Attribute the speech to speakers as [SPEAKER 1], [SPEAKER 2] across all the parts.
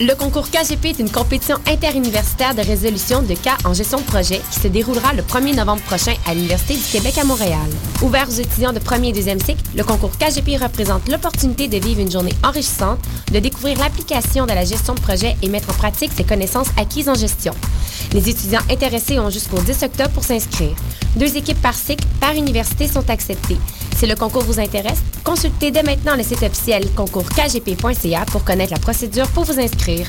[SPEAKER 1] Le concours KGP est une compétition interuniversitaire de résolution de cas en gestion de projet qui se déroulera le 1er novembre prochain à l'Université du Québec à Montréal. Ouvert aux étudiants de premier et deuxième cycle, le concours KGP représente l'opportunité de vivre une journée enrichissante, de découvrir l'application de la gestion de projet et mettre en pratique ses connaissances acquises en gestion. Les étudiants intéressés ont jusqu'au 10 octobre pour s'inscrire. Deux équipes par cycle, par université sont acceptées. Si le concours vous intéresse, consultez dès maintenant le site officiel concourskgp.ca pour connaître la procédure pour vous inscrire.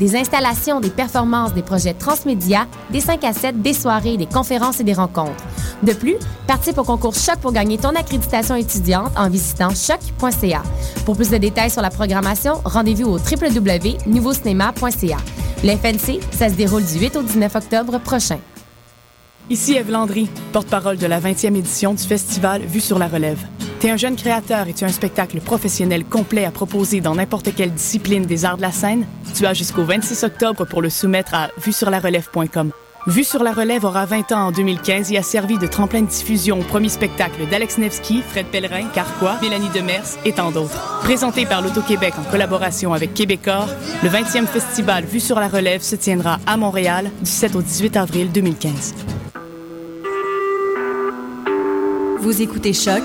[SPEAKER 1] Des installations, des performances, des projets transmédia, des 5 à 7, des soirées, des conférences et des rencontres. De plus, participe au concours Choc pour gagner ton accréditation étudiante en visitant choc.ca. Pour plus de détails sur la programmation, rendez-vous au www.nouveaucinéma.ca. L'FNC, ça se déroule du 8 au 19 octobre prochain.
[SPEAKER 2] Ici Eve Landry, porte-parole de la 20e édition du festival Vue sur la relève. T'es un jeune créateur et tu as un spectacle professionnel complet à proposer dans n'importe quelle discipline des arts de la scène? Tu as jusqu'au 26 octobre pour le soumettre à vuesurlarelève.com. Vue sur la relève aura 20 ans en 2015 et a servi de tremplin de diffusion au premier spectacle d'Alex Nevsky, Fred Pellerin, Carquois, Mélanie Demers et tant d'autres. Présenté par l'Auto-Québec en collaboration avec Québecor, le 20e festival Vue sur la relève se tiendra à Montréal du 7 au 18 avril 2015.
[SPEAKER 3] Vous écoutez Choc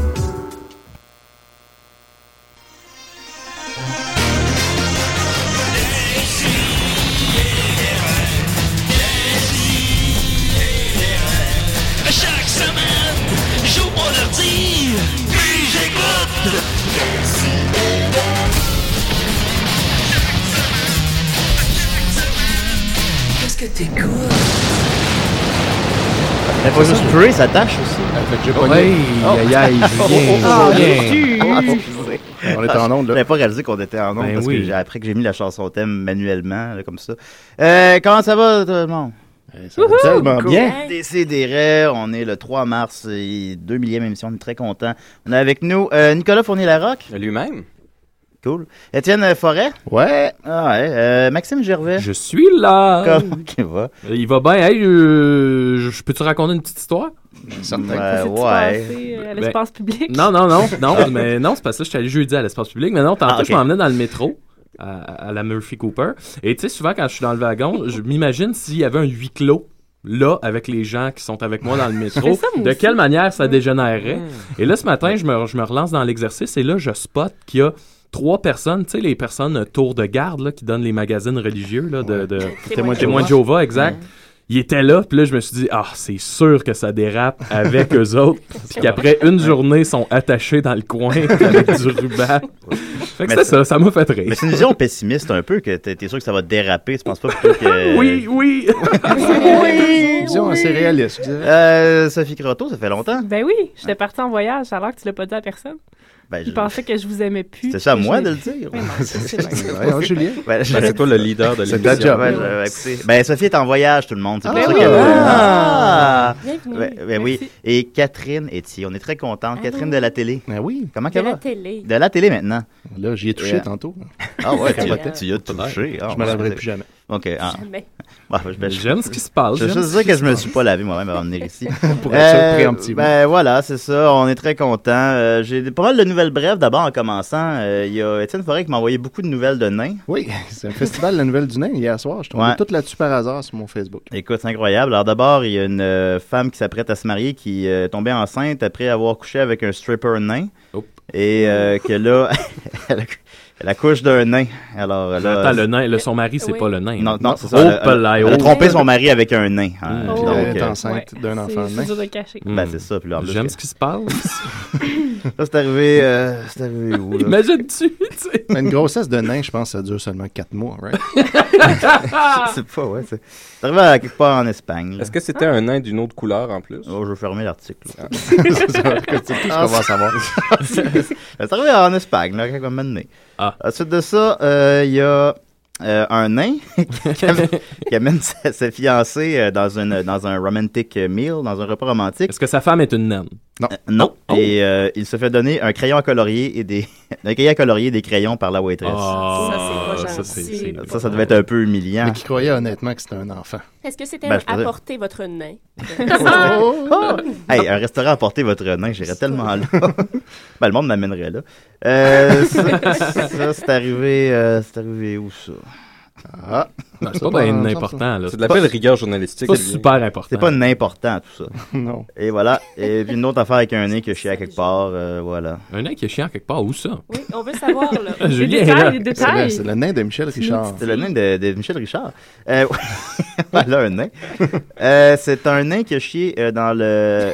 [SPEAKER 4] Chaque semaine, j'ouvre mon ordi, puis j'écoute. Qu'est-ce que t'écoutes?
[SPEAKER 5] Mais faut juste purée, ça tâche aussi.
[SPEAKER 6] Fait Oh. que j'ai pas
[SPEAKER 7] Ouais, aïe, aïe, Julien.
[SPEAKER 6] oh,
[SPEAKER 7] Julien.
[SPEAKER 6] On est en onde,
[SPEAKER 5] Je
[SPEAKER 6] là.
[SPEAKER 5] n'avais pas réalisé qu'on était en nombre
[SPEAKER 7] Ben
[SPEAKER 5] parce
[SPEAKER 7] oui.
[SPEAKER 5] que j'ai appris que j'ai mis la chanson au thème manuellement, là, comme ça. Euh, comment ça va, tout le monde?
[SPEAKER 6] Eh, Ça va tellement bien.
[SPEAKER 5] Décidérez, on est le 3 mars, et 2 millième émission, on est très content. On est avec nous euh, Nicolas Fournier-Larocque.
[SPEAKER 8] Lui-même.
[SPEAKER 5] Cool. Étienne euh, Forêt.
[SPEAKER 6] Ouais.
[SPEAKER 5] Ah ouais. Euh, Maxime Gervais.
[SPEAKER 7] Je suis
[SPEAKER 9] Ah,
[SPEAKER 7] là.
[SPEAKER 5] Comment qu'il va?
[SPEAKER 7] Il va bien. Hey, euh, je- je peux te raconter une petite histoire? Ben,
[SPEAKER 6] Certain.
[SPEAKER 5] Euh, ouais.
[SPEAKER 9] à l'espace public.
[SPEAKER 7] Non, non, non, non, mais non, c'est parce que là, je suis allé jeudi à l'espace public, mais non, tantôt,
[SPEAKER 5] Ah, ok.
[SPEAKER 7] je m'emmenais dans le métro à, à la Murphy Cooper. Et tu sais, souvent, quand je suis dans le wagon, je m'imagine s'il y avait un huis clos là avec les gens qui sont avec moi dans le métro,
[SPEAKER 9] fais ça, moi
[SPEAKER 7] de
[SPEAKER 9] aussi.
[SPEAKER 7] quelle manière ça dégénérerait. Et là, ce matin, je me, je me relance dans l'exercice et là, je spot qu'il y a trois personnes, tu sais, les personnes euh, tour de garde là, qui donnent les magazines religieux là, de, de
[SPEAKER 9] Témoin de
[SPEAKER 7] témoins de Jéhovah, exact. Il était là, puis là, je me suis dit, ah, c'est sûr que ça dérape avec eux autres, puis qu'après une journée, ils sont attachés dans le coin avec du ruban. Fait que
[SPEAKER 5] Mais
[SPEAKER 7] c'est
[SPEAKER 5] c'est-
[SPEAKER 7] ça, ça m'a fait rire.
[SPEAKER 5] Mais c'est une vision pessimiste un peu, que t'es t'es sûr que ça va déraper. Tu penses pas plutôt que.
[SPEAKER 7] Oui, oui!
[SPEAKER 5] oui!
[SPEAKER 6] Vision assez réaliste, je dirais.
[SPEAKER 5] Euh, Sophie Croteau, ça fait longtemps.
[SPEAKER 9] Ben oui, j'étais partie en voyage alors que tu l'as pas dit à personne.
[SPEAKER 5] Ben,
[SPEAKER 9] Je pensais que je vous aimais plus.
[SPEAKER 5] C'était ça à
[SPEAKER 9] que je
[SPEAKER 5] moi
[SPEAKER 9] n'ai-
[SPEAKER 5] de le dire.
[SPEAKER 9] Mais non, c'est bien.
[SPEAKER 6] Ouais, hein, Julien.
[SPEAKER 5] Ben, je-
[SPEAKER 8] Ben, c'est toi le leader de
[SPEAKER 6] C'est
[SPEAKER 8] l'émission.
[SPEAKER 6] ta job.
[SPEAKER 5] Ouais, je- écoutez, ben, Sophie est en voyage, tout le monde. C'est pour
[SPEAKER 6] Ah,
[SPEAKER 5] ça
[SPEAKER 6] oui.
[SPEAKER 5] qu'elle-
[SPEAKER 6] Ah.
[SPEAKER 9] Bienvenue.
[SPEAKER 5] Ouais, ben oui.
[SPEAKER 9] Merci. Ah
[SPEAKER 5] Et Catherine Etier, on est très contente. Catherine de la télé.
[SPEAKER 6] Ben oui.
[SPEAKER 5] Comment
[SPEAKER 9] De
[SPEAKER 5] qu'elle
[SPEAKER 9] la
[SPEAKER 5] va?
[SPEAKER 9] télé.
[SPEAKER 5] De la télé maintenant.
[SPEAKER 6] Là, j'y ai touché
[SPEAKER 5] Ouais.
[SPEAKER 6] tantôt.
[SPEAKER 5] Ah ouais, tu,
[SPEAKER 9] Ouais.
[SPEAKER 5] as- tu y as touché. Ah,
[SPEAKER 6] Je me
[SPEAKER 5] ouais,
[SPEAKER 6] laverai
[SPEAKER 5] c'est-
[SPEAKER 6] plus jamais.
[SPEAKER 5] Ok. ah.
[SPEAKER 9] Jamais.
[SPEAKER 5] Bon, ben, je- je-
[SPEAKER 7] J'aime ce qui se passe.
[SPEAKER 5] je
[SPEAKER 7] j'aime
[SPEAKER 5] suis
[SPEAKER 7] ce
[SPEAKER 5] sûr
[SPEAKER 7] qui
[SPEAKER 5] que
[SPEAKER 7] se
[SPEAKER 5] je me
[SPEAKER 7] passe.
[SPEAKER 5] suis pas lavé moi-même avant de venir ici.
[SPEAKER 6] Pour être sûr,
[SPEAKER 5] Euh,
[SPEAKER 6] préemptivement.
[SPEAKER 5] Ben voilà, c'est ça. On est très contents. Euh, J'ai pas mal de nouvelles brèves d'abord en commençant. Euh, Il y a Étienne Forêt qui m'a envoyé beaucoup de nouvelles de nains.
[SPEAKER 6] Oui, c'est un festival de la nouvelle du nain hier soir. Je tombais
[SPEAKER 5] Ouais.
[SPEAKER 6] tout là-dessus par hasard sur mon Facebook.
[SPEAKER 5] Écoute, c'est incroyable. Alors d'abord, il y a une euh, femme qui s'apprête à se marier qui euh, est tombée enceinte après avoir couché avec un stripper nain.
[SPEAKER 7] Oh.
[SPEAKER 5] Et euh, que là, elle, accou- elle accouche d'un nain. Alors, là,
[SPEAKER 7] Attends, le nain, le- son mari, c'est pas le nain.
[SPEAKER 5] Euh, Non, non, c'est ça.
[SPEAKER 7] Oh,
[SPEAKER 5] elle, a- elle a-
[SPEAKER 7] palais,
[SPEAKER 5] elle a
[SPEAKER 7] oh.
[SPEAKER 5] trompé son mari avec un nain.
[SPEAKER 6] Mmh.
[SPEAKER 5] hein,
[SPEAKER 7] Mm.
[SPEAKER 5] puis
[SPEAKER 7] Oh.
[SPEAKER 5] donc,
[SPEAKER 7] Elle est
[SPEAKER 5] euh,
[SPEAKER 7] enceinte
[SPEAKER 9] d'un Ouais, enfant c'est- nain. c'est dur de cacher.
[SPEAKER 5] Ben, c'est ça.
[SPEAKER 7] J'aime ce qui se passe.
[SPEAKER 5] ça, c'est arrivé, euh, c'est arrivé où, là?
[SPEAKER 7] Imagine-tu, tu sais.
[SPEAKER 6] Mais une grossesse de nain, je pense, ça dure seulement 4 mois, right?
[SPEAKER 7] Ah!
[SPEAKER 5] Je sais pas, ouais. C'est c'est arrivé à quelque part en Espagne. là.
[SPEAKER 8] Est-ce que c'était un nain d'une autre couleur en plus?
[SPEAKER 5] Oh, je vais fermer l'article.
[SPEAKER 8] Ah,
[SPEAKER 5] va savoir. C'est arrivé en Espagne, là, quand même. mais-
[SPEAKER 7] Ah.
[SPEAKER 5] Ensuite de ça, euh, il y a euh, un nain qui amène, qui amène sa, sa fiancée euh, dans, une, dans un romantic meal, dans un repas romantique.
[SPEAKER 7] Est-ce que sa femme est une naine? Oh.
[SPEAKER 5] Non. non. Et euh, il se fait donner un crayon à colorier et des, un cahier à colorier et des crayons par la waitress.
[SPEAKER 7] Ah, Ça, c'est pas ça, c'est- gentil. c'est-
[SPEAKER 5] Ça, ça devait être un peu humiliant.
[SPEAKER 6] Mais qui croyait honnêtement que c'était un enfant.
[SPEAKER 10] Est-ce que c'était
[SPEAKER 5] Ben,
[SPEAKER 10] un
[SPEAKER 5] je pourrais-
[SPEAKER 10] apporter votre nain?
[SPEAKER 5] Oh! Hey, un restaurant apporter votre nain, j'irais tellement là. ben, le monde m'amènerait là. Euh, ça, ça, c'est arrivé, euh, c'est arrivé où ça?
[SPEAKER 6] Ben,
[SPEAKER 5] Ah,
[SPEAKER 7] Non, c'est pas bien important, là. C'est de la
[SPEAKER 5] pas-
[SPEAKER 7] belle rigueur journalistique, C'est pas Olivier. super important.
[SPEAKER 5] C'est pas important, tout ça.
[SPEAKER 6] Non.
[SPEAKER 5] Et voilà. Et puis une autre affaire avec un nez que je suis à quelque part, euh, voilà.
[SPEAKER 7] Un nain qui est chiant quelque part, où ça?
[SPEAKER 10] Oui, on veut savoir, là.
[SPEAKER 6] Ah,
[SPEAKER 5] C'est le-
[SPEAKER 6] C'est le nain de Michel Richard.
[SPEAKER 5] C'est le nain de, de Michel Richard. Euh, voilà un nain. Euh, c'est un nain qui a chié euh, dans le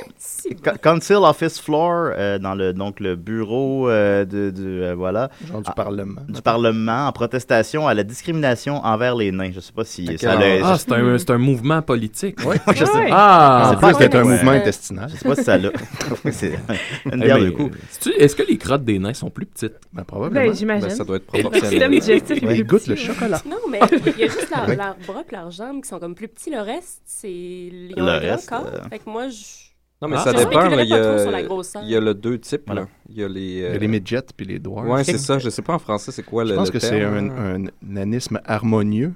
[SPEAKER 5] Co- Council Office Floor, euh, dans le, donc le bureau euh, de, du, euh, voilà,
[SPEAKER 6] du Parlement.
[SPEAKER 5] Du Parlement, en protestation à la discrimination envers les nains. Je sais pas si ça
[SPEAKER 7] Ah,
[SPEAKER 5] l'a-
[SPEAKER 7] c'est un, c'est un mouvement politique.
[SPEAKER 5] Ouais, je sais pas.
[SPEAKER 7] Ah,
[SPEAKER 5] Je sais pas si c'est- ouais. Je sais pas si ça l'a. Oui, c'est une bière de coup.
[SPEAKER 7] Sais-tu, Eh ben, Est-ce que les crottes des nains sont plus petites?
[SPEAKER 6] Ben,
[SPEAKER 9] Ben, j'imagine. Le système digestif est plus petit, ouais.
[SPEAKER 10] Non, mais
[SPEAKER 5] Ah,
[SPEAKER 10] il y a juste leur, leur bras et leurs jambes qui sont comme plus petits. Le reste, c'est. Ils ont
[SPEAKER 8] Le
[SPEAKER 10] un grand
[SPEAKER 8] reste,
[SPEAKER 10] corps.
[SPEAKER 8] euh, Ah.
[SPEAKER 10] Fait que moi, je.
[SPEAKER 8] Non, mais
[SPEAKER 10] je
[SPEAKER 8] ça dépend.
[SPEAKER 10] spéculerais
[SPEAKER 8] là, Il y,
[SPEAKER 10] pas trop sur
[SPEAKER 8] a,
[SPEAKER 10] la grosseur.
[SPEAKER 8] il y a le deux types.
[SPEAKER 6] Voilà.
[SPEAKER 8] là. Il y a les, euh,
[SPEAKER 6] Il y a les midgets puis les dwarfs.
[SPEAKER 8] Ouais, c'est ça. Je sais pas en français c'est quoi le.
[SPEAKER 6] Je pense
[SPEAKER 8] le
[SPEAKER 6] que c'est un,
[SPEAKER 8] terme.
[SPEAKER 6] un nanisme harmonieux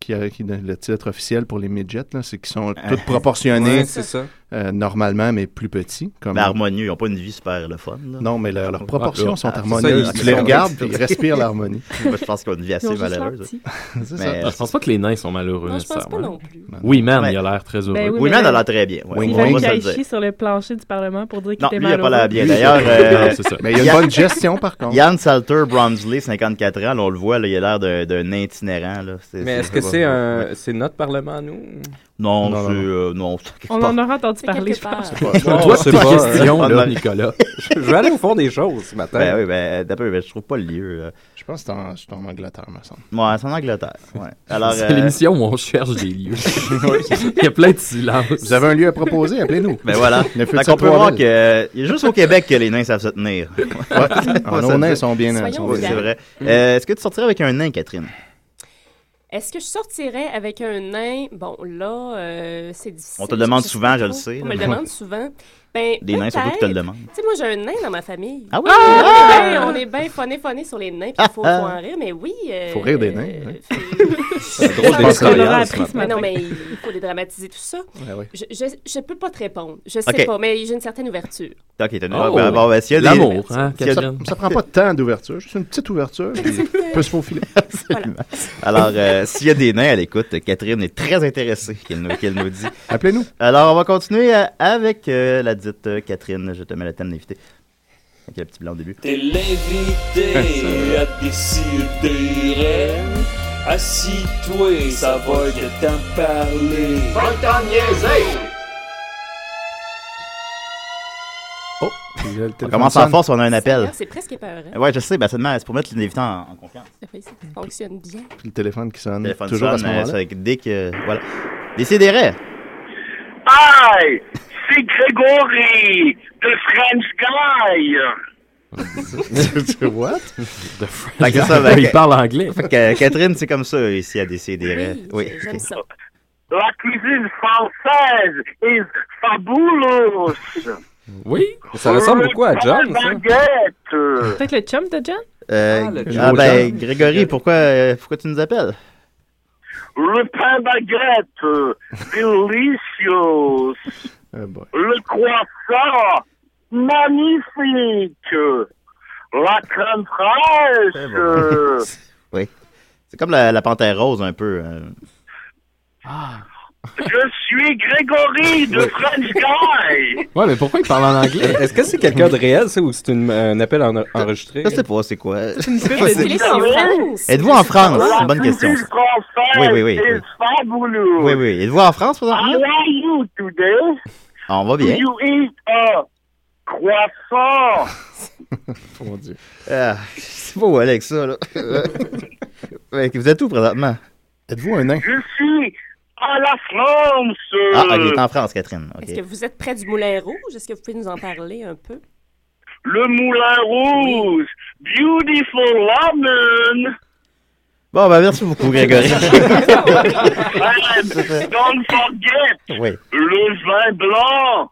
[SPEAKER 6] qui, a- qui donne le titre officiel pour les midgets. là, C'est qu'ils sont tous proportionnés
[SPEAKER 8] Ouais, c'est ça.
[SPEAKER 6] euh, normalement, mais plus petits. Comme...
[SPEAKER 5] Mais harmonieux, ils n'ont pas une vie super le fun. là.
[SPEAKER 6] Non, mais leur- leurs proportions
[SPEAKER 5] Ah,
[SPEAKER 6] sont
[SPEAKER 5] ah, c'est
[SPEAKER 6] harmonieuses.
[SPEAKER 5] ça, ils-
[SPEAKER 6] tu les
[SPEAKER 5] ils sont-
[SPEAKER 6] regardes puis ils respirent l'harmonie.
[SPEAKER 5] Moi, je pense qu'on a une vie assez
[SPEAKER 6] Ils ont juste
[SPEAKER 5] malheureuse.
[SPEAKER 6] l'air
[SPEAKER 5] hein.
[SPEAKER 6] C'est
[SPEAKER 5] Mais-
[SPEAKER 7] Ah, je pense pas que les nains sont malheureux,
[SPEAKER 9] Non, je pense
[SPEAKER 7] nécessairement.
[SPEAKER 9] pas non plus.
[SPEAKER 7] Oui, man,
[SPEAKER 5] Ouais.
[SPEAKER 7] il a l'air très heureux.
[SPEAKER 9] Ben oui,
[SPEAKER 5] Oui,
[SPEAKER 9] mais
[SPEAKER 5] man,
[SPEAKER 9] là-
[SPEAKER 5] elle a l'air très bien. ouais.
[SPEAKER 9] Il
[SPEAKER 5] On va
[SPEAKER 9] fallait
[SPEAKER 5] se le
[SPEAKER 9] qu'il
[SPEAKER 5] dire.
[SPEAKER 9] aille chier sur le plancher du Parlement pour dire qu'il
[SPEAKER 5] Non,
[SPEAKER 9] était
[SPEAKER 5] lui, il a pas
[SPEAKER 9] malheureux.
[SPEAKER 5] l'air bien. D'ailleurs, euh,
[SPEAKER 7] Non, c'est ça.
[SPEAKER 6] Mais il y a une bonne gestion, par contre.
[SPEAKER 5] Yann Salter Bromsley, 54 ans, là, on le voit, là, il a l'air d'un- d'un itinérant. Là.
[SPEAKER 8] Mais est-ce que c'est un... c'est notre parlement à nous?
[SPEAKER 5] Non,
[SPEAKER 8] Non,
[SPEAKER 5] c'est. euh, non, c'est quelque
[SPEAKER 9] On
[SPEAKER 5] part.
[SPEAKER 9] en aura entendu parler, je
[SPEAKER 10] quelque
[SPEAKER 9] pense.
[SPEAKER 8] part.
[SPEAKER 5] Je
[SPEAKER 8] Non,
[SPEAKER 5] dois
[SPEAKER 8] c'est
[SPEAKER 5] tes
[SPEAKER 8] pas, euh,
[SPEAKER 5] questions,
[SPEAKER 8] on
[SPEAKER 5] là,
[SPEAKER 8] a-
[SPEAKER 5] Nicolas.
[SPEAKER 8] Je vais aller au fond des choses ce matin.
[SPEAKER 5] Ben oui, ben, d'un peu, ben, je trouve pas le lieu. là.
[SPEAKER 6] Je pense que c'est en- c'est en Angleterre, me semble.
[SPEAKER 5] Ouais, c'est en Angleterre. Ouais. Alors,
[SPEAKER 7] c'est
[SPEAKER 5] euh,
[SPEAKER 7] l'émission où on cherche des lieux. il y a plein de silence.
[SPEAKER 6] Vous avez un lieu à proposer, appelez-nous.
[SPEAKER 5] Ben voilà.
[SPEAKER 6] Le
[SPEAKER 5] Fait
[SPEAKER 6] futur
[SPEAKER 5] qu'on peut voir
[SPEAKER 6] Trois-Villes.
[SPEAKER 5] que euh, il y a juste au Québec que les nains savent se tenir. Ouais.
[SPEAKER 6] Ah, nos
[SPEAKER 5] Ça,
[SPEAKER 6] nains
[SPEAKER 5] c'est-
[SPEAKER 6] sont bien-
[SPEAKER 10] Soyons sont bien.
[SPEAKER 5] Oui, c'est vrai.
[SPEAKER 10] fiers.
[SPEAKER 5] Euh, Est-ce que tu sortirais avec un nain, Catherine?
[SPEAKER 10] Est-ce que je sortirais avec un nain? Bon, là, euh, c'est difficile.
[SPEAKER 5] On te le demande
[SPEAKER 10] sais
[SPEAKER 5] souvent,
[SPEAKER 10] pas
[SPEAKER 5] je le
[SPEAKER 10] trop.
[SPEAKER 5] sais,
[SPEAKER 10] On
[SPEAKER 5] là.
[SPEAKER 10] me le demande souvent. Ben,
[SPEAKER 5] Des nains, surtout, qui te le
[SPEAKER 10] peut-être.
[SPEAKER 5] demandent.
[SPEAKER 10] Tu sais, moi, j'ai un nain dans ma famille.
[SPEAKER 5] Ah oui?
[SPEAKER 10] On est
[SPEAKER 5] Ah!
[SPEAKER 10] bien- On est bien foné foné sur les nains, puis il faut, faut en rire, mais oui. euh,
[SPEAKER 6] Faut rire des nains. hein.
[SPEAKER 10] C'est
[SPEAKER 6] drôle d'expérience, ce
[SPEAKER 10] Mais
[SPEAKER 6] matin.
[SPEAKER 10] non, mais il faut dédramatiser tout ça.
[SPEAKER 6] Ouais, ouais.
[SPEAKER 10] Je, je, je peux pas te répondre. Je sais
[SPEAKER 5] Ok.
[SPEAKER 10] pas, mais j'ai une certaine ouverture.
[SPEAKER 5] Ok, t'as une
[SPEAKER 6] Oh.
[SPEAKER 5] bon, bon, ben, s'il y a des-
[SPEAKER 7] L'amour, hein,
[SPEAKER 5] s'il y a-
[SPEAKER 6] Ça, ça prend pas tant d'ouverture, juste une petite ouverture, puis on peut se faufiler.
[SPEAKER 5] Alors, euh, s'il y a des nains à l'écoute, Catherine est très intéressée qu'elle nous, qu'elle nous dit.
[SPEAKER 6] Appelez-nous.
[SPEAKER 5] Alors, on va continuer euh, avec euh, la dite euh, Catherine. Je te mets le thème d'invité. Avec le petit blanc au début.
[SPEAKER 4] T'es l'invité à décider. Assis-toi, ça va que t'en parler. Va t'en
[SPEAKER 6] Oh,
[SPEAKER 5] On commence en force, on a un appel.
[SPEAKER 10] Seigneur, c'est presque épeurant.
[SPEAKER 5] Ouais, je sais, ben, seulement, c'est pour mettre l'invité en, en confiance.
[SPEAKER 10] Oui, Ça fonctionne bien.
[SPEAKER 6] Puis le téléphone qui sonne.
[SPEAKER 5] Le téléphone
[SPEAKER 6] toujours à ce
[SPEAKER 5] sonne, euh,
[SPEAKER 6] moment-là.
[SPEAKER 5] c'est avec- dès que. Voilà. Décidérez.
[SPEAKER 11] Hi, c'est Grégory de French Guy.
[SPEAKER 6] What?
[SPEAKER 5] Fait que ça,
[SPEAKER 7] Il
[SPEAKER 5] fait que-
[SPEAKER 7] parle anglais.
[SPEAKER 5] Fait que, euh, Catherine, c'est comme ça ici à décider. Oui.
[SPEAKER 10] J'aime ça.
[SPEAKER 11] La cuisine française is fabulous.
[SPEAKER 7] Oui,
[SPEAKER 8] ça ressemble beaucoup à John, ça.
[SPEAKER 5] Baguette.
[SPEAKER 9] Peut-être le chum de John?
[SPEAKER 5] Euh,
[SPEAKER 9] Ah, le
[SPEAKER 5] ah,
[SPEAKER 9] Joe
[SPEAKER 5] ben,
[SPEAKER 9] John.
[SPEAKER 5] Grégory, pourquoi, euh, pourquoi tu nous appelles?
[SPEAKER 11] Le pain baguette, delicious.
[SPEAKER 5] Ah,
[SPEAKER 11] Le croissant, magnifique. La crème fraîche.
[SPEAKER 5] oui. C'est comme la, la panthère rose, un peu. euh.
[SPEAKER 11] Je suis Grégory de French Guy.
[SPEAKER 8] Ouais, mais pourquoi il parle en anglais? Est-ce que c'est quelqu'un de réel, ça, ou c'est une- un appel en- enregistré?
[SPEAKER 5] Je sais pas, c'est quoi.
[SPEAKER 11] France.
[SPEAKER 5] Êtes-vous en France? C'est une bonne
[SPEAKER 11] La
[SPEAKER 5] question.
[SPEAKER 11] cuisine
[SPEAKER 5] ça.
[SPEAKER 11] française
[SPEAKER 5] Oui, oui, oui,
[SPEAKER 11] is
[SPEAKER 5] oui.
[SPEAKER 11] fabulous.
[SPEAKER 5] Oui, oui. Êtes-vous en France, par
[SPEAKER 11] How
[SPEAKER 5] exemple?
[SPEAKER 11] are you today?
[SPEAKER 5] On va bien.
[SPEAKER 11] Do you eat a croissant?
[SPEAKER 6] Mon Dieu.
[SPEAKER 5] Ah, c'est beau avec ça, là. Fait que vous êtes où présentement?
[SPEAKER 6] Êtes-vous un nain?
[SPEAKER 11] Je suis à la France.
[SPEAKER 5] Ah, ok, il est en France, Catherine. Ok.
[SPEAKER 10] Est-ce que vous êtes près du Moulin Rouge? Est-ce que vous pouvez nous en parler un peu?
[SPEAKER 11] Le Moulin Rouge. Beautiful woman.
[SPEAKER 5] Bon, ben merci beaucoup, Grégory.
[SPEAKER 11] And don't forget
[SPEAKER 5] oui.
[SPEAKER 11] le vin blanc.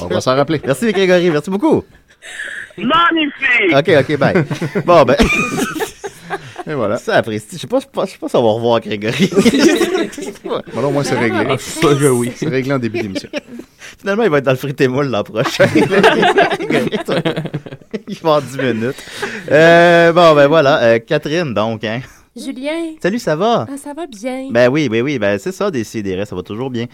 [SPEAKER 5] On va s'en rappeler. Merci, Grégory. Merci beaucoup.
[SPEAKER 11] Magnifique.
[SPEAKER 5] OK, OK, bye. bon, ben. Et voilà. Ça apprécie. Je sais pas, je sais pas, je sais pas si on va revoir Grégory.
[SPEAKER 6] Voilà, au moins, c'est réglé. Ah, je suis sûr que oui. C'est réglé en début d'émission.
[SPEAKER 5] Finalement, il va être dans le frit et moule l'an prochain. il va en 10 minutes. Euh, bon, ben voilà. Euh, Catherine, donc, hein.
[SPEAKER 10] Julien?
[SPEAKER 5] Salut, ça va?
[SPEAKER 10] Ah, ça va bien.
[SPEAKER 5] Ben oui, ben oui, ben c'est ça, décider, ça va toujours bien.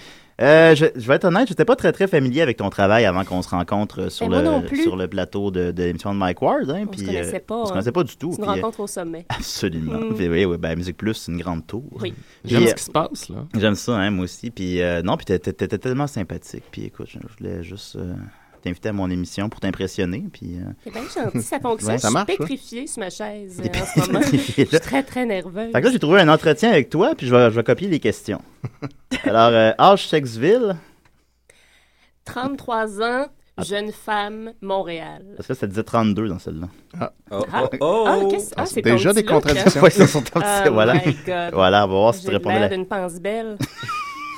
[SPEAKER 5] Euh, je, je vais être honnête, j'étais pas très très familier avec ton travail avant qu'on se rencontre euh, sur,
[SPEAKER 10] Ben, moi non
[SPEAKER 5] le,
[SPEAKER 10] plus.
[SPEAKER 5] sur le plateau de, de l'émission de Mike Ward. Hein,
[SPEAKER 10] on
[SPEAKER 5] puis,
[SPEAKER 10] se connaissait
[SPEAKER 5] euh,
[SPEAKER 10] pas.
[SPEAKER 5] On se
[SPEAKER 10] hein.
[SPEAKER 5] connaissait pas du tout.
[SPEAKER 10] On se
[SPEAKER 5] puis, euh,
[SPEAKER 10] rencontre au sommet.
[SPEAKER 5] Absolument.
[SPEAKER 10] Mm.
[SPEAKER 5] Puis oui, oui, ben Musique Plus, c'est une grande tour.
[SPEAKER 10] Oui.
[SPEAKER 5] Puis,
[SPEAKER 8] J'aime ce
[SPEAKER 5] euh,
[SPEAKER 8] qui se passe, là.
[SPEAKER 5] J'aime ça, hein, moi aussi. Puis euh, non, puis t'étais t'étais tellement sympathique. Puis écoute, je voulais juste euh, t'inviter à mon émission pour t'impressionner. Puis euh,
[SPEAKER 10] C'est bien gentil, ça fonctionne.
[SPEAKER 5] Ouais,
[SPEAKER 10] je suis pétrifiée sur ma chaise euh, en ce moment.
[SPEAKER 5] Pétrifiée,
[SPEAKER 10] Je
[SPEAKER 5] là.
[SPEAKER 10] suis très, très nerveuse.
[SPEAKER 5] Fait que là, j'ai trouvé un entretien avec toi, puis je vais, je vais copier les questions. Alors, euh, âge, sexe, ville.
[SPEAKER 10] 33 ans,
[SPEAKER 5] Ah.
[SPEAKER 10] jeune femme, Montréal.
[SPEAKER 5] Parce que là, ça disait 32 dans celle-là.
[SPEAKER 6] Ah.
[SPEAKER 8] Oh,
[SPEAKER 5] Oh,
[SPEAKER 10] Ah, ah, qu'est-ce- ah, c'est ton
[SPEAKER 5] déjà des
[SPEAKER 10] petit look, hein?
[SPEAKER 5] contradictions. Ouais, ça, sont ton petit-
[SPEAKER 10] Oh
[SPEAKER 5] voilà.
[SPEAKER 10] my God.
[SPEAKER 5] Voilà, on va voir si tu
[SPEAKER 10] J'ai
[SPEAKER 5] répondais
[SPEAKER 10] l'air
[SPEAKER 5] là-
[SPEAKER 10] d'une pense belle.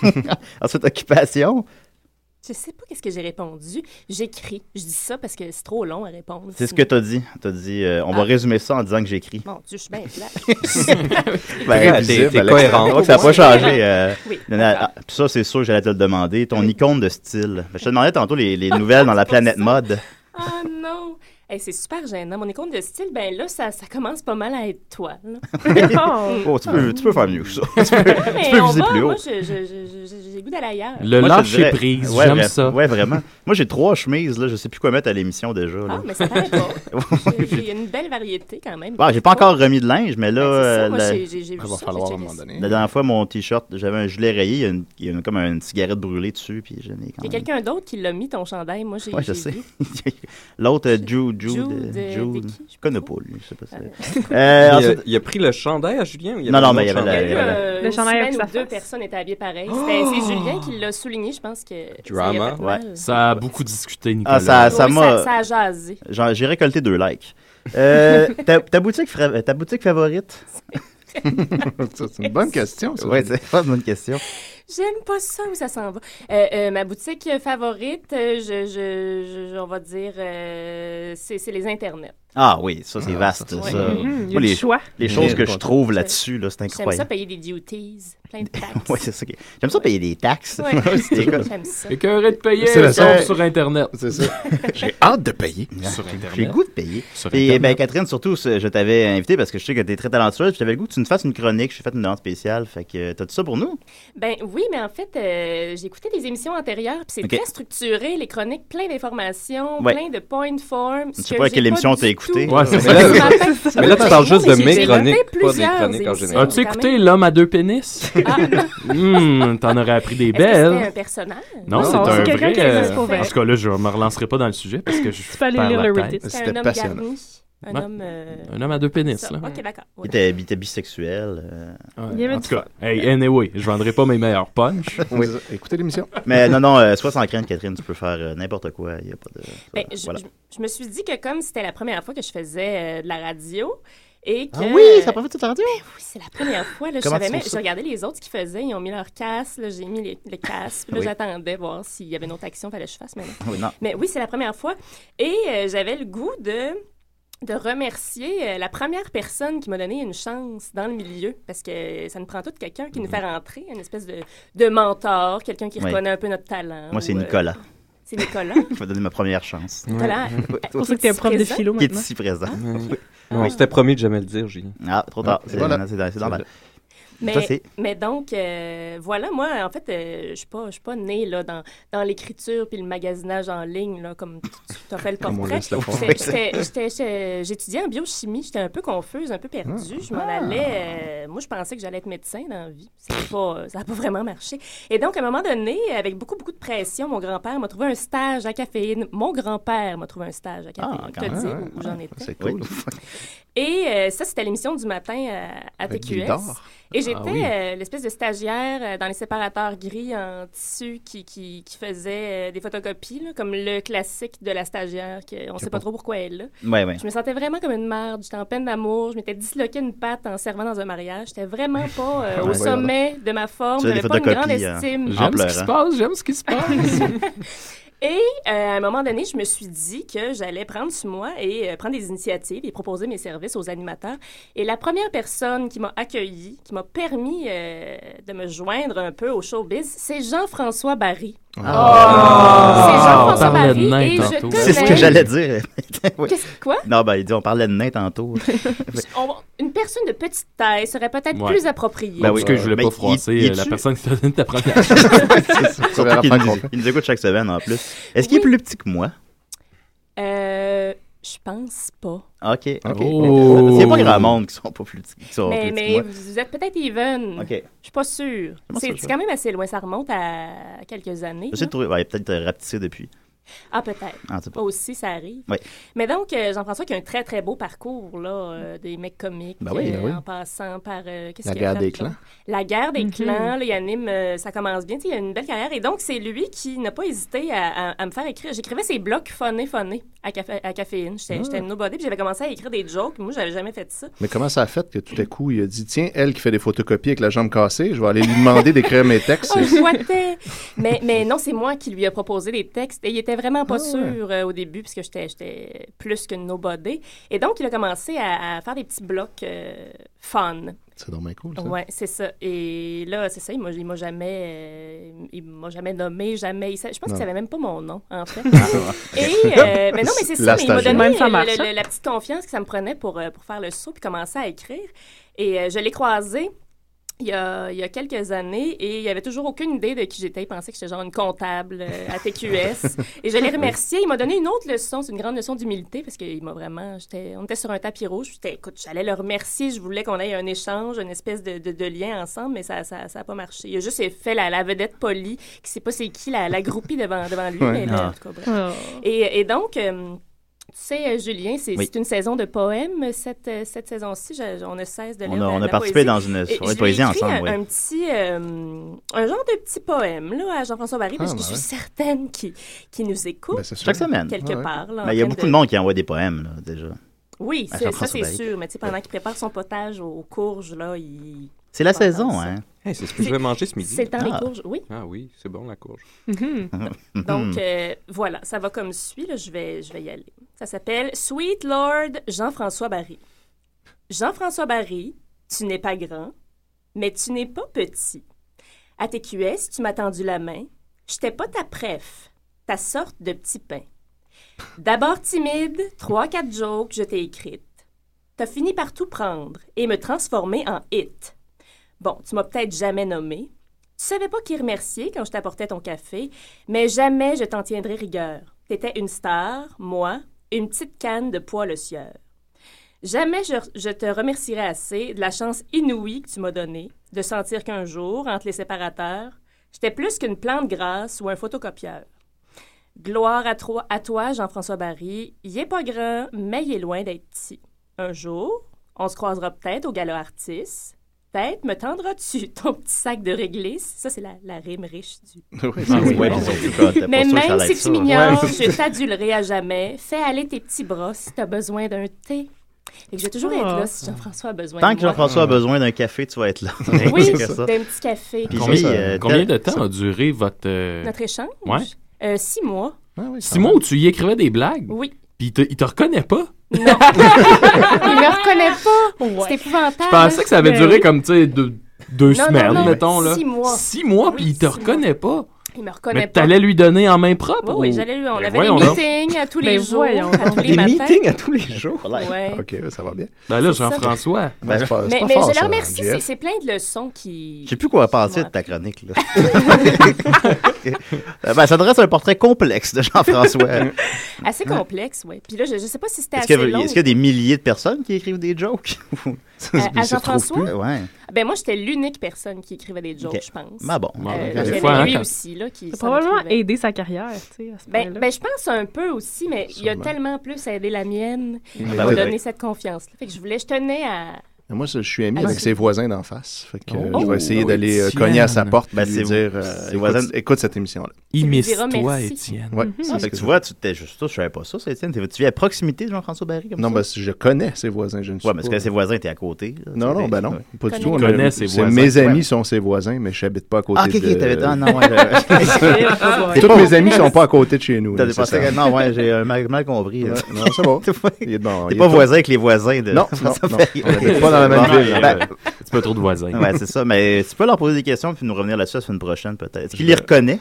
[SPEAKER 8] oh.
[SPEAKER 5] Ensuite, occupation.
[SPEAKER 10] Je sais pas qu'est-ce que j'ai répondu. J'écris. Je dis ça parce que c'est trop long à répondre.
[SPEAKER 5] C'est ce que t'as dit. T'as dit, euh, on va
[SPEAKER 10] Ah.
[SPEAKER 5] résumer ça en disant que j'écris. Ben,
[SPEAKER 10] Mon Dieu, je suis bien plate.
[SPEAKER 8] Très
[SPEAKER 5] visible,
[SPEAKER 8] Ah, t'es
[SPEAKER 5] Alex.
[SPEAKER 8] cohérent.
[SPEAKER 5] Je vois que ben, ça n'a pas changé. euh,
[SPEAKER 10] Oui.
[SPEAKER 5] Daniel. Ah, puis ça, c'est sûr, j'allais te le demander. Ton icône de style. Je te demandais tantôt les, les nouvelles dans la planète mode.
[SPEAKER 10] Ah non! Hey, c'est super gênant. Mon icône de style, ben là, ça, ça commence pas mal à être toi. là.
[SPEAKER 5] Oh, tu, peux, tu peux faire mieux que ça. tu peux,
[SPEAKER 10] Ouais,
[SPEAKER 5] tu
[SPEAKER 10] mais
[SPEAKER 5] peux
[SPEAKER 10] on
[SPEAKER 5] viser
[SPEAKER 10] va,
[SPEAKER 5] plus haut.
[SPEAKER 10] Moi, je- je- je- je- j'ai le goût d'aller ailleurs.
[SPEAKER 5] Moi, je te
[SPEAKER 7] lâcher
[SPEAKER 5] dirais-
[SPEAKER 7] prise,
[SPEAKER 5] ouais,
[SPEAKER 7] j'aime
[SPEAKER 5] vra-
[SPEAKER 7] ça.
[SPEAKER 5] Ouais, vraiment. Moi, j'ai trois chemises, là. Je sais plus quoi mettre à l'émission déjà. là.
[SPEAKER 10] Ah, mais ça paraît pas.
[SPEAKER 5] Ouais,
[SPEAKER 10] J'ai- J'ai une belle variété quand même. Ben,
[SPEAKER 5] Bon, j'ai pas encore remis de linge, mais là, euh,
[SPEAKER 10] moi,
[SPEAKER 5] la-
[SPEAKER 10] j'ai- j'ai- j'ai vu Ça Ah, va ça, falloir j'ai à un checké moment ça. donné.
[SPEAKER 5] la dernière fois, mon t-shirt, j'avais un gilet rayé, il y a, une- il y a une- comme une cigarette brûlée dessus, puis je n'ai quand
[SPEAKER 10] Il y a
[SPEAKER 5] même.
[SPEAKER 10] quelqu'un d'autre qui l'a mis, ton chandail. Moi, j'ai.
[SPEAKER 5] Mm. Ouais, je
[SPEAKER 10] j'ai
[SPEAKER 5] sais.
[SPEAKER 10] vu.
[SPEAKER 5] L'autre, euh, Jude,
[SPEAKER 10] Jude,
[SPEAKER 5] Jude,
[SPEAKER 10] euh,
[SPEAKER 5] Jude, je connais pas lui, je sais
[SPEAKER 10] Ah,
[SPEAKER 5] pas. si-
[SPEAKER 8] Il a-
[SPEAKER 5] Euh, ensuite-
[SPEAKER 8] il a pris le chandail à Julien ou il y
[SPEAKER 5] Non,
[SPEAKER 8] avait
[SPEAKER 5] non,
[SPEAKER 8] un
[SPEAKER 5] mais il y
[SPEAKER 8] autre
[SPEAKER 5] avait la-
[SPEAKER 8] chandail?
[SPEAKER 5] il y avait la-
[SPEAKER 10] Euh,
[SPEAKER 12] Le
[SPEAKER 10] une
[SPEAKER 12] chandail avec
[SPEAKER 10] semaine
[SPEAKER 12] sa
[SPEAKER 10] où deux
[SPEAKER 12] face.
[SPEAKER 10] personnes étaient habillées pareil. C'était-
[SPEAKER 5] Oh!
[SPEAKER 10] C'est Julien qui l'a souligné, je pense que. ça y a
[SPEAKER 8] Drama.
[SPEAKER 10] fait mal.
[SPEAKER 7] Ça a beaucoup discuté, Nicolas.
[SPEAKER 5] Ah, ça, ça
[SPEAKER 10] Oui,
[SPEAKER 5] m'a.
[SPEAKER 10] ça- ça a jasé.
[SPEAKER 5] J'en- J'ai récolté deux likes. Euh, ta, ta boutique fra- ta boutique favorite?
[SPEAKER 6] Ça, c'est une bonne question, ça.
[SPEAKER 5] Oui, c'est pas une bonne question.
[SPEAKER 10] J'aime pas ça où ça s'en va. Euh, euh, ma boutique euh, favorite, euh, je, je- je- on va dire, euh, c'est c'est les internets.
[SPEAKER 5] Ah oui, ça c'est vaste.
[SPEAKER 10] ça,
[SPEAKER 5] Ça.
[SPEAKER 10] ouais. Mhm, il y a
[SPEAKER 5] Moi,
[SPEAKER 10] du
[SPEAKER 5] les,
[SPEAKER 10] choix.
[SPEAKER 5] les
[SPEAKER 10] Mais
[SPEAKER 5] choses que
[SPEAKER 10] pas
[SPEAKER 5] je
[SPEAKER 10] tout.
[SPEAKER 5] trouve là-dessus, là, c'est
[SPEAKER 10] J'aime ça
[SPEAKER 5] incroyable.
[SPEAKER 10] payer des duties, plein de taxes.
[SPEAKER 5] Ouais, c'est ça. qui- J'aime ça payer des taxes.
[SPEAKER 10] Ouais.
[SPEAKER 5] C'est cool.
[SPEAKER 10] J'aime ça.
[SPEAKER 7] Écœuré de payer,
[SPEAKER 5] C'est la
[SPEAKER 7] sauf
[SPEAKER 5] seule-
[SPEAKER 7] sur Internet.
[SPEAKER 6] C'est ça.
[SPEAKER 5] J'ai hâte de payer.
[SPEAKER 7] Sur Internet.
[SPEAKER 5] J'ai le goût de payer.
[SPEAKER 7] Sur
[SPEAKER 5] Et
[SPEAKER 7] Internet.
[SPEAKER 5] ben, Catherine, surtout, ce- je t'avais invité parce que je sais que t'es très talentueuse. puis J'avais le goût que tu nous fasses une chronique. J'ai fait une demande spéciale. Fait que euh, t'as-tu ça pour nous?
[SPEAKER 10] Ben oui, mais en fait, euh, j'ai écouté des émissions antérieures, puis c'est
[SPEAKER 5] Ok.
[SPEAKER 10] très structuré, les chroniques, plein d'informations,
[SPEAKER 5] Ouais.
[SPEAKER 10] plein de point form.
[SPEAKER 5] Je sais pas à quelle émission t'as écouté. Ouais,
[SPEAKER 7] c'est
[SPEAKER 8] Mais là, mais là, tu parles juste de mes chroniques, pas des
[SPEAKER 10] plusieurs
[SPEAKER 8] chroniques en
[SPEAKER 10] émissions,
[SPEAKER 8] général.
[SPEAKER 7] As-tu
[SPEAKER 10] quand Ah,
[SPEAKER 7] écouté L'homme à deux pénis? Hum, t'en aurais appris des
[SPEAKER 10] Est-ce que c'était un
[SPEAKER 7] belles.
[SPEAKER 10] personnage?
[SPEAKER 7] Non,
[SPEAKER 10] Non,
[SPEAKER 7] c'est
[SPEAKER 10] c'est
[SPEAKER 7] un
[SPEAKER 10] quelqu'un
[SPEAKER 7] vrai.
[SPEAKER 10] qui existe
[SPEAKER 7] euh,
[SPEAKER 10] pour vrai.
[SPEAKER 7] en tout cas, là, je me relancerai pas dans le sujet parce que je.
[SPEAKER 10] Tu peux aller
[SPEAKER 7] perds
[SPEAKER 10] lire
[SPEAKER 7] la
[SPEAKER 10] le
[SPEAKER 7] tête.
[SPEAKER 10] Reddit. C'était un homme garni, un homme, euh,
[SPEAKER 7] Un homme à deux pénis,
[SPEAKER 10] ça.
[SPEAKER 7] là.
[SPEAKER 10] Ok, d'accord.
[SPEAKER 5] Il était, il était bisexuel. euh.
[SPEAKER 12] Il y avait
[SPEAKER 7] En
[SPEAKER 12] du
[SPEAKER 7] tout cas, hey, anyway, je vendrai pas mes meilleurs punch.
[SPEAKER 5] Oui.
[SPEAKER 6] Écoutez l'émission.
[SPEAKER 5] Mais non, non, euh, sois sans crainte, Catherine. Tu peux faire euh, n'importe quoi. Il y a pas de.
[SPEAKER 10] Ben, je,
[SPEAKER 5] Voilà.
[SPEAKER 10] je- je me suis dit que comme c'était la première fois que je faisais euh, de la radio et que...
[SPEAKER 5] Ah oui, c'est la première fois que tu fais de la radio?
[SPEAKER 10] Ben oui, c'est la première fois. Là, je,
[SPEAKER 5] Comment
[SPEAKER 10] savais
[SPEAKER 5] tu
[SPEAKER 10] même-
[SPEAKER 5] trouves
[SPEAKER 10] je
[SPEAKER 5] ça?
[SPEAKER 10] regardais les autres qui faisaient, ils ont mis leur casque, là, j'ai mis les- le casque, puis là,
[SPEAKER 5] Ah Oui.
[SPEAKER 10] j'attendais voir s'il y avait une autre action, fallait que je fasse, mais non.
[SPEAKER 5] Oui, non.
[SPEAKER 10] Mais oui, c'est la première fois. Et euh, j'avais le goût de de remercier euh, la première personne qui m'a donné une chance dans le milieu, parce que ça nous prend tout quelqu'un qui nous fait rentrer, une espèce de, de mentor, quelqu'un qui
[SPEAKER 5] Mhm. Oui.
[SPEAKER 10] reconnaît un peu notre talent.
[SPEAKER 5] Moi, c'est
[SPEAKER 10] ou, euh,
[SPEAKER 5] Nicolas.
[SPEAKER 10] c'est Nicolas.
[SPEAKER 5] Je vais donner ma première chance.
[SPEAKER 10] Nicolas,
[SPEAKER 5] Oui.
[SPEAKER 10] c'est pour ça que t'es un prof de Qui Hein? est philo
[SPEAKER 5] Qui est
[SPEAKER 10] maintenant.
[SPEAKER 5] ici présent.
[SPEAKER 8] On s'était promis de jamais le dire, Julien.
[SPEAKER 5] Ah, trop tard.
[SPEAKER 8] Ouais.
[SPEAKER 5] C'est
[SPEAKER 8] Voilà.
[SPEAKER 5] c'est- c'est normal. Ça,
[SPEAKER 10] Mais,
[SPEAKER 5] c'est-
[SPEAKER 10] mais donc, euh, voilà, moi, en fait, euh, je ne suis pas, je suis pas née là, dans, dans l'écriture puis le magasinage en ligne, là, comme tu tu as fait le
[SPEAKER 7] Comme on
[SPEAKER 10] portrait.
[SPEAKER 7] laisse le faire.
[SPEAKER 10] J'étais- j'étais- j'étais- j'étais- J'étudiais en biochimie, j'étais un peu confuse, un peu perdue. Je m'en
[SPEAKER 13] Ah.
[SPEAKER 10] allais, euh, moi, je pensais que j'allais être médecin dans la vie. C'est pas- ça n'a pas vraiment marché. Et donc, à un moment donné, avec beaucoup, beaucoup de pression, mon grand-père m'a trouvé un stage à caféine. Mon grand-père m'a trouvé un stage à caféine.
[SPEAKER 5] Ah,
[SPEAKER 10] Je
[SPEAKER 5] quand
[SPEAKER 10] te
[SPEAKER 5] même,
[SPEAKER 10] dis
[SPEAKER 5] ouais,
[SPEAKER 10] où j'en
[SPEAKER 5] ouais.
[SPEAKER 10] étais.
[SPEAKER 5] C'est cool.
[SPEAKER 10] Et euh, ça, c'était l'émission du matin euh, à- à
[SPEAKER 5] Avec
[SPEAKER 10] TQS.
[SPEAKER 5] Guildard.
[SPEAKER 10] Et j'étais
[SPEAKER 5] Ah oui.
[SPEAKER 10] euh, l'espèce de stagiaire euh, dans les séparateurs gris en tissu qui, qui, qui faisait euh, des photocopies, là, comme le classique de la stagiaire, qu'on ne sait pas trop pourquoi elle est là.
[SPEAKER 5] Ouais, ouais.
[SPEAKER 10] Je me sentais vraiment comme une merde. J'étais en peine d'amour. Je m'étais disloqué une patte en servant dans un mariage. J'étais vraiment pas euh, au
[SPEAKER 5] Ouais.
[SPEAKER 10] sommet de ma forme.
[SPEAKER 5] Tu fais des
[SPEAKER 10] J'avais pas une grande
[SPEAKER 5] photocopies, hein,
[SPEAKER 10] estime.
[SPEAKER 5] en J'aime ce qui se pleurant. passe,
[SPEAKER 7] j'aime ce qui se passe.
[SPEAKER 10] Et euh, à un moment donné, je me suis dit que j'allais prendre sur moi et euh, prendre des initiatives et proposer mes services aux animateurs. Et la première personne qui m'a accueillie, qui m'a permis euh, de me joindre un peu au showbiz, c'est Jean-François Barry.
[SPEAKER 8] Oh.
[SPEAKER 5] Ah.
[SPEAKER 10] C'est Jean-François
[SPEAKER 5] On parlait de
[SPEAKER 10] Barry
[SPEAKER 5] nain
[SPEAKER 10] et je
[SPEAKER 5] tantôt.
[SPEAKER 10] connais-
[SPEAKER 5] C'est ce que j'allais dire. Oui.
[SPEAKER 10] Qu'est-ce- quoi?
[SPEAKER 5] Non, ben, il dit, on parlait de nain tantôt.
[SPEAKER 10] On- une personne de petite taille serait peut-être
[SPEAKER 5] Ouais.
[SPEAKER 10] plus appropriée.
[SPEAKER 5] Ben oui.
[SPEAKER 7] Parce que je voulais
[SPEAKER 5] Mais
[SPEAKER 7] pas
[SPEAKER 5] il-
[SPEAKER 7] froisser
[SPEAKER 5] il
[SPEAKER 7] euh, la
[SPEAKER 5] tue.
[SPEAKER 7] personne qui te donne ta première.
[SPEAKER 5] Surtout qu'il nous, il nous écoute chaque semaine en plus. Est-ce qu'il est plus petit que moi?
[SPEAKER 10] Euh, je pense pas.
[SPEAKER 5] Ah, Ok, ok.
[SPEAKER 7] Oh.
[SPEAKER 5] C'est pas grand monde qui sont pas plus petits. Qui sont
[SPEAKER 10] Mais,
[SPEAKER 5] plus petits que
[SPEAKER 10] mais
[SPEAKER 5] moi.
[SPEAKER 10] vous êtes peut-être even.
[SPEAKER 5] Ok.
[SPEAKER 10] Je suis pas sûre.
[SPEAKER 5] Comment ça,
[SPEAKER 10] C'est
[SPEAKER 5] je-
[SPEAKER 10] c'est quand même assez loin. Ça remonte à quelques années.
[SPEAKER 5] J'essaie
[SPEAKER 10] là.
[SPEAKER 5] de trouver. ouais, il est peut-être euh, rapetissé depuis.
[SPEAKER 10] Ah, peut-être.
[SPEAKER 5] Ah, c'est pas-
[SPEAKER 10] Aussi, ça arrive.
[SPEAKER 5] Ouais.
[SPEAKER 10] Mais donc, euh, Jean-François qui a un très, très beau parcours, là, euh, des mecs comiques,
[SPEAKER 5] Mm. Ben oui,
[SPEAKER 10] euh,
[SPEAKER 5] ben oui.
[SPEAKER 10] en passant par... euh, qu'est-ce
[SPEAKER 6] La
[SPEAKER 10] qu'il a
[SPEAKER 6] guerre
[SPEAKER 10] fait, là?
[SPEAKER 6] des clans.
[SPEAKER 10] La guerre des
[SPEAKER 6] Mhm.
[SPEAKER 10] clans, là, il anime, euh, ça commence bien, tu sais, il a une belle carrière. Et donc, c'est lui qui n'a pas hésité à, à- à me faire écrire. J'écrivais ses blocs phonés, phonés à, café, à caféine. J'étais
[SPEAKER 6] Ah.
[SPEAKER 10] j'étais nobody, puis j'avais commencé à écrire des jokes. Moi, j'avais jamais fait ça.
[SPEAKER 6] Mais comment ça a fait que tout à coup, il a dit Tiens, elle qui fait des photocopies avec la jambe cassée, je vais aller lui demander d'écrire mes textes.
[SPEAKER 10] Oh, je boitais. mais, mais non, c'est moi qui lui ai proposé des textes et il était vraiment pas
[SPEAKER 6] Ah ouais.
[SPEAKER 10] sûr euh, au début puisque j'étais j'étais plus que nobody. Et donc, il a commencé à, à faire des petits blocs euh, fun.
[SPEAKER 6] C'est donc bien cool. Ça.
[SPEAKER 10] Ouais, c'est ça. Et là, c'est ça, il m'a- il m'a jamais, euh, il m'a jamais nommé, jamais. Il sa- je pense
[SPEAKER 6] Non.
[SPEAKER 10] qu'il savait même pas mon nom, en fait.
[SPEAKER 6] Ah.
[SPEAKER 10] Et, euh, mais non, mais c'est ça,
[SPEAKER 6] La
[SPEAKER 10] mais il m'a
[SPEAKER 6] stagiaire.
[SPEAKER 10] donné
[SPEAKER 6] Même ça
[SPEAKER 10] euh,
[SPEAKER 6] marche, hein?
[SPEAKER 10] le-
[SPEAKER 6] ça.
[SPEAKER 10] le- la petite confiance que ça me prenait pour, euh, pour faire le saut puis commencer à écrire. Et euh, je l'ai croisé. Il y, a, il y a quelques années, et il avait toujours aucune idée de qui j'étais. Il pensait que j'étais genre une comptable euh, à TQS. et je l'ai remercié. Il m'a donné une autre leçon, c'est une grande leçon d'humilité, parce qu'il m'a vraiment. j'étais- on était sur un tapis rouge. J'étais, écoute, j'allais le remercier. Je voulais qu'on ait un échange, une espèce de, de- de lien ensemble, mais ça n'a ça, ça a pas marché. Il a juste fait la, la vedette polie, qui sait pas c'est qui, la, la groupie devant, devant lui.
[SPEAKER 13] Ouais.
[SPEAKER 10] mais là,
[SPEAKER 13] Ah.
[SPEAKER 10] en tout cas, bref. Et, et donc, euh, tu sais, euh, Julien, c'est
[SPEAKER 5] Oui.
[SPEAKER 10] c'est une saison de poèmes. Cette, euh, cette saison-ci, Je- on ne cesse de
[SPEAKER 5] On
[SPEAKER 10] lire
[SPEAKER 5] a-
[SPEAKER 10] la-
[SPEAKER 5] on a
[SPEAKER 10] la
[SPEAKER 5] participé
[SPEAKER 10] poésie.
[SPEAKER 5] dans une
[SPEAKER 10] Et
[SPEAKER 5] soirée
[SPEAKER 10] je lui ai
[SPEAKER 5] poésie
[SPEAKER 10] écrit
[SPEAKER 5] ensemble,
[SPEAKER 10] Un,
[SPEAKER 5] oui.
[SPEAKER 10] un petit, euh, un genre de petit poème là, à Jean-François Barry,
[SPEAKER 5] Ah,
[SPEAKER 10] parce que
[SPEAKER 5] ben
[SPEAKER 10] je suis
[SPEAKER 5] ouais. Ben,
[SPEAKER 10] certaine qu'il qu'il nous écoute
[SPEAKER 7] Ben,
[SPEAKER 5] Chaque semaine.
[SPEAKER 10] quelque part. là, en
[SPEAKER 5] Mais il y a
[SPEAKER 10] train
[SPEAKER 5] beaucoup de monde qui envoie des poèmes, là, déjà.
[SPEAKER 10] Oui,
[SPEAKER 5] À
[SPEAKER 10] c'est- ça
[SPEAKER 5] Jean-François
[SPEAKER 10] c'est
[SPEAKER 5] Barry.
[SPEAKER 10] sûr. Mais tu sais, pendant qu'il prépare son potage aux courges, là, il...
[SPEAKER 5] C'est la
[SPEAKER 10] il entend
[SPEAKER 5] saison,
[SPEAKER 10] ça.
[SPEAKER 5] hein.
[SPEAKER 8] Hey, c'est ce que je vais manger ce midi.
[SPEAKER 10] C'est le temps des courges, oui.
[SPEAKER 8] Ah oui, c'est bon la courge.
[SPEAKER 10] Mhm.
[SPEAKER 5] Hmm.
[SPEAKER 10] Donc, euh, voilà, ça va comme suit. Là, je, vais, je vais y aller. Ça s'appelle Sweet Lord Jean-François Barry. Jean-François Barry, tu n'es pas grand, mais tu n'es pas petit. À tes QS, tu m'as tendu la main. J'étais pas ta préf, ta sorte de petit pain. D'abord timide, trois, quatre jokes, je t'ai écrite. T'as fini par tout prendre et me transformer en hit. Bon, tu m'as peut-être jamais nommé. Tu savais pas qui remercier quand je t'apportais ton café, mais jamais je t'en tiendrai rigueur. T'étais une star, moi, une petite canne de poil sieur. Jamais je, je te remercierai assez de la chance inouïe que tu m'as donnée de sentir qu'un jour, entre les séparateurs, j'étais plus qu'une plante grasse ou un photocopieur. Gloire à, toi- à toi, Jean-François Barry. Il est pas grand, mais il est loin d'être petit. Un jour, on se croisera peut-être au gala artiste. Peut-être me tendras-tu ton petit sac de réglisse. Ça, c'est la, la rime riche du...
[SPEAKER 5] Oui, Ah oui, oui, bon. surtout quand t'es pas
[SPEAKER 10] Mais
[SPEAKER 5] sûr que ça
[SPEAKER 10] même
[SPEAKER 5] allait
[SPEAKER 10] si
[SPEAKER 5] être
[SPEAKER 10] tu
[SPEAKER 5] ça.
[SPEAKER 10] m'ignores,
[SPEAKER 5] Ouais.
[SPEAKER 10] je t'adulerai à jamais. Fais aller tes petits bras si t'as besoin d'un thé. Et que je vais toujours être là
[SPEAKER 7] Ah.
[SPEAKER 10] si Jean-François a besoin
[SPEAKER 5] Tant
[SPEAKER 10] de
[SPEAKER 5] que
[SPEAKER 10] moi.
[SPEAKER 5] Jean-François a besoin d'un café, tu vas être là.
[SPEAKER 10] Oui,
[SPEAKER 5] C'est ça.
[SPEAKER 10] d'un petit café.
[SPEAKER 5] Puis
[SPEAKER 7] Combien,
[SPEAKER 5] ça, euh,
[SPEAKER 7] combien de
[SPEAKER 5] tel-
[SPEAKER 7] temps a duré votre. euh,
[SPEAKER 10] Notre échange?
[SPEAKER 7] Ouais. Ah
[SPEAKER 10] Euh, six mois.
[SPEAKER 7] Six mois où tu y écrivais des blagues?
[SPEAKER 10] Oui.
[SPEAKER 7] Puis il te, il te reconnaît pas?
[SPEAKER 10] Il me reconnaît pas. C'est épouvantable.
[SPEAKER 7] Je pensais que ça avait
[SPEAKER 10] Mais
[SPEAKER 7] duré
[SPEAKER 10] oui.
[SPEAKER 7] comme, tu sais, deux, deux
[SPEAKER 10] Non, non,
[SPEAKER 7] semaines,
[SPEAKER 10] non,
[SPEAKER 7] mettons. Là.
[SPEAKER 10] six mois.
[SPEAKER 7] Six mois, puis il te reconnaît pas.
[SPEAKER 10] Il me reconnaît
[SPEAKER 7] Mais
[SPEAKER 10] pas.
[SPEAKER 7] t'allais lui donner en main propre?
[SPEAKER 10] Oui, oui,
[SPEAKER 7] ou-
[SPEAKER 10] j'allais lui- on
[SPEAKER 7] Ben
[SPEAKER 10] avait des
[SPEAKER 7] voyons donc.
[SPEAKER 10] meetings à tous
[SPEAKER 7] Ben
[SPEAKER 10] les jours,
[SPEAKER 7] voyons.
[SPEAKER 10] à tous les
[SPEAKER 7] Des
[SPEAKER 10] matins.
[SPEAKER 7] meetings à tous les jours?
[SPEAKER 10] Ouais.
[SPEAKER 6] OK, ça va bien.
[SPEAKER 7] Ben là, Jean-François.
[SPEAKER 5] Ben, c'est pas- c'est
[SPEAKER 10] Mais,
[SPEAKER 5] pas
[SPEAKER 10] mais
[SPEAKER 5] fort,
[SPEAKER 10] je le
[SPEAKER 5] ça,
[SPEAKER 10] remercie,
[SPEAKER 5] Jeff.
[SPEAKER 10] c'est- c'est plein de leçons qui...
[SPEAKER 5] Je sais plus quoi penser de ta chronique. Là. Euh, ben, ça dresse un portrait complexe de Jean-François.
[SPEAKER 10] Assez complexe, oui. Puis là, je ne sais pas si c'était
[SPEAKER 5] Est-ce
[SPEAKER 10] assez
[SPEAKER 5] qu'il y, a-
[SPEAKER 10] long.
[SPEAKER 5] est-ce qu'il y a des milliers de personnes qui écrivent des jokes? Ou-
[SPEAKER 10] Euh,
[SPEAKER 5] Ils
[SPEAKER 10] à
[SPEAKER 5] se retrouvent
[SPEAKER 10] Jean-François?
[SPEAKER 5] plus? Ouais.
[SPEAKER 10] Ben moi, j'étais l'unique personne qui écrivait des jokes,
[SPEAKER 5] Ok.
[SPEAKER 10] je pense.
[SPEAKER 5] Ah bon. Bon,
[SPEAKER 10] Euh,
[SPEAKER 5] ben,
[SPEAKER 10] parce
[SPEAKER 5] des
[SPEAKER 10] qu'il y
[SPEAKER 5] fois,
[SPEAKER 10] avait
[SPEAKER 5] hein,
[SPEAKER 10] lui
[SPEAKER 5] quand-
[SPEAKER 10] aussi, là, qui...
[SPEAKER 12] Ça a
[SPEAKER 10] s'en
[SPEAKER 12] probablement
[SPEAKER 10] occupait.
[SPEAKER 12] aider sa carrière, tu sais, à ce
[SPEAKER 10] Ben,
[SPEAKER 12] point-là.
[SPEAKER 10] ben, je pense un peu aussi, mais il a
[SPEAKER 6] Sûrement.
[SPEAKER 10] tellement plus aidé la mienne
[SPEAKER 5] Ah
[SPEAKER 6] Ben
[SPEAKER 10] pour
[SPEAKER 6] oui,
[SPEAKER 10] donner
[SPEAKER 6] oui.
[SPEAKER 10] cette confiance. Fait que je voulais, je tenais à...
[SPEAKER 6] Mais Moi, ça, je suis ami
[SPEAKER 10] Ah,
[SPEAKER 6] avec
[SPEAKER 10] si.
[SPEAKER 6] ses voisins d'en face. Fait que, euh,
[SPEAKER 10] Oh!
[SPEAKER 6] je vais essayer
[SPEAKER 10] Oh,
[SPEAKER 6] d'aller euh,
[SPEAKER 10] Étienne.
[SPEAKER 6] cogner à sa porte et
[SPEAKER 5] Ben,
[SPEAKER 6] lui
[SPEAKER 5] ses-
[SPEAKER 6] dire euh,
[SPEAKER 5] ses
[SPEAKER 6] écoute,
[SPEAKER 5] voisins-
[SPEAKER 6] écoute cette émission-là.
[SPEAKER 5] Il
[SPEAKER 10] Imite-toi, Tu diras merci. Étienne.
[SPEAKER 6] Ouais,
[SPEAKER 10] Mhm.
[SPEAKER 6] c'est
[SPEAKER 5] Ah,
[SPEAKER 6] ce
[SPEAKER 5] fait que
[SPEAKER 6] que
[SPEAKER 5] tu vois, tu t'es juste ça, je savais pas ça, ça, Étienne. T'es- Tu vis proximité proximité de Jean-François Barry comme
[SPEAKER 6] Non,
[SPEAKER 5] ça?
[SPEAKER 6] ben, je connais ses voisins, je ne suis
[SPEAKER 5] Ouais, parce
[SPEAKER 6] pas-
[SPEAKER 5] que ses voisins étaient à côté. là,
[SPEAKER 6] Non,
[SPEAKER 5] tu
[SPEAKER 6] non,
[SPEAKER 5] sais,
[SPEAKER 6] ben non,
[SPEAKER 5] ouais.
[SPEAKER 6] pas du tout. On
[SPEAKER 7] connaît
[SPEAKER 6] a-
[SPEAKER 7] ses
[SPEAKER 6] c'est
[SPEAKER 7] voisins.
[SPEAKER 6] Mes
[SPEAKER 7] Ouais.
[SPEAKER 6] amis sont ses voisins, mais je n'habite pas à côté
[SPEAKER 5] Ah, ok, ok,
[SPEAKER 6] de...
[SPEAKER 5] t'avais- ah, non, ouais,
[SPEAKER 6] Tous
[SPEAKER 5] ouais. T'es
[SPEAKER 6] mes
[SPEAKER 5] pas-
[SPEAKER 6] amis sont pas à côté de chez nous.
[SPEAKER 5] T'as dépensé que... Non,
[SPEAKER 6] nécessairement.
[SPEAKER 5] ouais, j'ai euh, mal, mal compris. là.
[SPEAKER 6] Ouais, non, c'est bon. Il est bon,
[SPEAKER 5] T'es
[SPEAKER 6] il
[SPEAKER 5] pas
[SPEAKER 6] est bon.
[SPEAKER 5] voisin avec les voisins de.
[SPEAKER 6] Non,
[SPEAKER 5] Ça
[SPEAKER 6] non,
[SPEAKER 5] fait-
[SPEAKER 6] non, on habite pas dans la même
[SPEAKER 5] Bon,
[SPEAKER 6] ville.
[SPEAKER 5] ben,
[SPEAKER 7] C'est pas trop de voisins.
[SPEAKER 5] Ouais, c'est ça. Mais tu peux leur poser des questions puis nous revenir là-dessus la semaine prochaine, peut-être. Est-ce qu'il les reconnaît?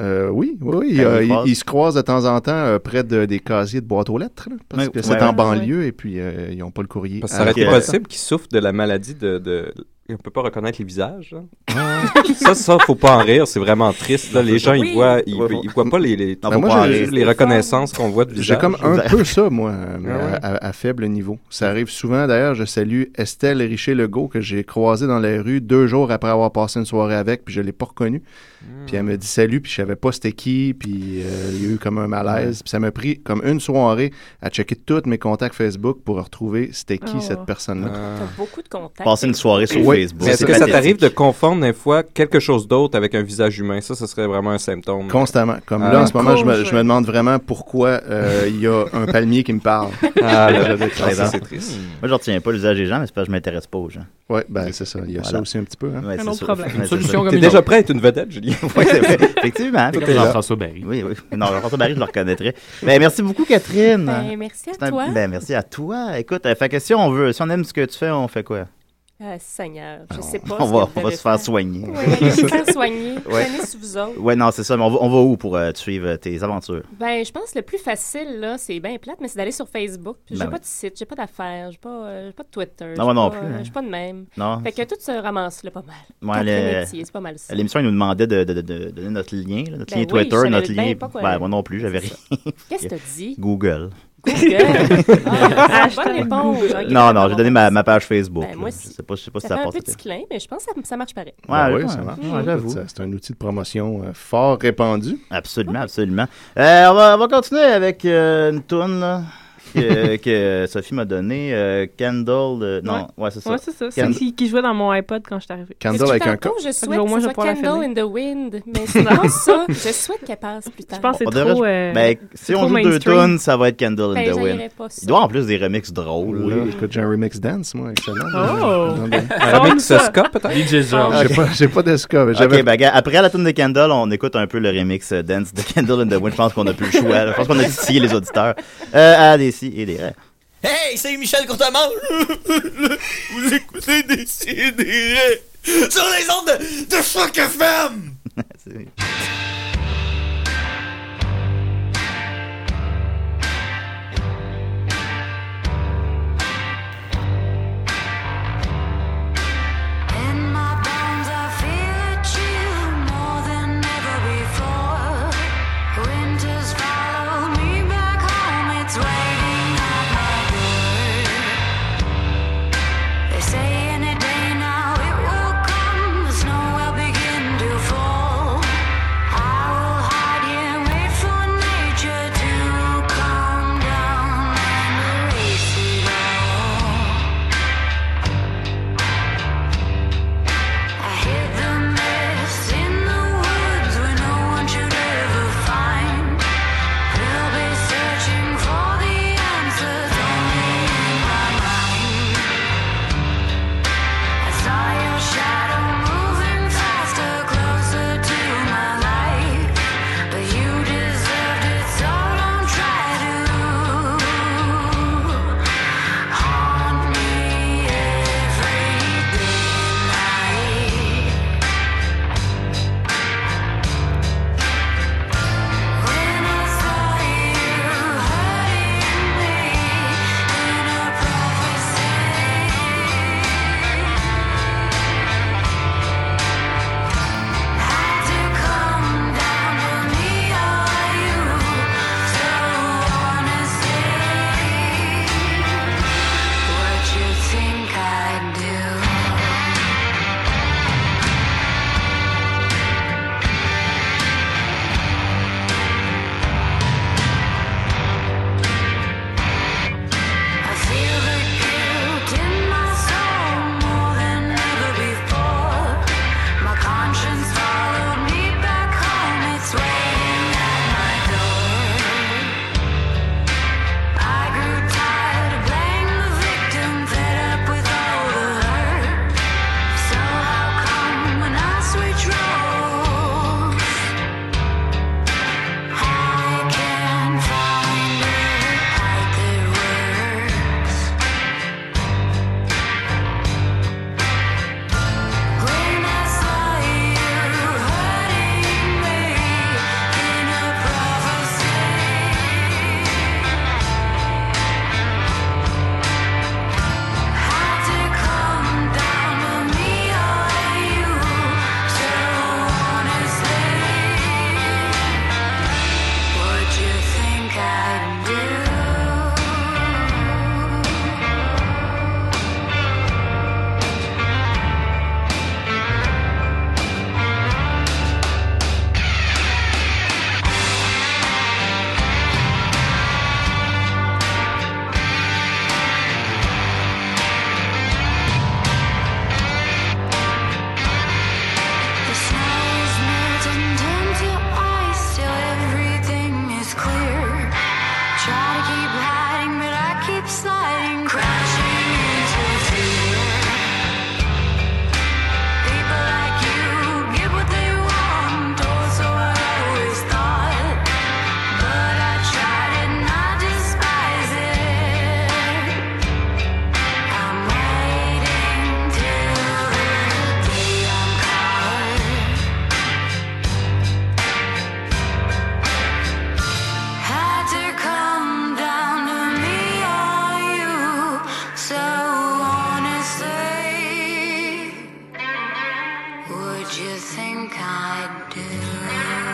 [SPEAKER 6] Euh, oui, oui, oui.
[SPEAKER 5] Quand
[SPEAKER 6] euh,
[SPEAKER 5] il
[SPEAKER 6] ils,
[SPEAKER 5] passe.
[SPEAKER 6] ils se croisent de temps en temps euh, près de- des casiers de boîte aux lettres, là, parce
[SPEAKER 5] Ouais,
[SPEAKER 6] que
[SPEAKER 5] ouais,
[SPEAKER 6] c'est
[SPEAKER 5] ouais.
[SPEAKER 6] en banlieue et puis euh, ils n'ont pas le courrier.
[SPEAKER 8] Parce que ça aurait
[SPEAKER 6] Ah,
[SPEAKER 8] été
[SPEAKER 6] ok.
[SPEAKER 8] possible qu'il souffre de la maladie de. de... On peut pas reconnaître les visages. hein. ça, ça, faut pas en rire, c'est vraiment triste. là. Les gens, ils voient, ils, ils voient pas les, les,
[SPEAKER 6] Non, faut pas en rire.
[SPEAKER 8] les reconnaissances qu'on voit de visage.
[SPEAKER 6] J'ai comme un peu ça, moi, mais
[SPEAKER 8] Ah ouais.
[SPEAKER 6] à, à- à faible niveau. Ça arrive souvent. D'ailleurs, je salue Estelle Richer-Legault que j'ai croisée dans la rue deux jours après avoir passé une soirée avec, puis je l'ai pas reconnue.
[SPEAKER 8] Hmm.
[SPEAKER 6] Puis elle me dit salut, puis je savais pas c'était qui, puis euh, il y a eu comme un malaise. Puis ça m'a pris comme une soirée à checker tous mes contacts Facebook pour retrouver c'était qui
[SPEAKER 10] Ah.
[SPEAKER 6] cette personne-là.
[SPEAKER 10] T'as beaucoup de contacts.
[SPEAKER 8] Oui,
[SPEAKER 6] Facebook,
[SPEAKER 8] Mais est-ce
[SPEAKER 6] c'est
[SPEAKER 8] que ça
[SPEAKER 6] pathétique.
[SPEAKER 8] t'arrive de confondre des fois quelque chose d'autre avec un visage humain Ça, ce serait vraiment un symptôme.
[SPEAKER 6] Constamment. Comme
[SPEAKER 8] Ah.
[SPEAKER 6] là, en ce moment, je me, je me demande vraiment pourquoi euh, il y a un palmier qui me parle.
[SPEAKER 8] Ah, là,
[SPEAKER 6] Je vais être
[SPEAKER 8] ah, ça,
[SPEAKER 6] présent.
[SPEAKER 8] c'est triste.
[SPEAKER 5] Moi, je retiens pas l'usage des gens, mais c'est parce que je m'intéresse pas aux gens.
[SPEAKER 6] Oui, Hmm. ben c'est ça. Il y a ça aussi un petit peu. hein.
[SPEAKER 5] Ouais,
[SPEAKER 6] Un
[SPEAKER 5] c'est
[SPEAKER 6] autre
[SPEAKER 5] ça.
[SPEAKER 6] problème.
[SPEAKER 5] Ouais,
[SPEAKER 6] Une
[SPEAKER 5] c'est
[SPEAKER 6] solution
[SPEAKER 5] ça.
[SPEAKER 6] comme
[SPEAKER 5] T'es
[SPEAKER 6] une
[SPEAKER 5] déjà
[SPEAKER 6] autre.
[SPEAKER 5] prêt à être une vedette, Julien. Ouais, c'est vrai. Effectivement.
[SPEAKER 6] Tout
[SPEAKER 5] Fait que
[SPEAKER 6] comme
[SPEAKER 5] je le-
[SPEAKER 6] Jean-François
[SPEAKER 7] Barry.
[SPEAKER 5] Oui, oui. Non, Jean-François Barry, je le reconnaîtrais. Ben, merci beaucoup, Catherine.
[SPEAKER 10] Ben, merci à
[SPEAKER 5] C'est un-
[SPEAKER 10] toi.
[SPEAKER 5] Ben, merci à toi. Écoute, euh, fait que si on veut, si on aime ce que tu fais, on fait quoi?
[SPEAKER 10] Ah, Seigneur, je sais pas.
[SPEAKER 5] on
[SPEAKER 10] ce
[SPEAKER 5] va,
[SPEAKER 10] que
[SPEAKER 5] on va
[SPEAKER 10] je
[SPEAKER 5] se faire
[SPEAKER 10] devais
[SPEAKER 5] soigner.
[SPEAKER 10] Ouais, allez vous faire soigner.
[SPEAKER 5] Ouais.
[SPEAKER 10] Prenez sous vous autres.
[SPEAKER 5] Ouais, non, c'est ça. Mais on va, on va où pour euh, te suivre tes aventures?
[SPEAKER 10] Ben, je pense que le plus facile, là, c'est bien plate, mais c'est d'aller sur Facebook. Puis j'ai
[SPEAKER 5] Ben
[SPEAKER 10] pas
[SPEAKER 5] oui.
[SPEAKER 10] de site, j'ai pas d'affaires, j'ai pas, euh, j'ai pas de Twitter.
[SPEAKER 5] Non, moi
[SPEAKER 10] j'ai
[SPEAKER 5] non
[SPEAKER 10] pas,
[SPEAKER 5] plus,
[SPEAKER 10] euh,
[SPEAKER 5] hein.
[SPEAKER 10] J'ai pas de même.
[SPEAKER 5] Non,
[SPEAKER 10] Fait que tout se ramasse, là, pas mal.
[SPEAKER 5] Ouais,
[SPEAKER 10] Quatre
[SPEAKER 5] le-
[SPEAKER 10] métiers, c'est pas mal ça.
[SPEAKER 5] à L'émission, ils nous demandait de, de- de- de donner notre lien, là, notre
[SPEAKER 10] Ben
[SPEAKER 5] lien
[SPEAKER 10] oui,
[SPEAKER 5] Twitter,
[SPEAKER 10] je savais
[SPEAKER 5] notre
[SPEAKER 10] bien
[SPEAKER 5] lien.
[SPEAKER 10] pas quoi-
[SPEAKER 5] Ben, moi non plus, j'avais rien.
[SPEAKER 10] Qu'est-ce que t'as dit?
[SPEAKER 5] Google.
[SPEAKER 10] Google. Ah, c'est une bonne
[SPEAKER 12] Hashtag
[SPEAKER 10] réponse.
[SPEAKER 12] Google.
[SPEAKER 10] Ok,
[SPEAKER 5] Non,
[SPEAKER 10] bon,
[SPEAKER 5] non, j'ai donné ma, ma page Facebook.
[SPEAKER 10] Ben, moi
[SPEAKER 5] là.
[SPEAKER 10] aussi.
[SPEAKER 5] je sais pas, je sais pas si
[SPEAKER 10] ça
[SPEAKER 5] ça
[SPEAKER 10] fait un
[SPEAKER 5] passe.
[SPEAKER 10] petit clin, mais je pense que ça, ça marche pareil.
[SPEAKER 5] Ouais,
[SPEAKER 6] Ben
[SPEAKER 5] ouais,
[SPEAKER 6] oui, ça marche.
[SPEAKER 5] ouais, j'avoue.
[SPEAKER 6] C'est- C'est un outil de promotion euh, fort répandu.
[SPEAKER 5] Absolument, absolument. Euh, on, va, on va continuer avec euh, une tourne là, que, que Sophie m'a donnée. euh, Candle. de- non, ouais, c'est ça.
[SPEAKER 12] Ouais, c'est ça.
[SPEAKER 5] Candle-
[SPEAKER 12] Celle qui, qui jouait dans mon iPod quand je suis arrivée.
[SPEAKER 5] Candle avec un
[SPEAKER 10] Tantôt,
[SPEAKER 5] K.
[SPEAKER 10] je
[SPEAKER 12] Fait que
[SPEAKER 10] souhaite
[SPEAKER 12] au moins,
[SPEAKER 10] que
[SPEAKER 12] je
[SPEAKER 10] ce
[SPEAKER 12] vais
[SPEAKER 10] soit
[SPEAKER 12] pouvoir la
[SPEAKER 10] Candle
[SPEAKER 12] finir.
[SPEAKER 10] in the Wind, mais sinon, ça, je souhaite qu'elle passe plus tard.
[SPEAKER 12] Je pense que
[SPEAKER 5] on
[SPEAKER 12] c'est
[SPEAKER 5] devrait-
[SPEAKER 12] trop... euh,
[SPEAKER 5] ben, si on
[SPEAKER 12] trop
[SPEAKER 5] joue deux
[SPEAKER 12] mainstream.
[SPEAKER 5] tunes, ça va être Candle
[SPEAKER 10] Ben,
[SPEAKER 5] in the
[SPEAKER 10] j'aillerais
[SPEAKER 5] Wind.
[SPEAKER 10] pas ça.
[SPEAKER 5] Il doit en plus des remixes drôles.
[SPEAKER 6] Oui,
[SPEAKER 5] là.
[SPEAKER 6] écoute, j'ai un remix dance, moi, excellent.
[SPEAKER 10] Oh!
[SPEAKER 6] J'en ai-
[SPEAKER 5] Un remix de ska, peut-être?
[SPEAKER 7] DJ George.
[SPEAKER 6] Ah, J'ai pas- J'ai pas, de ska, mais j'avais
[SPEAKER 5] Ok, ben, gars, après la tune de Candle, on écoute un peu le remix euh, Dance de Candle in the Wind. Je pense qu'on a plus le choix. là. Je pense qu'on a titillé les auditeurs. Euh, à des si et des rêves.
[SPEAKER 14] Hey, c'est Michel Courtemanche! Vous écoutez des sidérés sur les ondes de, de Choc FM!
[SPEAKER 13] In my bones, I feel a chill more than ever before. Winters follow me back home. It's waiting at my door. They say any day now it will come. Snow will begin to fall. think I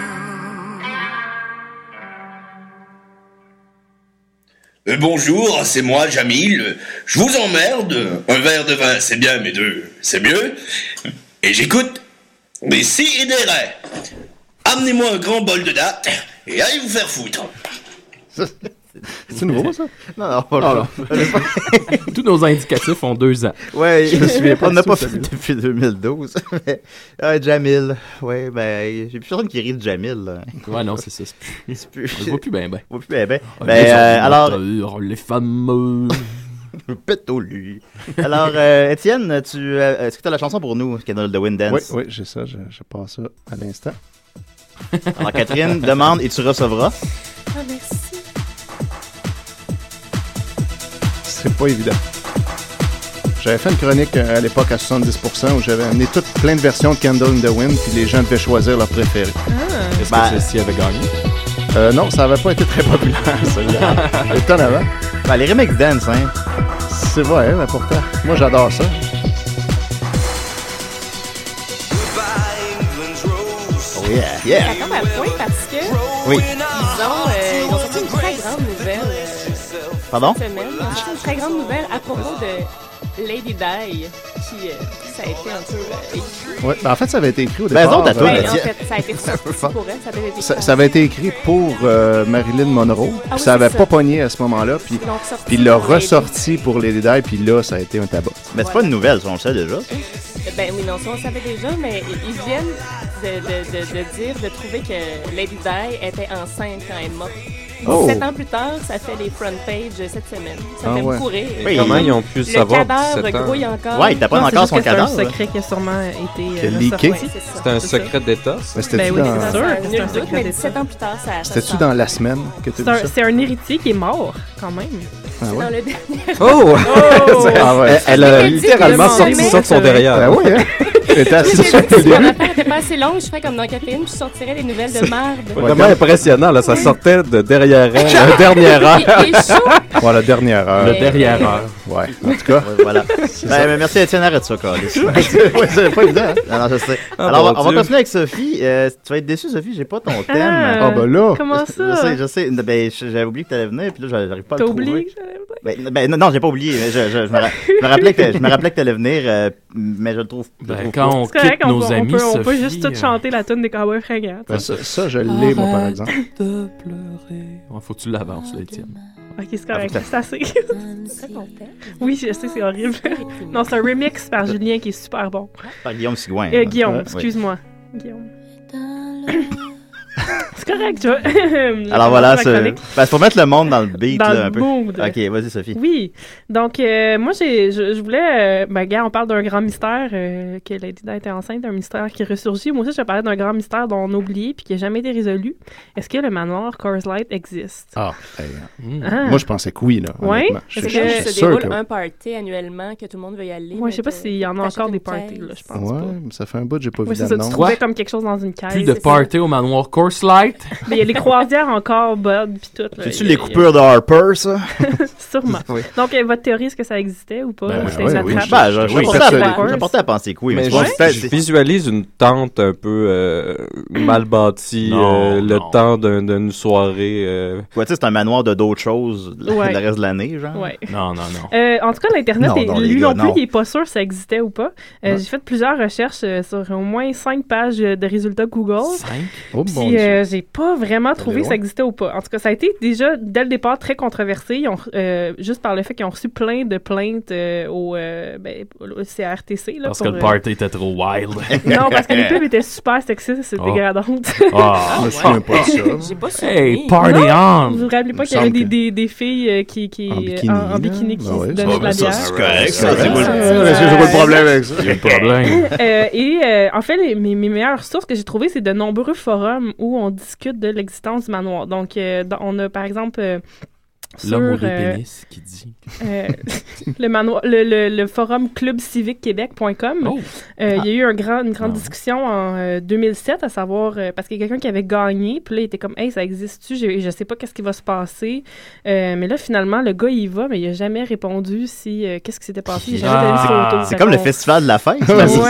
[SPEAKER 15] Euh, bonjour, c'est moi, Jamil. Je vous emmerde. Un verre de vin, c'est bien, mais deux, c'est mieux. Et j'écoute des si et des raies. Amenez-moi un grand bol de date et allez vous faire foutre.
[SPEAKER 6] C'est nouveau, ça?
[SPEAKER 5] Non, non,
[SPEAKER 7] Ah, non. Tous nos indicatifs ont deux ans.
[SPEAKER 5] Ouais,
[SPEAKER 7] je me souviens pas.
[SPEAKER 5] on
[SPEAKER 7] de
[SPEAKER 5] n'a
[SPEAKER 7] ça,
[SPEAKER 5] pas fait
[SPEAKER 7] celui-là.
[SPEAKER 5] depuis 2012. mais- ah, Jamil. Ouais, ben, j'ai plus personne qui rit de Jamil. Là.
[SPEAKER 7] Ouais, non, c'est ça. C'est plus.
[SPEAKER 5] C'est plus.
[SPEAKER 7] On le voit plus ben, ben.
[SPEAKER 5] On le voit plus
[SPEAKER 6] eh
[SPEAKER 5] ben, ben.
[SPEAKER 7] Ah,
[SPEAKER 5] Ben,
[SPEAKER 7] les
[SPEAKER 5] euh, alors.
[SPEAKER 7] ordinateurs, Les femmes.
[SPEAKER 5] Péto lui. Alors, euh, Étienne, tu, euh, est-ce que tu as la chanson pour nous, Canal de Wind Dance?
[SPEAKER 6] Oui, oui, j'ai ça, je, je passe ça à l'instant.
[SPEAKER 5] Alors, Catherine demande et tu recevras.
[SPEAKER 10] Ah, merci.
[SPEAKER 6] C'est pas évident. J'avais fait une chronique euh, à l'époque à 70% où j'avais amené toutes plein de versions de Candle in the Wind puis les gens devaient choisir leur préféré.
[SPEAKER 7] Est-ce
[SPEAKER 5] Ben,
[SPEAKER 7] que celle-ci avait gagné?
[SPEAKER 6] Euh, non, ça n'avait pas été très populaire, celle-là. Étonnamment.
[SPEAKER 5] Ben, les remix dance, hein.
[SPEAKER 6] C'est vrai, hein, mais pourtant. Moi, j'adore ça.
[SPEAKER 5] Oh, yeah, yeah.
[SPEAKER 10] Ça tombe à point parce que
[SPEAKER 5] Oui.
[SPEAKER 10] ils ont, euh, ils ont sorti une très grande nouvelle euh,
[SPEAKER 5] Pardon?
[SPEAKER 10] cette semaine. Ils ont sorti une très grande nouvelle à propos de Lady Di, qui euh, ça a été un peu euh, écrit.
[SPEAKER 6] Ouais, ben, en fait, ça avait été écrit au
[SPEAKER 5] Ben,
[SPEAKER 6] départ.
[SPEAKER 5] eux autres, à toi,
[SPEAKER 6] euh,
[SPEAKER 10] Ben, en fait, ça a été ressorti pour elle, ça avait été
[SPEAKER 6] Ça, ça avait été écrit pour euh, Marilyn Monroe.
[SPEAKER 10] Ah oui,
[SPEAKER 6] ça avait
[SPEAKER 10] c'est ça.
[SPEAKER 6] pas pogné à ce moment-là. Puis,
[SPEAKER 10] Ils l'ont ressorti
[SPEAKER 6] puis il l'a
[SPEAKER 10] pour Lady.
[SPEAKER 6] ressorti pour les détails. Puis là, ça a été un tabac.
[SPEAKER 5] Mais c'est pas une nouvelle, ça, on le sait déjà.
[SPEAKER 10] Ben oui, non, ça on le savait déjà, mais ils viennent de, de- de- de dire, de trouver que Lady Di était enceinte quand elle est morte.
[SPEAKER 8] Oh.
[SPEAKER 10] Sept ans plus tard, ça fait les front pages cette semaine. Ça
[SPEAKER 8] Ah
[SPEAKER 10] fait
[SPEAKER 8] ouais.
[SPEAKER 10] beaucoup rire.
[SPEAKER 8] Et comment ils ont pu
[SPEAKER 10] le
[SPEAKER 8] savoir
[SPEAKER 10] cadavre
[SPEAKER 8] 17 ans?
[SPEAKER 10] grouille encore.
[SPEAKER 8] Ouais, ils tapent
[SPEAKER 12] Non,
[SPEAKER 10] pas
[SPEAKER 8] pas
[SPEAKER 12] c'est
[SPEAKER 8] encore
[SPEAKER 12] juste
[SPEAKER 8] son
[SPEAKER 12] que c'est
[SPEAKER 8] cadavre,
[SPEAKER 12] un secret qui a sûrement été
[SPEAKER 6] Qui a
[SPEAKER 12] euh,
[SPEAKER 6] leaké.
[SPEAKER 12] ressorti.
[SPEAKER 10] C'est ça.
[SPEAKER 8] C'est un
[SPEAKER 12] C'est ça.
[SPEAKER 8] secret d'État, ça?
[SPEAKER 6] Mais c'était-tu
[SPEAKER 12] Ben oui,
[SPEAKER 6] dans-
[SPEAKER 12] c'est sûr, c'est
[SPEAKER 10] Nul
[SPEAKER 12] un
[SPEAKER 10] doute,
[SPEAKER 12] secret
[SPEAKER 10] Ah, mais
[SPEAKER 12] d'État.
[SPEAKER 10] 17 ans plus tard, ça a
[SPEAKER 6] C'était-tu dans la semaine que tu
[SPEAKER 12] C'est un- C'est un héritier qui est mort, quand même.
[SPEAKER 6] Ah ouais?
[SPEAKER 10] dans le dernier.
[SPEAKER 6] Oh!
[SPEAKER 10] Oh!
[SPEAKER 6] Ah ouais.
[SPEAKER 8] Elle a
[SPEAKER 10] dit littéralement que le sorti sommet- ça de son
[SPEAKER 8] derrière.
[SPEAKER 6] Ah oui, hein? Elle était
[SPEAKER 10] J'ai
[SPEAKER 6] assise
[SPEAKER 10] dit,
[SPEAKER 6] sur le
[SPEAKER 10] si mon
[SPEAKER 6] début.
[SPEAKER 10] affaire était pas assez longue, je ferais comme dans Caféine, je sortirais des nouvelles de merde.
[SPEAKER 8] Vraiment impressionnant, là, ça sortait de derrière elle, la dernière heure.
[SPEAKER 10] Il est chaud.
[SPEAKER 6] Ouais, la dernière heure.
[SPEAKER 8] Le derrière heure.
[SPEAKER 6] Ouais, en tout cas.
[SPEAKER 5] voilà. Ben, mais merci Étienne, arrête ça, Carlis.
[SPEAKER 6] ouais, c'est pas évident. hein?
[SPEAKER 5] Non, non, je sais.
[SPEAKER 6] Ah,
[SPEAKER 5] Alors, on
[SPEAKER 6] mon
[SPEAKER 5] va- on va
[SPEAKER 6] Dieu.
[SPEAKER 5] continuer avec Sophie. Euh, tu vas être déçue, Sophie, j'ai pas ton thème.
[SPEAKER 6] Ah, ben là. comment
[SPEAKER 5] Je-
[SPEAKER 6] ça?
[SPEAKER 5] Je sais, je sais. Ben, je- j'avais oublié que t'allais venir, puis là, j'arrive- j'arrive pas à le
[SPEAKER 12] T'as
[SPEAKER 5] trouver.
[SPEAKER 12] oublié
[SPEAKER 5] ben, ben, non, non, j'ai pas oublié. mais Je, je- je me, ra- je me rappelais que, je me rappelais que t'allais venir, euh, mais je le trouve. je le
[SPEAKER 7] Ben,
[SPEAKER 5] trouve pas.
[SPEAKER 12] C'est correct, on, peut- on peut, on peut juste
[SPEAKER 7] euh,
[SPEAKER 5] euh.
[SPEAKER 12] tout chanter la tune des Ah Cowboys fringants.
[SPEAKER 6] Ben, ça, ça, je l'ai, moi, par exemple.
[SPEAKER 7] Ouais, faut que tu l'avances, là, Étienne.
[SPEAKER 12] Ok, c'est correct, c'est assez. oui, je sais, c'est horrible. non, c'est un remix par Julien qui est super bon.
[SPEAKER 5] Par Guillaume Sigouin.
[SPEAKER 12] Euh,
[SPEAKER 5] hein.
[SPEAKER 12] Guillaume,
[SPEAKER 5] Ouais.
[SPEAKER 12] excuse-moi. Guillaume. c'est correct, je vais-
[SPEAKER 5] Alors voilà,
[SPEAKER 12] je vais
[SPEAKER 5] c'est
[SPEAKER 12] chronique.
[SPEAKER 5] ben, c'est pour mettre le monde dans le beat
[SPEAKER 12] Dans
[SPEAKER 5] là,
[SPEAKER 12] le
[SPEAKER 5] un peu.
[SPEAKER 12] mood.
[SPEAKER 5] Ok, vas-y Sophie.
[SPEAKER 12] Oui. Donc, euh, moi, j'ai, je, je voulais. euh, ben, gars, on parle d'un grand mystère euh, que Lady Di était enceinte, un mystère qui ressurgit. Moi aussi, je parlais d'un grand mystère dont on a oublié puis qui n'a jamais été résolu. Est-ce que le manoir Coors Light existe?
[SPEAKER 6] Ah, hey,
[SPEAKER 12] Ah.
[SPEAKER 6] Moi, je pensais que oui, là.
[SPEAKER 12] Ouais?
[SPEAKER 6] honnêtement.
[SPEAKER 12] Parce
[SPEAKER 6] Je-
[SPEAKER 12] que-
[SPEAKER 6] je- je suis
[SPEAKER 10] se
[SPEAKER 6] sûr
[SPEAKER 10] déroule
[SPEAKER 6] que
[SPEAKER 10] un party annuellement que tout le monde veut y aller.
[SPEAKER 12] Moi, je sais pas s'il y en a encore des parties,
[SPEAKER 10] là,
[SPEAKER 12] je
[SPEAKER 6] Ouais, mais ça fait un bout, j'ai pas
[SPEAKER 12] Oui,
[SPEAKER 6] vu
[SPEAKER 12] c'est ça.
[SPEAKER 6] d'annonce.
[SPEAKER 12] Tu trouvais comme quelque chose dans une caisse.
[SPEAKER 7] Plus de
[SPEAKER 12] c'est ça.
[SPEAKER 7] party au manoir Course Light.
[SPEAKER 12] Mais il y a les croisières encore, Bud, puis tout. là.
[SPEAKER 5] C'est-tu
[SPEAKER 12] Il y a-
[SPEAKER 5] les coupures de Harper, ça?
[SPEAKER 12] Sûrement.
[SPEAKER 5] Oui.
[SPEAKER 12] Donc, euh, votre théorie, est-ce que ça existait ou pas?
[SPEAKER 5] Ben,
[SPEAKER 12] Ou c'était
[SPEAKER 5] oui,
[SPEAKER 12] une
[SPEAKER 5] oui,
[SPEAKER 12] attrape?
[SPEAKER 5] ben, je- je- Oui, je- persuadé.
[SPEAKER 12] Coors.
[SPEAKER 5] J'ai porté à penser que oui, mais
[SPEAKER 8] Mais
[SPEAKER 5] tu vois, c'est-
[SPEAKER 8] je, je visualise une tente un peu euh, mal bâtie,
[SPEAKER 5] Non,
[SPEAKER 8] euh, le temps d'un- d'une soirée. euh,
[SPEAKER 5] Quoi, tu sais, c'est un manoir de d'autres choses le
[SPEAKER 12] Ouais.
[SPEAKER 5] le reste de l'année, genre?
[SPEAKER 12] Ouais.
[SPEAKER 7] Non, non, non.
[SPEAKER 12] Euh, en tout cas, l'Internet,
[SPEAKER 5] Non,
[SPEAKER 12] est-
[SPEAKER 5] non, les
[SPEAKER 12] lui
[SPEAKER 5] gars,
[SPEAKER 12] non plus,
[SPEAKER 5] non.
[SPEAKER 12] il n'est pas sûr si ça existait ou pas. Euh,
[SPEAKER 5] Non.
[SPEAKER 12] J'ai fait plusieurs recherches euh, sur au moins cinq pages euh, de résultats Google.
[SPEAKER 6] Oh,
[SPEAKER 12] Puis
[SPEAKER 6] mon Dieu.
[SPEAKER 12] euh, j'ai pas vraiment trouvé
[SPEAKER 6] allait
[SPEAKER 12] si
[SPEAKER 6] loin.
[SPEAKER 12] ça existait ou pas. En tout cas, ça a été déjà dès le départ très controversé. Ils ont, euh, juste par le fait qu'ils ont reçu plein de plaintes euh, au, euh, ben, au CRTC. là,
[SPEAKER 7] Parce
[SPEAKER 12] pour,
[SPEAKER 7] que le
[SPEAKER 12] euh,
[SPEAKER 7] party était trop wild.
[SPEAKER 12] Non, parce que les pubs étaient super sexistes et
[SPEAKER 7] Oh.
[SPEAKER 12] dégradantes.
[SPEAKER 7] Ah, je me souviens pas de ça.
[SPEAKER 10] J'ai pas su.
[SPEAKER 7] Hey, party
[SPEAKER 12] Non,
[SPEAKER 7] on!
[SPEAKER 12] Vous vous rappelez pas
[SPEAKER 7] Il
[SPEAKER 12] qu'il y avait
[SPEAKER 7] me
[SPEAKER 12] des,
[SPEAKER 7] semble
[SPEAKER 12] des, des filles euh, qui, qui, en
[SPEAKER 7] bikini,
[SPEAKER 12] bikini, en,
[SPEAKER 7] là.
[SPEAKER 12] bikini qui
[SPEAKER 7] Ah ouais,
[SPEAKER 12] se
[SPEAKER 7] ça,
[SPEAKER 12] donnaient de la
[SPEAKER 7] mais ça,
[SPEAKER 12] bière.
[SPEAKER 7] c'est
[SPEAKER 5] correct,
[SPEAKER 7] ça, c'est
[SPEAKER 5] moi,
[SPEAKER 7] le-
[SPEAKER 6] Est-ce que j'ai pas de problème avec ça?
[SPEAKER 7] Il y a le problème.
[SPEAKER 12] Euh, et euh, en fait, les- mes, mes meilleures sources que j'ai trouvées, c'est de nombreux forums où on discute de l'existence du manoir. Donc, euh, dans- on a par exemple euh,
[SPEAKER 7] L'homme au
[SPEAKER 12] sur,
[SPEAKER 7] deux
[SPEAKER 12] euh,
[SPEAKER 7] pénis qui dit.
[SPEAKER 12] euh, le, manoir- le, le- le forum clubciviquequebec.com.
[SPEAKER 7] Oh. Ah.
[SPEAKER 12] Euh, Il y a eu un grand- une grande discussion en euh, 2007, à savoir, euh, parce qu'il y a quelqu'un qui avait gagné, puis là, il était comme, hey, ça existe-tu? J'ai- Je, sais pas qu'est-ce qui va se passer. Euh, mais là, finalement, le gars, il va, mais il a jamais répondu si, euh, qu'est-ce qui s'était passé. Il a jamais donné de
[SPEAKER 5] Ah.
[SPEAKER 12] photo.
[SPEAKER 5] C'est
[SPEAKER 12] Fait
[SPEAKER 5] comme le
[SPEAKER 12] qu'on-
[SPEAKER 5] festival de la fête.
[SPEAKER 12] Ouais, c'est, euh, ben, Ouais,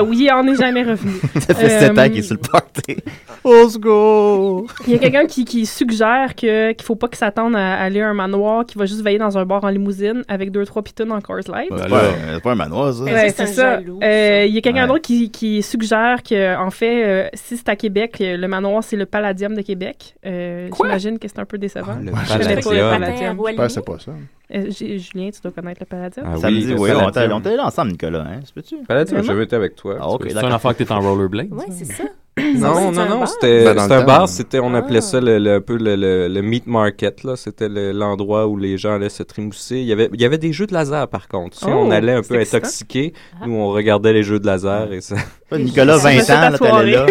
[SPEAKER 12] oui, il en est jamais revenu. Euh,
[SPEAKER 5] Ça fait 7 ans qu'il est sur le party. Let's go!
[SPEAKER 12] Il y a quelqu'un qui, qui suggère que, qu'il faut pas qu'il s'attende à aller à un manoir, qu'il va juste veiller dans un bar en limousine avec deux, trois pitounes en Coors Light.
[SPEAKER 5] C'est pas un- c'est pas un manoir, ça.
[SPEAKER 12] Ouais, c'est ça. Euh, Il y a quelqu'un d'autre qui, qui suggère que, en fait, euh, si c'est à Québec, euh, le manoir, c'est le Palladium de Québec. Euh, J'imagine que c'est un peu décevant.
[SPEAKER 5] Ah, le
[SPEAKER 12] Je connais pas le
[SPEAKER 5] Palladium.
[SPEAKER 12] Palladium.
[SPEAKER 5] Je pensais pas ça.
[SPEAKER 12] Euh, J- Julien, tu dois connaître le Palladium.
[SPEAKER 5] Ça me dit, Ah oui, on était on était là ensemble, Nicolas, hein? C'est peux-tu?
[SPEAKER 8] Palladium, Vraiment? j'avais été avec toi.
[SPEAKER 5] Ah, ok,
[SPEAKER 8] C'est
[SPEAKER 5] d'accord.
[SPEAKER 8] un enfant que t'es en rollerblade?
[SPEAKER 10] Ouais, c'est Ah. ça.
[SPEAKER 8] Non, non, non, c'était c'était
[SPEAKER 5] Ben, dans le
[SPEAKER 8] un
[SPEAKER 5] temps,
[SPEAKER 8] bar,
[SPEAKER 5] hein.
[SPEAKER 8] c'était, on
[SPEAKER 13] Ah.
[SPEAKER 8] appelait ça le, le- un peu le, le- le meat market, là. C'était le- l'endroit où les gens allaient se trimousser. Il y avait, il y avait des jeux de laser, par contre. Si
[SPEAKER 5] Oh,
[SPEAKER 8] on allait un
[SPEAKER 5] c'est
[SPEAKER 8] peu
[SPEAKER 5] excitant.
[SPEAKER 8] intoxiqués, nous, on regardait les jeux de laser et ça.
[SPEAKER 5] Toi, Nicolas, 20 ans, là, t'allais là.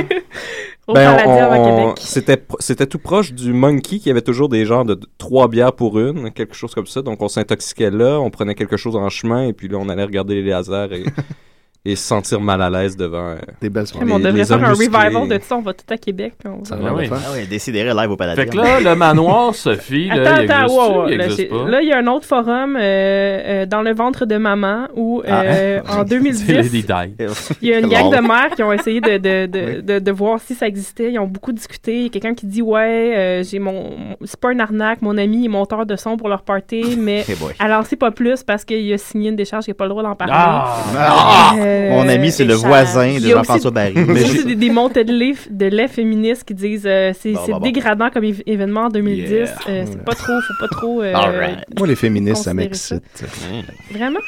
[SPEAKER 5] Au
[SPEAKER 8] Ben,
[SPEAKER 5] Palladium à Québec.
[SPEAKER 8] C'était, pro- c'était tout proche du Monkey qui avait toujours des genres de d- trois bières pour une, quelque chose comme ça. Donc, on s'intoxiquait là, on prenait quelque chose en chemin et puis là, on allait regarder les lasers et, et se sentir mal à l'aise devant. euh,
[SPEAKER 6] des belles
[SPEAKER 12] Crème, on devrait faire un revival de ça. On va tout à Québec. puis on va-
[SPEAKER 8] va, oui.
[SPEAKER 5] Ah oui, décidérez live au Palladium.
[SPEAKER 7] Fait que là, le manoir, Sophie, là,
[SPEAKER 12] Attends,
[SPEAKER 7] il existe,
[SPEAKER 12] attends, wow, wow,
[SPEAKER 7] il
[SPEAKER 12] là,
[SPEAKER 7] existe
[SPEAKER 12] c'est-
[SPEAKER 7] pas.
[SPEAKER 12] là, il y a un autre forum euh, euh, dans le ventre de maman où euh,
[SPEAKER 5] hein?
[SPEAKER 7] Ah.
[SPEAKER 12] en
[SPEAKER 7] C'est
[SPEAKER 12] 2010,
[SPEAKER 7] Lady Di.
[SPEAKER 12] il y a une gang
[SPEAKER 7] Lol.
[SPEAKER 12] de mères qui ont essayé de, de, de, de- de voir si ça existait. Ils ont beaucoup discuté. Il y a quelqu'un qui dit Ouais, euh, j'ai mon. C'est pas une arnaque. Mon ami est monteur de son pour leur party, mais
[SPEAKER 5] Hey boy.
[SPEAKER 12] alors c'est pas plus parce qu'il a signé une décharge, il n'a pas le droit d'en parler. Euh,
[SPEAKER 5] Ah! Ah! Mon ami, c'est le voisin
[SPEAKER 12] il
[SPEAKER 5] de
[SPEAKER 12] y a aussi-
[SPEAKER 5] Jean-François Barry.
[SPEAKER 12] il y a
[SPEAKER 5] Mais
[SPEAKER 12] aussi
[SPEAKER 5] j'ai-
[SPEAKER 12] des, des montées de lait, de lait féministes qui disent euh, c'est
[SPEAKER 6] Bon,
[SPEAKER 12] c'est
[SPEAKER 6] bon, bon.
[SPEAKER 12] dégradant comme év- événement en 2010.
[SPEAKER 6] Yeah.
[SPEAKER 12] euh, c'est pas trop, faut pas trop. euh,
[SPEAKER 6] Alright. Moi, les féministes, ça
[SPEAKER 12] considérer
[SPEAKER 6] m'excite.
[SPEAKER 12] Vraiment?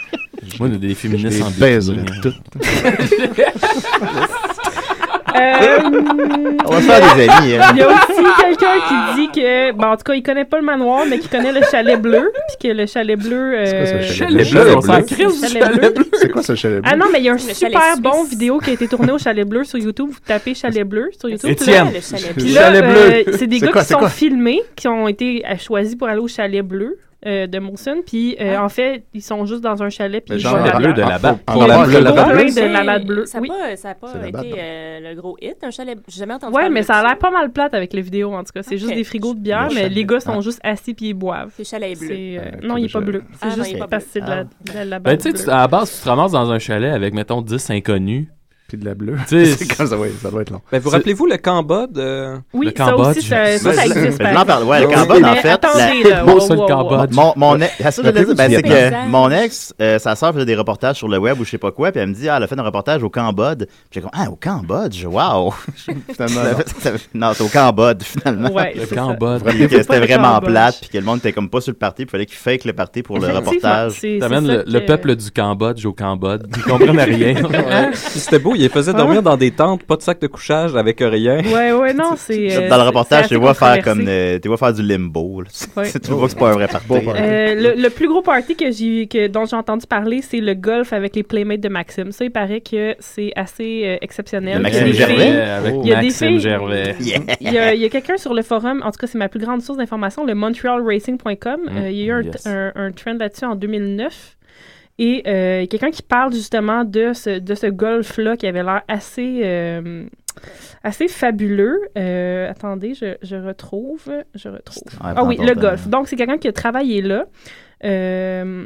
[SPEAKER 7] Moi, des féministes
[SPEAKER 6] Je les
[SPEAKER 7] en
[SPEAKER 6] baiserais
[SPEAKER 7] bikini, hein.
[SPEAKER 12] Euh,
[SPEAKER 5] On va se faire des amis, hein.
[SPEAKER 12] Il y a aussi quelqu'un qui dit que, bon, en tout cas, il connaît pas le manoir, mais qu'il connaît le chalet bleu, puis que le chalet bleu. euh,
[SPEAKER 6] quoi, ce
[SPEAKER 7] chalet bleu?
[SPEAKER 6] bleu?
[SPEAKER 7] On s'en
[SPEAKER 6] C'est
[SPEAKER 7] crisse du
[SPEAKER 12] chalet bleu.
[SPEAKER 7] chalet bleu.
[SPEAKER 6] C'est quoi ce chalet bleu?
[SPEAKER 12] Ah non, mais il y a un super
[SPEAKER 10] chalet
[SPEAKER 12] bon vidéo qui a été tourné au Chalet Bleu sur YouTube. Vous tapez Chalet Bleu sur YouTube.
[SPEAKER 7] Étienne.
[SPEAKER 12] Puis là,
[SPEAKER 7] Le
[SPEAKER 12] puis là,
[SPEAKER 7] Chalet
[SPEAKER 12] euh,
[SPEAKER 7] Bleu.
[SPEAKER 12] c'est des
[SPEAKER 7] C'est
[SPEAKER 12] gars
[SPEAKER 7] quoi,
[SPEAKER 12] qui
[SPEAKER 7] c'est
[SPEAKER 12] sont
[SPEAKER 7] quoi?
[SPEAKER 12] filmés, qui ont été euh, choisis pour aller au Chalet Bleu. euh, de Monson, puis euh,
[SPEAKER 7] Ah.
[SPEAKER 12] en fait, ils sont juste dans un chalet, puis
[SPEAKER 7] Le
[SPEAKER 12] ils
[SPEAKER 7] genre
[SPEAKER 12] jouent à
[SPEAKER 7] de bleu de
[SPEAKER 12] balle.
[SPEAKER 7] là-bas.
[SPEAKER 12] Ah,
[SPEAKER 7] Pour
[SPEAKER 12] il y a
[SPEAKER 7] la
[SPEAKER 12] un
[SPEAKER 7] bleu
[SPEAKER 12] gros
[SPEAKER 7] là-bas.
[SPEAKER 12] plein de la balle bleue.
[SPEAKER 10] Ça n'a
[SPEAKER 12] Oui.
[SPEAKER 10] pas, ça a pas
[SPEAKER 12] la
[SPEAKER 10] été euh, le gros hit, un chalet. J'ai jamais entendu
[SPEAKER 12] Ouais,
[SPEAKER 10] parler
[SPEAKER 12] mais
[SPEAKER 10] de
[SPEAKER 12] ça a l'air pas mal plate avec les vidéos, en tout cas. C'est
[SPEAKER 10] Ok.
[SPEAKER 12] juste des frigos de bière,
[SPEAKER 10] Le
[SPEAKER 12] mais
[SPEAKER 10] chalet.
[SPEAKER 12] les gars sont
[SPEAKER 10] Ah.
[SPEAKER 12] juste assis puis ils boivent.
[SPEAKER 10] Le chalet est bleu.
[SPEAKER 12] C'est, euh,
[SPEAKER 10] Ah,
[SPEAKER 12] non, il est pas bleu. C'est
[SPEAKER 10] Ah, non, il est
[SPEAKER 12] juste
[SPEAKER 10] pas
[SPEAKER 12] parce que c'est de la,
[SPEAKER 10] bleu.
[SPEAKER 12] de la, de la
[SPEAKER 7] Ben,
[SPEAKER 12] balle
[SPEAKER 7] tu sais, tu-
[SPEAKER 12] bleue.
[SPEAKER 7] à la base, tu te ramasses dans un chalet avec, mettons, 10 inconnus.
[SPEAKER 6] Puis de la bleue.
[SPEAKER 7] Tu sais,
[SPEAKER 6] C'est comme ça, ouais, ça doit être long.
[SPEAKER 8] Ben, vous rappelez-vous le Cambodge? euh,
[SPEAKER 12] Oui,
[SPEAKER 7] Le ça Cambodge. aussi, ça- ça, ça
[SPEAKER 5] Ben,
[SPEAKER 7] existe,
[SPEAKER 5] ben,
[SPEAKER 7] par
[SPEAKER 5] j'en parle. Ouais, le
[SPEAKER 7] exemple.
[SPEAKER 5] Cambodge,
[SPEAKER 7] Mais
[SPEAKER 5] en fait.
[SPEAKER 7] attendez,
[SPEAKER 5] la-
[SPEAKER 7] là, Bon, wow, ça, le wow, wow. Cambodge.
[SPEAKER 5] Mon, mon ex- ah, ça, je
[SPEAKER 7] Un peu
[SPEAKER 5] voulais dire, ben,
[SPEAKER 7] du
[SPEAKER 5] c'est
[SPEAKER 7] Vietnam.
[SPEAKER 5] que mon ex, euh, sa soeur faisait des reportages sur le web ou je sais pas quoi, puis elle me dit, ah, elle a fait un reportage au Cambodge. Puis j'ai comme, ah, au Cambodge, wow!
[SPEAKER 6] Finalement,
[SPEAKER 5] Ça fait- ça fait- non, c'est au Cambodge, finalement.
[SPEAKER 12] Ouais, Le c'est ça. Cambodge.
[SPEAKER 5] Vous rappelez que
[SPEAKER 12] C'est pas
[SPEAKER 5] C'était
[SPEAKER 12] le
[SPEAKER 5] vraiment
[SPEAKER 12] Cambodge.
[SPEAKER 5] plate, puis que le monde était comme pas sur le parti, puis il fallait qu'il fake le parti pour le
[SPEAKER 12] Effectivement,
[SPEAKER 5] reportage.
[SPEAKER 12] c'est-
[SPEAKER 7] T'amènes
[SPEAKER 12] c'est
[SPEAKER 7] le,
[SPEAKER 12] ça
[SPEAKER 7] le
[SPEAKER 12] que-
[SPEAKER 7] peuple du Cambodge au Cambodge. Ils comprennent rien.
[SPEAKER 8] Ouais. C'était beau, il les faisait dormir dans des tentes, pas de sac de couchage avec rien.
[SPEAKER 12] Ah Ouais, ouais, non, c'est. euh,
[SPEAKER 5] Dans le
[SPEAKER 12] c'est-
[SPEAKER 5] reportage,
[SPEAKER 12] c'est
[SPEAKER 5] tu les vois
[SPEAKER 12] assez
[SPEAKER 5] faire comme,
[SPEAKER 12] controversé.
[SPEAKER 5] euh, tu les vois faire du limbo. là.
[SPEAKER 12] Ouais.
[SPEAKER 5] Tu vois que c'est pas un vrai party.
[SPEAKER 12] Euh, le, le plus gros party que j'ai, que, dont j'ai entendu parler, c'est le golf avec les playmates de Maxime. Ça, il paraît que c'est assez euh, exceptionnel.
[SPEAKER 7] De
[SPEAKER 12] Il y a
[SPEAKER 7] Maxime
[SPEAKER 12] des
[SPEAKER 7] Gervais,
[SPEAKER 12] filles-
[SPEAKER 7] Euh,
[SPEAKER 12] il
[SPEAKER 7] avec
[SPEAKER 12] y a des
[SPEAKER 7] Maxime
[SPEAKER 12] filles-
[SPEAKER 7] Gervais. Yeah.
[SPEAKER 12] Il y a, il y a quelqu'un sur le forum, en tout cas, c'est ma plus grande source d'information, le montrealracing.com.
[SPEAKER 7] Mm,
[SPEAKER 12] Euh, il y a eu un,
[SPEAKER 7] yes.
[SPEAKER 12] un- un trend là-dessus en 2009. Et euh, il y a quelqu'un qui parle justement de ce, de ce golf-là qui avait l'air assez, euh, assez fabuleux. Euh, attendez, je, je retrouve. Je retrouve.
[SPEAKER 6] Ouais,
[SPEAKER 12] ah
[SPEAKER 6] prends
[SPEAKER 12] oui,
[SPEAKER 6] ton
[SPEAKER 12] le
[SPEAKER 6] temps.
[SPEAKER 12] golf. Donc, c'est quelqu'un qui a travaillé là. Euh,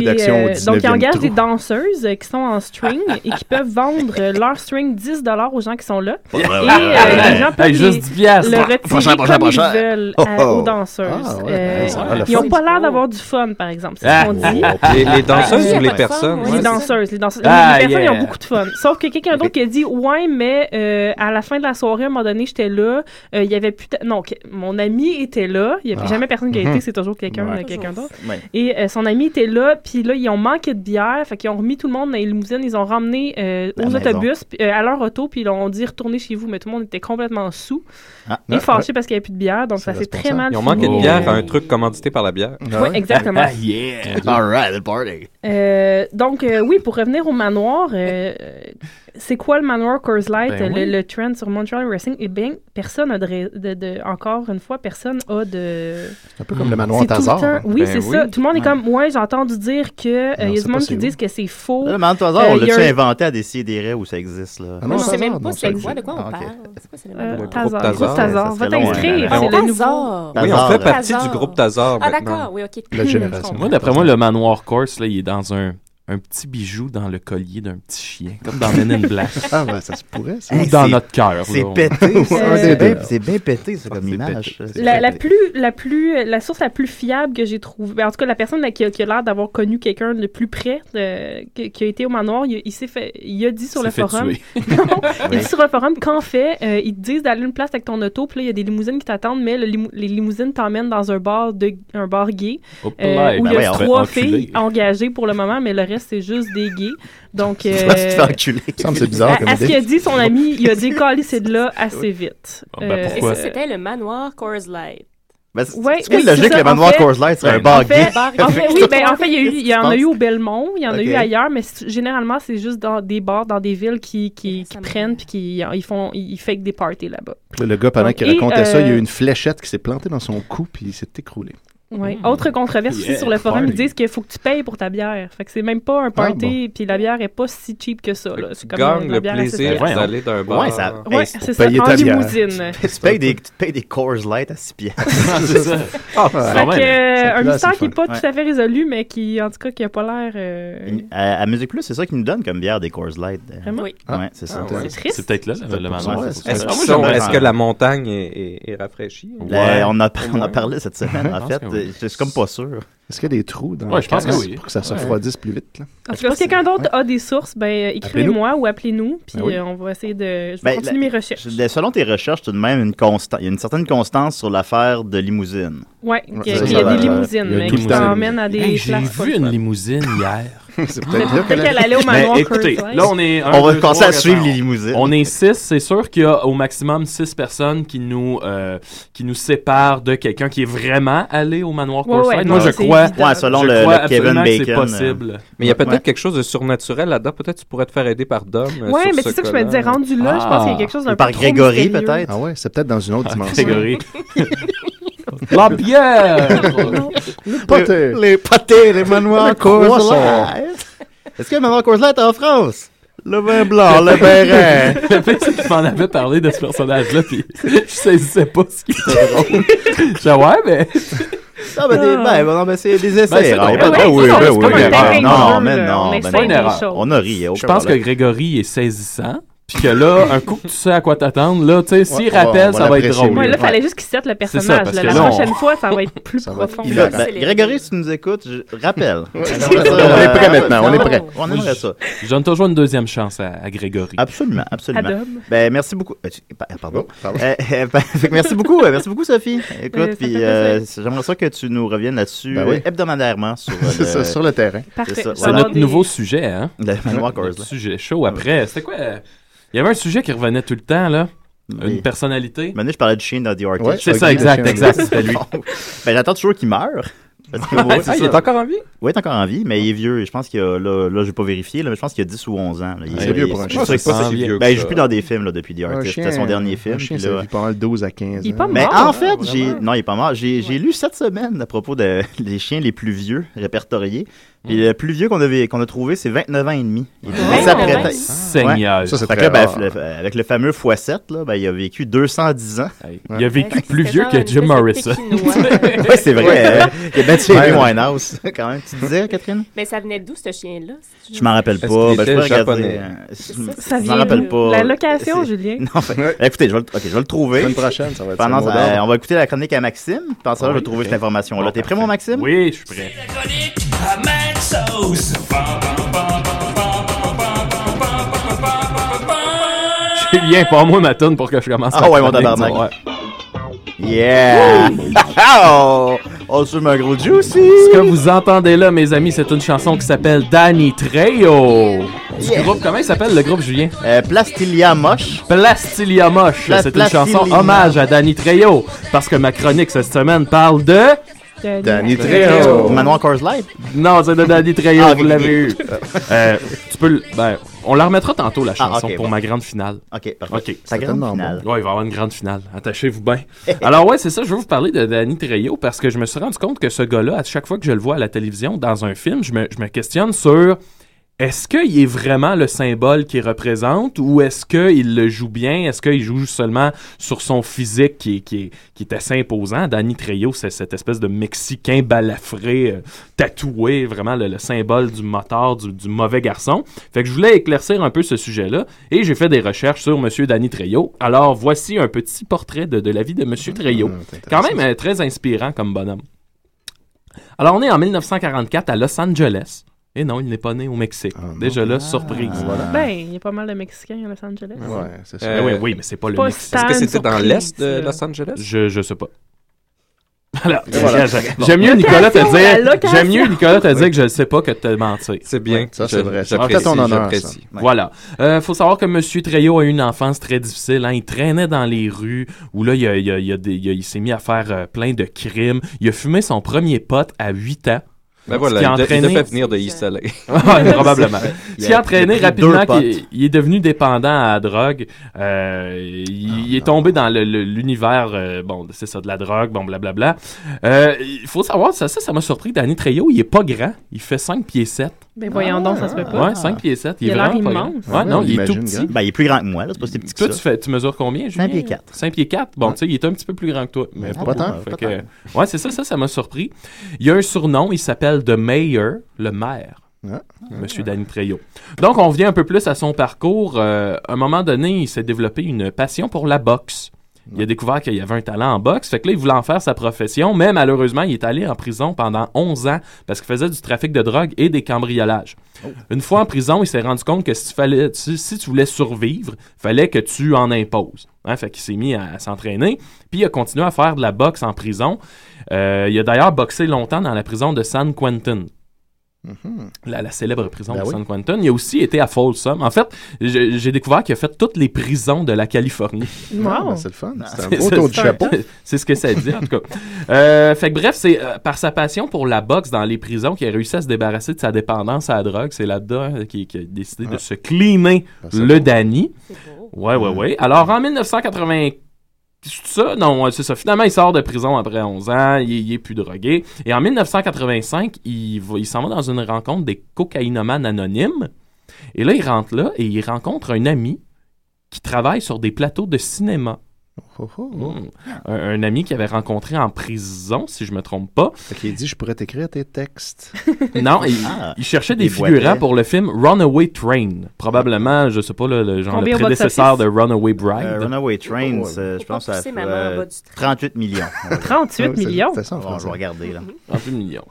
[SPEAKER 12] c'est, euh,
[SPEAKER 6] d'actions au
[SPEAKER 12] Donc, ils
[SPEAKER 6] 19e
[SPEAKER 12] engagent
[SPEAKER 6] trou.
[SPEAKER 12] des danseuses euh, qui sont en string et qui peuvent vendre euh, leur string 10 aux gens qui sont là.
[SPEAKER 7] Ouais,
[SPEAKER 12] et
[SPEAKER 7] ouais,
[SPEAKER 12] euh,
[SPEAKER 7] ouais,
[SPEAKER 13] Ah,
[SPEAKER 7] ouais.
[SPEAKER 12] les gens
[SPEAKER 7] Hey,
[SPEAKER 12] peuvent
[SPEAKER 7] juste
[SPEAKER 12] les-
[SPEAKER 7] 10 piastres.
[SPEAKER 12] le
[SPEAKER 7] Pas-
[SPEAKER 12] retirer
[SPEAKER 7] pas cher, pas cher,
[SPEAKER 12] comme
[SPEAKER 7] pas
[SPEAKER 12] ils
[SPEAKER 7] cher.
[SPEAKER 12] veulent
[SPEAKER 7] Oh,
[SPEAKER 13] euh,
[SPEAKER 12] à- aux
[SPEAKER 7] oh.
[SPEAKER 12] danseuses.
[SPEAKER 7] Ah,
[SPEAKER 13] ben,
[SPEAKER 7] ouais,
[SPEAKER 12] Euh,
[SPEAKER 7] ouais, ça va, le
[SPEAKER 12] ils
[SPEAKER 7] fun.
[SPEAKER 12] n'ont pas l'air d'avoir du fun, par exemple. C'est
[SPEAKER 7] Ah.
[SPEAKER 12] ce qu'on dit.
[SPEAKER 8] Les- les danseuses ou les personnes?
[SPEAKER 12] Les
[SPEAKER 8] Ouais,
[SPEAKER 12] danseuses. Les, danseuses.
[SPEAKER 8] Ah,
[SPEAKER 12] les personnes,
[SPEAKER 8] yeah.
[SPEAKER 12] ils ont beaucoup de fun. Sauf que quelqu'un d'autre qui a dit Ouais, mais euh, à la fin de la soirée, à un moment donné, j'étais là. euh, Il y avait plus. de- Non, que- mon ami était là. Il n'y avait
[SPEAKER 10] Ah.
[SPEAKER 12] jamais personne qui a été.
[SPEAKER 10] Mhm.
[SPEAKER 12] C'est toujours quelqu'un
[SPEAKER 10] Ouais.
[SPEAKER 12] euh, quelqu'un d'autre.
[SPEAKER 10] Ouais.
[SPEAKER 12] Et euh, son ami était là. Puis là, ils ont manqué de bière. Fait qu'ils ont remis tout le monde dans les limousines. Ils ont ramené euh,
[SPEAKER 10] La
[SPEAKER 12] aux
[SPEAKER 10] maison.
[SPEAKER 12] autobus, puis, euh, à leur auto. Puis ils leur ont dit Retournez chez vous. Mais tout le monde était complètement sous.
[SPEAKER 8] Ah.
[SPEAKER 12] et
[SPEAKER 8] Ah,
[SPEAKER 12] fâché
[SPEAKER 8] ouais.
[SPEAKER 12] parce qu'il n'y avait plus de bière. Donc ça s'est très mal
[SPEAKER 8] Ils ont manqué de
[SPEAKER 12] fini.
[SPEAKER 8] bière hein. à
[SPEAKER 12] Euh,
[SPEAKER 8] un truc commandité par la bière.
[SPEAKER 12] Ouais, exactement. Ah,
[SPEAKER 8] yeah!
[SPEAKER 5] All right, the party!
[SPEAKER 12] Euh, donc, euh, oui, pour revenir au manoir, euh, euh, c'est quoi le manoir Coors Light,
[SPEAKER 16] Ben
[SPEAKER 12] le,
[SPEAKER 16] oui.
[SPEAKER 12] le trend sur Montreal Racing? Eh bien, personne n'a de, rais- de- de- Encore une fois, personne a de.
[SPEAKER 6] C'est un peu comme le manoir
[SPEAKER 12] C'est tout le
[SPEAKER 6] Tazard,
[SPEAKER 12] temps-
[SPEAKER 6] hein.
[SPEAKER 12] Oui,
[SPEAKER 6] Ben
[SPEAKER 12] c'est
[SPEAKER 6] oui.
[SPEAKER 12] ça. Tout le monde est
[SPEAKER 6] Ouais.
[SPEAKER 12] comme, ouais, j'ai entendu dire que. euh, Il y a
[SPEAKER 5] c'est
[SPEAKER 12] du
[SPEAKER 5] pas
[SPEAKER 12] monde
[SPEAKER 5] c'est
[SPEAKER 12] qui
[SPEAKER 5] où.
[SPEAKER 12] disent que c'est faux.
[SPEAKER 5] Là, le Manoir Tazard,
[SPEAKER 12] Euh,
[SPEAKER 5] on
[SPEAKER 12] il y a
[SPEAKER 5] l'a-tu
[SPEAKER 12] un-
[SPEAKER 5] inventé à des des raies où ça existe, là?
[SPEAKER 10] je sais même pas c'est quoi, de quoi on
[SPEAKER 5] Ah, ok.
[SPEAKER 10] parle. C'est quoi, c'est le
[SPEAKER 12] Euh,
[SPEAKER 10] même
[SPEAKER 12] Tazard.
[SPEAKER 5] Tazard.
[SPEAKER 12] Groupe Tazard.
[SPEAKER 5] Ça
[SPEAKER 12] Va
[SPEAKER 5] serait long,
[SPEAKER 12] t'inscrire.
[SPEAKER 5] hein,
[SPEAKER 12] C'est
[SPEAKER 10] Tazard.
[SPEAKER 12] le nouveau.
[SPEAKER 8] Oui, on fait
[SPEAKER 10] Tazard.
[SPEAKER 8] partie du groupe Tazar.
[SPEAKER 10] Ah,
[SPEAKER 8] maintenant.
[SPEAKER 10] d'accord, oui, ok.
[SPEAKER 8] La génération.
[SPEAKER 7] Moi, d'après moi, le manoir Corse, là, il est dans un, un petit bijou dans le collier d'un petit chien, comme dans Men in Black.
[SPEAKER 6] Ah, ben, ça se pourrait, ça.
[SPEAKER 7] Ou
[SPEAKER 6] Hey,
[SPEAKER 7] dans
[SPEAKER 6] c'est-
[SPEAKER 7] notre cœur.
[SPEAKER 5] C'est
[SPEAKER 7] là, on-
[SPEAKER 5] pété, ça.
[SPEAKER 12] Ouais, des
[SPEAKER 5] c'est bien,
[SPEAKER 12] deux.
[SPEAKER 5] c'est bien pété, ça, comme image. ça. C'est
[SPEAKER 12] La, la
[SPEAKER 5] pété.
[SPEAKER 12] plus, la plus, la source la plus fiable que j'ai trouvée, ben, en tout cas la personne là, qui a, qui a l'air d'avoir connu quelqu'un de plus près, de- qui, qui a été au manoir, il, il s'est fait, il a dit sur
[SPEAKER 7] S'est
[SPEAKER 12] le
[SPEAKER 7] fait
[SPEAKER 12] forum,
[SPEAKER 7] tuer.
[SPEAKER 12] non, il
[SPEAKER 7] Oui.
[SPEAKER 12] dit sur le forum qu'en fait, euh, ils te disent d'aller une place avec ton auto, puis là il y a des limousines qui t'attendent, mais le limou- les limousines t'emmènent dans un bar de, un bar gay
[SPEAKER 7] Hop
[SPEAKER 12] euh,
[SPEAKER 7] là,
[SPEAKER 12] où
[SPEAKER 7] ben
[SPEAKER 12] il y a
[SPEAKER 7] ouais, on fait
[SPEAKER 12] trois
[SPEAKER 7] enculer.
[SPEAKER 12] filles engagées pour le moment, mais le reste c'est juste des gays. Donc, euh,
[SPEAKER 6] Ça, c'est enculé. Ça me semble bizarre
[SPEAKER 12] à-
[SPEAKER 6] comme
[SPEAKER 12] à ce
[SPEAKER 6] idée.
[SPEAKER 12] qu'il a dit son ami, il a dit Callie, c'est de là assez vite.
[SPEAKER 6] Ah, ben,
[SPEAKER 12] Euh,
[SPEAKER 10] Et ça, c'était le manoir Coors Light.
[SPEAKER 5] Ben, c'est
[SPEAKER 12] Ouais,
[SPEAKER 5] c'est bien
[SPEAKER 12] oui,
[SPEAKER 5] logique
[SPEAKER 12] c'est ça,
[SPEAKER 5] le manoir
[SPEAKER 12] en fait.
[SPEAKER 5] Coors Light serait un
[SPEAKER 12] Ouais.
[SPEAKER 5] bar
[SPEAKER 12] En fait,
[SPEAKER 5] gay.
[SPEAKER 12] en fait, oui, ben, en fait, il y, a eu- il y en a eu au
[SPEAKER 5] Qu'est-ce que tu penses?
[SPEAKER 12] Belmont, il y en a eu
[SPEAKER 5] Ok.
[SPEAKER 12] ailleurs, mais c'est- généralement, c'est juste dans des bars, dans des villes qui, qui, qui prennent puis qui ils font, ils fake des parties là-bas.
[SPEAKER 6] Puis Le gars, pendant
[SPEAKER 12] Donc,
[SPEAKER 6] qu'il
[SPEAKER 12] et,
[SPEAKER 6] racontait ça, il y a
[SPEAKER 12] euh,
[SPEAKER 6] eu une fléchette qui s'est plantée dans son cou, puis il s'est écroulé.
[SPEAKER 12] Ouais. Autre controverse aussi
[SPEAKER 6] Yeah,
[SPEAKER 12] sur le forum,
[SPEAKER 6] party. Ah,
[SPEAKER 12] ils disent qu'il faut que tu payes pour ta bière. Fait que c'est même pas un party, puis la bière est pas si cheap que ça. là. C'est comme euh,
[SPEAKER 8] gagnes
[SPEAKER 12] la
[SPEAKER 8] le
[SPEAKER 12] bière
[SPEAKER 8] plaisir
[SPEAKER 12] accessible.
[SPEAKER 8] Ben, d'aller d'un bar.
[SPEAKER 5] Ouais, ça.
[SPEAKER 12] Ouais,
[SPEAKER 5] hey,
[SPEAKER 12] c'est
[SPEAKER 5] pour
[SPEAKER 12] ça,
[SPEAKER 5] payer
[SPEAKER 12] en
[SPEAKER 5] ta bière.
[SPEAKER 12] limousine.
[SPEAKER 5] Tu payes des- tu payes des Coors Light à 6 piastres.
[SPEAKER 7] C'est ça.
[SPEAKER 5] Ah,
[SPEAKER 12] Fait que, euh, un mystère qui n'est pas
[SPEAKER 5] Ouais.
[SPEAKER 12] tout à fait résolu, mais qui, en tout cas, qui a pas l'air. euh,
[SPEAKER 5] À, à Musique Plus, c'est ça qu'ils nous donnent comme bière des Coors Light. Euh,
[SPEAKER 12] Vraiment? Oui.
[SPEAKER 5] Ouais, c'est ça.
[SPEAKER 12] Ah, ouais. C'est triste.
[SPEAKER 7] C'est peut-être là, le- le manoir.
[SPEAKER 5] Ouais,
[SPEAKER 7] Est-ce
[SPEAKER 5] c'est ça.
[SPEAKER 8] qu'ils sont- est-ce que la montagne est, est- est rafraîchie?
[SPEAKER 5] La- on, a,
[SPEAKER 8] Au
[SPEAKER 5] on
[SPEAKER 8] moins.
[SPEAKER 5] a parlé cette semaine, en fait. Euh, Je suis comme pas sûr.
[SPEAKER 6] Est-ce qu'il y a des trous dans
[SPEAKER 5] Ouais,
[SPEAKER 6] le
[SPEAKER 5] je pense
[SPEAKER 6] caisse
[SPEAKER 5] que oui.
[SPEAKER 6] pour que ça se
[SPEAKER 5] Ouais.
[SPEAKER 6] refroidisse plus vite? Là?
[SPEAKER 5] Ben,
[SPEAKER 12] En tout cas, si quelqu'un d'autre a des sources, ben, euh, écrivez-moi ou appelez-nous, puis
[SPEAKER 5] Ben oui.
[SPEAKER 12] euh, on va essayer de. Je vais
[SPEAKER 5] Ben,
[SPEAKER 12] continuer
[SPEAKER 5] la-
[SPEAKER 12] mes recherches.
[SPEAKER 5] je- selon tes recherches, tout de même, une consta- il y a une certaine constance sur l'affaire de limousine.
[SPEAKER 12] Ouais, il y a-
[SPEAKER 5] Ça,
[SPEAKER 12] il y
[SPEAKER 5] ça
[SPEAKER 12] a
[SPEAKER 5] va-
[SPEAKER 12] des limousines,
[SPEAKER 5] il y a
[SPEAKER 12] mais
[SPEAKER 5] tout
[SPEAKER 12] qui
[SPEAKER 5] le temps.
[SPEAKER 12] t'emmènent à des
[SPEAKER 7] Hey, J'ai
[SPEAKER 12] places folles.
[SPEAKER 7] vu une limousine hier.
[SPEAKER 6] c'est
[SPEAKER 12] peut-être là qu'elle- Peut-être qu'elle allait au manoir
[SPEAKER 7] Mais
[SPEAKER 12] Curtis.
[SPEAKER 7] Ben, écoutez, là, on est. un,
[SPEAKER 5] On va
[SPEAKER 7] deux,
[SPEAKER 5] commencer
[SPEAKER 7] trois,
[SPEAKER 5] à
[SPEAKER 7] quatre,
[SPEAKER 5] suivre
[SPEAKER 7] cinq.
[SPEAKER 5] les limousines.
[SPEAKER 7] On est six. C'est sûr qu'il y a au maximum six personnes qui nous, euh, qui nous séparent de quelqu'un qui est vraiment allé au manoir
[SPEAKER 8] Ouais,
[SPEAKER 7] Coors
[SPEAKER 8] ouais,
[SPEAKER 7] Light.
[SPEAKER 8] non,
[SPEAKER 7] Moi, je
[SPEAKER 8] c'est
[SPEAKER 7] crois.
[SPEAKER 8] évident. Ouais, selon
[SPEAKER 7] je
[SPEAKER 8] le-
[SPEAKER 7] crois
[SPEAKER 8] le Kevin
[SPEAKER 7] absolument que c'est
[SPEAKER 8] Bacon, euh.
[SPEAKER 7] possible.
[SPEAKER 8] Mais il y a peut-être
[SPEAKER 7] euh. Ouais.
[SPEAKER 8] quelque chose de surnaturel là-dedans. Peut-être tu pourrais te faire aider par Dom. euh,
[SPEAKER 12] Ouais,
[SPEAKER 8] sur
[SPEAKER 12] mais
[SPEAKER 8] ce
[SPEAKER 12] c'est ça que je me
[SPEAKER 8] cas-là.
[SPEAKER 12] disais, rendu là, je pense qu'il y a quelque chose d'un
[SPEAKER 8] Ou
[SPEAKER 12] peu.
[SPEAKER 8] par
[SPEAKER 12] trop
[SPEAKER 8] Grégory,
[SPEAKER 12] mystérieux.
[SPEAKER 8] peut-être.
[SPEAKER 6] Ah ouais, c'est peut-être dans une autre dimension.
[SPEAKER 7] Grégory. La bière!
[SPEAKER 6] Les pâtés.
[SPEAKER 5] Les pâtés, les
[SPEAKER 6] Les
[SPEAKER 5] manoirs
[SPEAKER 6] croissants.
[SPEAKER 5] Coors Light. Est-ce qu'il y a un manoir Coors Light en France? Le vin blanc, le vin rein.
[SPEAKER 7] Le fait, c'est qu'il m'en avait parlé de ce personnage-là, puis je saisissais pas ce qui était drôle. Je disais, ouais, mais.
[SPEAKER 5] Non, mais des, ben, non, mais c'est des essais.
[SPEAKER 7] Ben, c'est
[SPEAKER 5] hein,
[SPEAKER 7] drôle.
[SPEAKER 5] y a pas de-
[SPEAKER 7] Ouais,
[SPEAKER 5] oui,
[SPEAKER 7] c'est
[SPEAKER 5] oui,
[SPEAKER 7] ça,
[SPEAKER 5] oui,
[SPEAKER 7] c'est comme
[SPEAKER 5] oui,
[SPEAKER 7] un
[SPEAKER 5] ben,
[SPEAKER 7] terrain
[SPEAKER 5] Non,
[SPEAKER 7] commun,
[SPEAKER 5] mais
[SPEAKER 7] là, on
[SPEAKER 5] non, ben,
[SPEAKER 7] essaie
[SPEAKER 5] pas une
[SPEAKER 7] des
[SPEAKER 5] erreur.
[SPEAKER 7] choses.
[SPEAKER 5] On a ri. oh, ben
[SPEAKER 7] Je pense que Grégory est saisissant, puis que là, un coup que tu sais à quoi t'attendre, là, tu sais, s'il
[SPEAKER 5] Ouais, on va-
[SPEAKER 7] rappelle,
[SPEAKER 5] on va
[SPEAKER 7] ça va être
[SPEAKER 5] l'apprécier
[SPEAKER 7] drôle.
[SPEAKER 12] Ouais, là, fallait juste qu'il sorte le personnage. là. La prochaine fois, ça va être plus profond.
[SPEAKER 5] Ben, Grégory, si tu nous écoutes, je- rappelle.
[SPEAKER 6] Ouais,
[SPEAKER 5] Ça,
[SPEAKER 6] on est
[SPEAKER 5] euh,
[SPEAKER 6] prêt maintenant, on est
[SPEAKER 5] non,
[SPEAKER 6] prêt.
[SPEAKER 5] On aimerait ça.
[SPEAKER 7] Je donne toujours une deuxième chance à, à Grégory.
[SPEAKER 5] Absolument, absolument.
[SPEAKER 7] Adam.
[SPEAKER 5] Ben, merci beaucoup. Euh, tu- pa- Pardon.
[SPEAKER 7] Oh, pardon.
[SPEAKER 5] Euh, euh, ben, fait que merci beaucoup, euh, merci beaucoup, Sophie.
[SPEAKER 6] Euh, ça
[SPEAKER 5] Écoute, puis
[SPEAKER 6] fait
[SPEAKER 5] euh, j'aimerais ça que tu nous reviennes là-dessus
[SPEAKER 6] Ben oui.
[SPEAKER 5] euh, hebdomadairement sur, euh,
[SPEAKER 6] C'est ça, sur le terrain.
[SPEAKER 5] C'est
[SPEAKER 7] C'est
[SPEAKER 5] ça,
[SPEAKER 7] notre
[SPEAKER 5] voilà.
[SPEAKER 7] nouveau sujet, hein?
[SPEAKER 5] Le Manoir Coors,
[SPEAKER 7] Notre
[SPEAKER 5] là.
[SPEAKER 7] sujet chaud après. C'était quoi? euh, Il y avait un sujet qui revenait tout le temps, là.
[SPEAKER 5] Oui.
[SPEAKER 7] Une personnalité.
[SPEAKER 5] Maintenant, je parlais de chien dans The Artist.
[SPEAKER 7] Ouais, c'est ça, exact, exact. C'était lui.
[SPEAKER 5] ben, j'attends toujours qu'il meure. Parce que-
[SPEAKER 7] Ah, il est encore en vie?
[SPEAKER 5] Oui, il est encore en vie, mais il est vieux. Je pense qu'il a, là, là j'ai pas vérifié, là, mais je pense qu'il a 10 ou 11 ans. là. Il
[SPEAKER 6] Ah, c'est vieux pour un chien.
[SPEAKER 5] sûr que
[SPEAKER 6] C'est pas si
[SPEAKER 5] c'est-
[SPEAKER 6] vieux que
[SPEAKER 5] Ben, il joue
[SPEAKER 6] ça.
[SPEAKER 5] plus dans des films, là, depuis The
[SPEAKER 6] Un
[SPEAKER 5] Artist.
[SPEAKER 6] chien,
[SPEAKER 5] C'était son dernier film.
[SPEAKER 6] Un chien,
[SPEAKER 5] puis
[SPEAKER 6] ça
[SPEAKER 5] là-
[SPEAKER 6] vit pendant le 12 à hein. 15 ans.
[SPEAKER 5] mais en fait, j'ai non, il est pas mort. J'ai j'ai lu cette semaine à propos des chiens les plus vieux répertoriés. Puis
[SPEAKER 7] Mm.
[SPEAKER 5] le plus vieux qu'on avait- qu'on a trouvé, c'est 29 ans et demi. Il était
[SPEAKER 7] Ah.
[SPEAKER 5] dix après
[SPEAKER 7] Ah.
[SPEAKER 5] tête.
[SPEAKER 7] Seigneur.
[SPEAKER 5] Ouais.
[SPEAKER 7] Ça, c'est
[SPEAKER 5] Fait que
[SPEAKER 7] très
[SPEAKER 5] là, ben,
[SPEAKER 7] rare.
[SPEAKER 5] le- euh, avec le fameux x7, là, ben, il a vécu 210 ans.
[SPEAKER 7] Il a vécu Ouais, plus c'était vieux genre que une Jim espèce de Morrison. Pékinois.
[SPEAKER 5] ouais, c'est vrai. euh, il a battu
[SPEAKER 7] Ouais.
[SPEAKER 5] Amy Winehouse, quand même. Tu disais, Catherine?
[SPEAKER 10] Mais ça venait d'où, ce chien-là? si tu
[SPEAKER 5] Je m'en rappelle
[SPEAKER 8] Est-ce
[SPEAKER 5] pas.
[SPEAKER 8] qu'il
[SPEAKER 5] Ben, je
[SPEAKER 8] était
[SPEAKER 5] peux regarder.
[SPEAKER 8] japonais?
[SPEAKER 5] euh,
[SPEAKER 10] C'est
[SPEAKER 5] je m-
[SPEAKER 10] ça, ça
[SPEAKER 5] je
[SPEAKER 10] vient
[SPEAKER 5] m'en
[SPEAKER 10] de
[SPEAKER 5] rappelle pas.
[SPEAKER 12] La location, Julien.
[SPEAKER 5] Non, ben, écoutez, je vais, le, ok, je vais le trouver.
[SPEAKER 6] Semaine prochaine, ça va être
[SPEAKER 5] Pendant-
[SPEAKER 6] ça, mon
[SPEAKER 5] euh,
[SPEAKER 6] ordre.
[SPEAKER 5] on va écouter la chronique à Maxime. Pendant ça, je vais
[SPEAKER 6] Oui,
[SPEAKER 5] trouver
[SPEAKER 6] ok.
[SPEAKER 5] cette information-là.
[SPEAKER 6] Bon,
[SPEAKER 5] T'es prêt, mon Maxime?
[SPEAKER 7] Oui, je suis prêt.
[SPEAKER 14] À Mac Sauce.
[SPEAKER 7] Julien, pas moi ma tonne pour que je commence
[SPEAKER 5] Ah
[SPEAKER 7] à
[SPEAKER 5] ouais, mon
[SPEAKER 7] parler,
[SPEAKER 5] tabarnak.
[SPEAKER 7] ouais.
[SPEAKER 5] Yeah! oh! On se met un gros juicy!
[SPEAKER 7] Ce que vous entendez là, mes amis, c'est une chanson qui s'appelle Danny Trejo. Du
[SPEAKER 5] Yeah.
[SPEAKER 7] groupe, comment il s'appelle le groupe, Julien?
[SPEAKER 5] Euh, Plastilia Moche.
[SPEAKER 7] Plastilia Moche.
[SPEAKER 5] Pla-
[SPEAKER 7] c'est une chanson
[SPEAKER 5] Plastilia.
[SPEAKER 7] hommage à Danny Trejo. Parce que ma chronique cette semaine parle de.
[SPEAKER 5] Danny Trejo. Manoir Coors Light? Ah,
[SPEAKER 7] Non, c'est de Danny Trejo, vous l'avez eu. Euh, tu peux. le- Ben, On la remettra tantôt, la chanson,
[SPEAKER 5] Ah, ok,
[SPEAKER 7] pour
[SPEAKER 5] bon.
[SPEAKER 7] ma grande finale.
[SPEAKER 5] Ok, parfait.
[SPEAKER 7] OK.
[SPEAKER 5] Ta grande Certainement finale.
[SPEAKER 7] Ouais, il va y avoir une grande finale. Attachez-vous bien. Alors, ouais, c'est ça. Je veux vous parler de Danny Trejo parce que je me suis rendu compte que ce gars-là, à chaque fois que je le vois à la télévision, dans un film, je me, je me questionne sur est-ce qu'il est vraiment le symbole qu'il représente ou est-ce qu'il le joue bien? Est-ce qu'il joue seulement sur son physique qui est, qui est, qui est assez imposant? Danny Trejo, c'est cette espèce de Mexicain balafré, euh, tatoué, vraiment le, le symbole du moteur, du, du mauvais garçon. Fait que je voulais éclaircir un peu ce sujet-là et j'ai fait des recherches sur Monsieur Danny Trejo. Alors voici un petit portrait de, de la vie de Monsieur Trejo. Quand même euh, très inspirant comme bonhomme. Alors, on est en 1944 à Los Angeles. Et non, il n'est pas né au Mexique.
[SPEAKER 8] Ah,
[SPEAKER 7] Déjà là, surprise.
[SPEAKER 12] Ben, il y a pas mal de Mexicains à Los Angeles.
[SPEAKER 7] Euh, oui, oui, mais c'est pas
[SPEAKER 12] C'est
[SPEAKER 7] le
[SPEAKER 12] pas
[SPEAKER 7] Mexique.
[SPEAKER 12] si tant Est-ce que c'était dans surprise, l'Est de là.
[SPEAKER 8] Los Angeles?
[SPEAKER 7] Je, je sais pas. Voilà.
[SPEAKER 8] Et voilà.
[SPEAKER 7] J'aime-
[SPEAKER 8] Bon.
[SPEAKER 7] J'aime mieux Nicolas te
[SPEAKER 8] Location, la
[SPEAKER 7] dire.
[SPEAKER 8] location.
[SPEAKER 7] J'aime mieux Nicolas te
[SPEAKER 8] Oui.
[SPEAKER 7] dire que je ne sais pas que te mentir. C'est
[SPEAKER 8] bien. Ça, c'est vrai. J'apprécie, j'apprécie. Ouais.
[SPEAKER 7] Voilà. Euh, faut savoir que M. Trejo a eu une enfance très difficile. hein. Il traînait dans les rues où là, il, a- il a- il a des- il a- il s'est mis à faire euh, plein de crimes. Il a fumé son premier pote à 8 ans.
[SPEAKER 8] Ben
[SPEAKER 7] Ce
[SPEAKER 8] voilà,
[SPEAKER 7] qui a
[SPEAKER 8] il de- il
[SPEAKER 7] entraîné-
[SPEAKER 8] devait venir de Yves Salé.
[SPEAKER 7] Ouais, probablement.
[SPEAKER 8] Il
[SPEAKER 7] Ce qui a
[SPEAKER 8] a-
[SPEAKER 7] entraîné
[SPEAKER 8] il a pris
[SPEAKER 7] rapidement
[SPEAKER 8] deux potes.
[SPEAKER 7] qu'il il est devenu dépendant à la drogue. Euh, il,
[SPEAKER 8] Ah,
[SPEAKER 7] il est tombé dans le- le- l'univers, euh, bon, c'est ça, de la drogue, bon, blablabla. Euh, Il faut savoir, ça, ça ça m'a surpris, Danny Trejo, il est pas grand. Il fait 5 pieds 7.
[SPEAKER 12] Ben, voyons
[SPEAKER 5] Ah.
[SPEAKER 12] donc, ça se
[SPEAKER 8] Ah.
[SPEAKER 12] peut pas.
[SPEAKER 7] Ouais, 5 pieds 7. Il,
[SPEAKER 12] Il
[SPEAKER 7] est
[SPEAKER 12] a l'air
[SPEAKER 7] vraiment pas grand.
[SPEAKER 12] immense.
[SPEAKER 7] Ouais, non, il est tout
[SPEAKER 5] Imagine,
[SPEAKER 7] petit.
[SPEAKER 5] grand. Ben, il est plus grand que moi, là, c'est pas si petit que
[SPEAKER 7] Toi,
[SPEAKER 5] ça.
[SPEAKER 7] tu, fais, tu mesures combien, Julien?
[SPEAKER 5] pieds quatre. Ben,
[SPEAKER 7] 5 pieds 4. Bon, tu sais, il est un petit peu plus grand que toi. Mais
[SPEAKER 5] pas tant,
[SPEAKER 7] beaucoup.
[SPEAKER 5] Ah, pas
[SPEAKER 7] Fait que- Ouais, c'est ça, ça, ça m'a surpris. Il y a un surnom, il s'appelle The Mayor, le maire.
[SPEAKER 5] Ah,
[SPEAKER 7] Monsieur Danny Trejo. Donc, on revient un peu plus à son parcours. Euh, à un moment donné, il s'est développé une passion pour la boxe. Il a découvert qu'il y avait un talent en boxe. Fait que là, il voulait en faire sa profession, mais malheureusement, il est allé en prison pendant 11 ans parce qu'il faisait du trafic de drogue et des cambriolages. Une fois en prison, il s'est rendu compte que si tu, fallais- si- si tu voulais survivre, fallait que tu en imposes. Hein, fait qu'il s'est mis à, à s'entraîner, puis il a continué à faire de la boxe en prison. Euh, il a d'ailleurs boxé longtemps dans la prison de San Quentin la, la célèbre prison
[SPEAKER 8] Ben
[SPEAKER 7] de
[SPEAKER 8] oui.
[SPEAKER 7] San Quentin. Il a aussi été à Folsom. En fait, je- j'ai découvert qu'il a fait toutes les prisons de la Californie.
[SPEAKER 6] Wow. Ah, ben c'est le fun. C'est un beau tour de
[SPEAKER 7] c'est-
[SPEAKER 6] chapeau.
[SPEAKER 7] C'est ce que ça dit, en tout cas. Euh, fait que bref, c'est euh, par sa passion pour la boxe dans les prisons qu'il a réussi à se débarrasser de sa dépendance à la drogue. C'est là-dedans hein, qu'il qu'il a décidé
[SPEAKER 6] Ah.
[SPEAKER 7] de se cleaner le Danny. Ouais,
[SPEAKER 6] Mm.
[SPEAKER 7] ouais, ouais. Alors, en 1984, c'est ça? Non, ouais, c'est ça. Finalement, il sort de prison après 11 ans, il, il est plus drogué. Et en 1985, il, va- il s'en va dans une rencontre des cocaïnomanes anonymes. Et là, il rentre là et il rencontre un ami qui travaille sur des plateaux de cinéma.
[SPEAKER 6] Oh,
[SPEAKER 7] Mm. Un, un ami qu'il avait rencontré en prison, si je me trompe pas.
[SPEAKER 6] Il dit, je pourrais t'écrire tes textes. Ah.
[SPEAKER 7] Non, il, il cherchait des figurants pour le film Runaway Train. Probablement, je sais pas, le, le genre
[SPEAKER 5] Combien
[SPEAKER 7] le
[SPEAKER 5] au box-office?
[SPEAKER 7] prédécesseur de Runaway Bride.
[SPEAKER 5] Euh, Runaway Train, c'est- je pense que ça
[SPEAKER 7] pousser
[SPEAKER 5] fait
[SPEAKER 7] maman en bas
[SPEAKER 5] euh,
[SPEAKER 7] du train.
[SPEAKER 5] 38 millions.
[SPEAKER 7] 38 Ah oui, c'est- millions? c'est ça en
[SPEAKER 5] Bon,
[SPEAKER 7] français. Mhm.
[SPEAKER 5] je vais regarder, là.
[SPEAKER 7] Un peu mignon.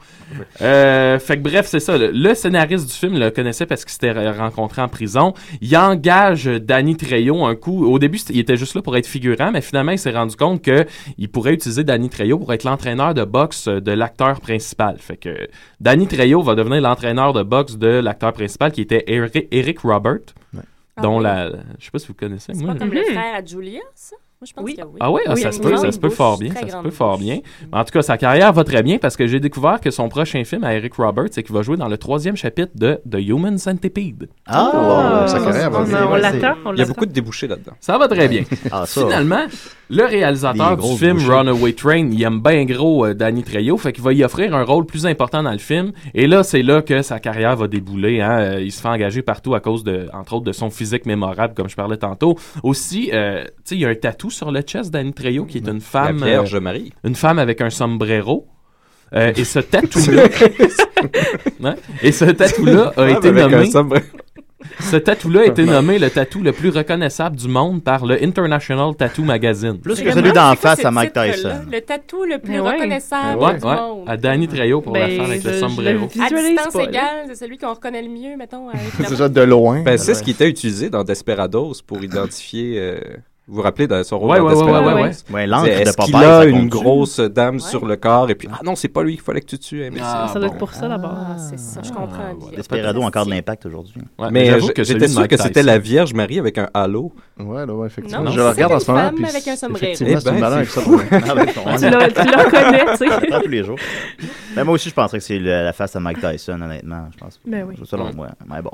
[SPEAKER 7] Euh, fait que bref, c'est ça. Le, le scénariste du film le connaissait parce qu'il s'était re- rencontré en prison. Il engage Danny Trejo un coup. Au début, c'était- il était juste là pour être figurant, mais finalement, il s'est rendu compte que il pourrait utiliser Danny Trejo pour être l'entraîneur de boxe de l'acteur principal. Fait que Danny Trejo va devenir l'entraîneur de boxe de l'acteur principal qui était Eric, Eric Robert, dont la, je sais pas si vous connaissez.
[SPEAKER 10] Ah C'est
[SPEAKER 7] moi.
[SPEAKER 10] pas comme le frère à Julia, ça? Moi, je pense que oui.
[SPEAKER 7] Ah ouais, ah,
[SPEAKER 10] Oui,
[SPEAKER 7] ça
[SPEAKER 10] une
[SPEAKER 7] se peut, ça
[SPEAKER 10] grande
[SPEAKER 7] se peut
[SPEAKER 10] bouche,
[SPEAKER 7] fort bien,
[SPEAKER 10] très
[SPEAKER 7] ça se
[SPEAKER 10] grande
[SPEAKER 7] peut fort bien. Mais en tout cas, sa carrière va très bien parce que j'ai découvert que son prochain film à Eric Roberts, c'est qu'il va jouer dans le troisième chapitre de The Human Centipede.
[SPEAKER 5] Ah,
[SPEAKER 8] Ah, sa carrière va
[SPEAKER 7] on-
[SPEAKER 8] bien.
[SPEAKER 7] on l'attend, on
[SPEAKER 8] Il y a
[SPEAKER 7] l'attend.
[SPEAKER 8] beaucoup de débouchés là-dedans.
[SPEAKER 7] Ça va très bien.
[SPEAKER 8] Ah, ça.
[SPEAKER 7] Finalement, le
[SPEAKER 8] Des
[SPEAKER 7] réalisateur du
[SPEAKER 8] grosses
[SPEAKER 7] film
[SPEAKER 8] bouchées.
[SPEAKER 7] Runaway Train, il aime bien gros euh, Danny Trejo, fait qu'il va y offrir un rôle plus important dans le film. Et là, c'est là que sa carrière va débouler. hein. Euh, Il se fait engager partout à cause, de, entre autres, de son physique mémorable, comme je parlais tantôt. Aussi, euh, tu sais, il y a un tatou sur le chest, Danny Trejo, qui est une femme... euh,
[SPEAKER 8] Vierge Marie.
[SPEAKER 7] Une femme avec un sombrero. Euh, et ce tatou-là... Ouais. Et ce tatou-là a
[SPEAKER 8] Femme
[SPEAKER 7] été
[SPEAKER 8] avec un
[SPEAKER 7] nommé...
[SPEAKER 8] sombrero.
[SPEAKER 7] Ce tatou-là a été nommé le tatou le plus reconnaissable du monde par le International Tattoo Magazine.
[SPEAKER 5] Plus que celui
[SPEAKER 7] Ah,
[SPEAKER 5] d'en face à Mike Tyson.
[SPEAKER 10] Le tatou le plus
[SPEAKER 12] Mais ouais.
[SPEAKER 10] reconnaissable
[SPEAKER 7] Ouais,
[SPEAKER 10] du
[SPEAKER 7] ouais.
[SPEAKER 10] monde.
[SPEAKER 7] À Danny Trejo pour
[SPEAKER 12] Ben,
[SPEAKER 7] la faire avec le
[SPEAKER 12] je- je
[SPEAKER 7] sombrero.
[SPEAKER 12] le
[SPEAKER 10] À
[SPEAKER 12] Visualise
[SPEAKER 10] distance
[SPEAKER 12] pas, là.
[SPEAKER 10] égale, c'est celui qu'on reconnaît le mieux, mettons. avec la-
[SPEAKER 8] C'est
[SPEAKER 6] ça, de loin.
[SPEAKER 8] Ben, c'est
[SPEAKER 6] Ouais.
[SPEAKER 8] ce qui était utilisé dans Desperados pour identifier. euh, vous vous rappelez de son rôle
[SPEAKER 7] Ouais,
[SPEAKER 8] dans
[SPEAKER 7] ouais, ouais,
[SPEAKER 8] Desperados?
[SPEAKER 7] ouais, ouais. Ouais, l'encre
[SPEAKER 8] C'est,
[SPEAKER 7] de
[SPEAKER 8] Est-ce qu'il
[SPEAKER 7] Popeye,
[SPEAKER 8] a
[SPEAKER 7] ça
[SPEAKER 8] une
[SPEAKER 7] compte-tu?
[SPEAKER 8] grosse dame sur le corps et puis ah non, c'est pas lui qu'il fallait que tu tues. hein, mais
[SPEAKER 7] Ah,
[SPEAKER 12] ça
[SPEAKER 8] c'est-
[SPEAKER 12] doit
[SPEAKER 8] bon.
[SPEAKER 12] être pour ça d'abord. c'est ça,
[SPEAKER 5] Ah,
[SPEAKER 12] je comprends.
[SPEAKER 5] Desperado, encore de l'impact aujourd'hui.
[SPEAKER 8] mais je- j'étais sûr que c'était la Vierge Marie avec un halo.
[SPEAKER 6] Ouais, là, ouais, effectivement.
[SPEAKER 8] Non,
[SPEAKER 6] je
[SPEAKER 8] c'est
[SPEAKER 6] le regarde en
[SPEAKER 8] une
[SPEAKER 6] ce moment.
[SPEAKER 8] femme
[SPEAKER 6] puis
[SPEAKER 8] avec un sombrero.
[SPEAKER 6] Effectivement,
[SPEAKER 8] Eh
[SPEAKER 6] c'est
[SPEAKER 8] ben,
[SPEAKER 6] une malin avec
[SPEAKER 8] c'est
[SPEAKER 6] ça.
[SPEAKER 8] fou.
[SPEAKER 5] Ah ben, on-
[SPEAKER 8] Tu l'as- tu le reconnais, tu sais.
[SPEAKER 5] On l'entend tous les jours. Mais moi aussi, je penserais que c'est le- la face à Mike Tyson, honnêtement. Je pense.
[SPEAKER 7] Ben oui.
[SPEAKER 5] Selon
[SPEAKER 7] Mm.
[SPEAKER 5] moi. Mais bon.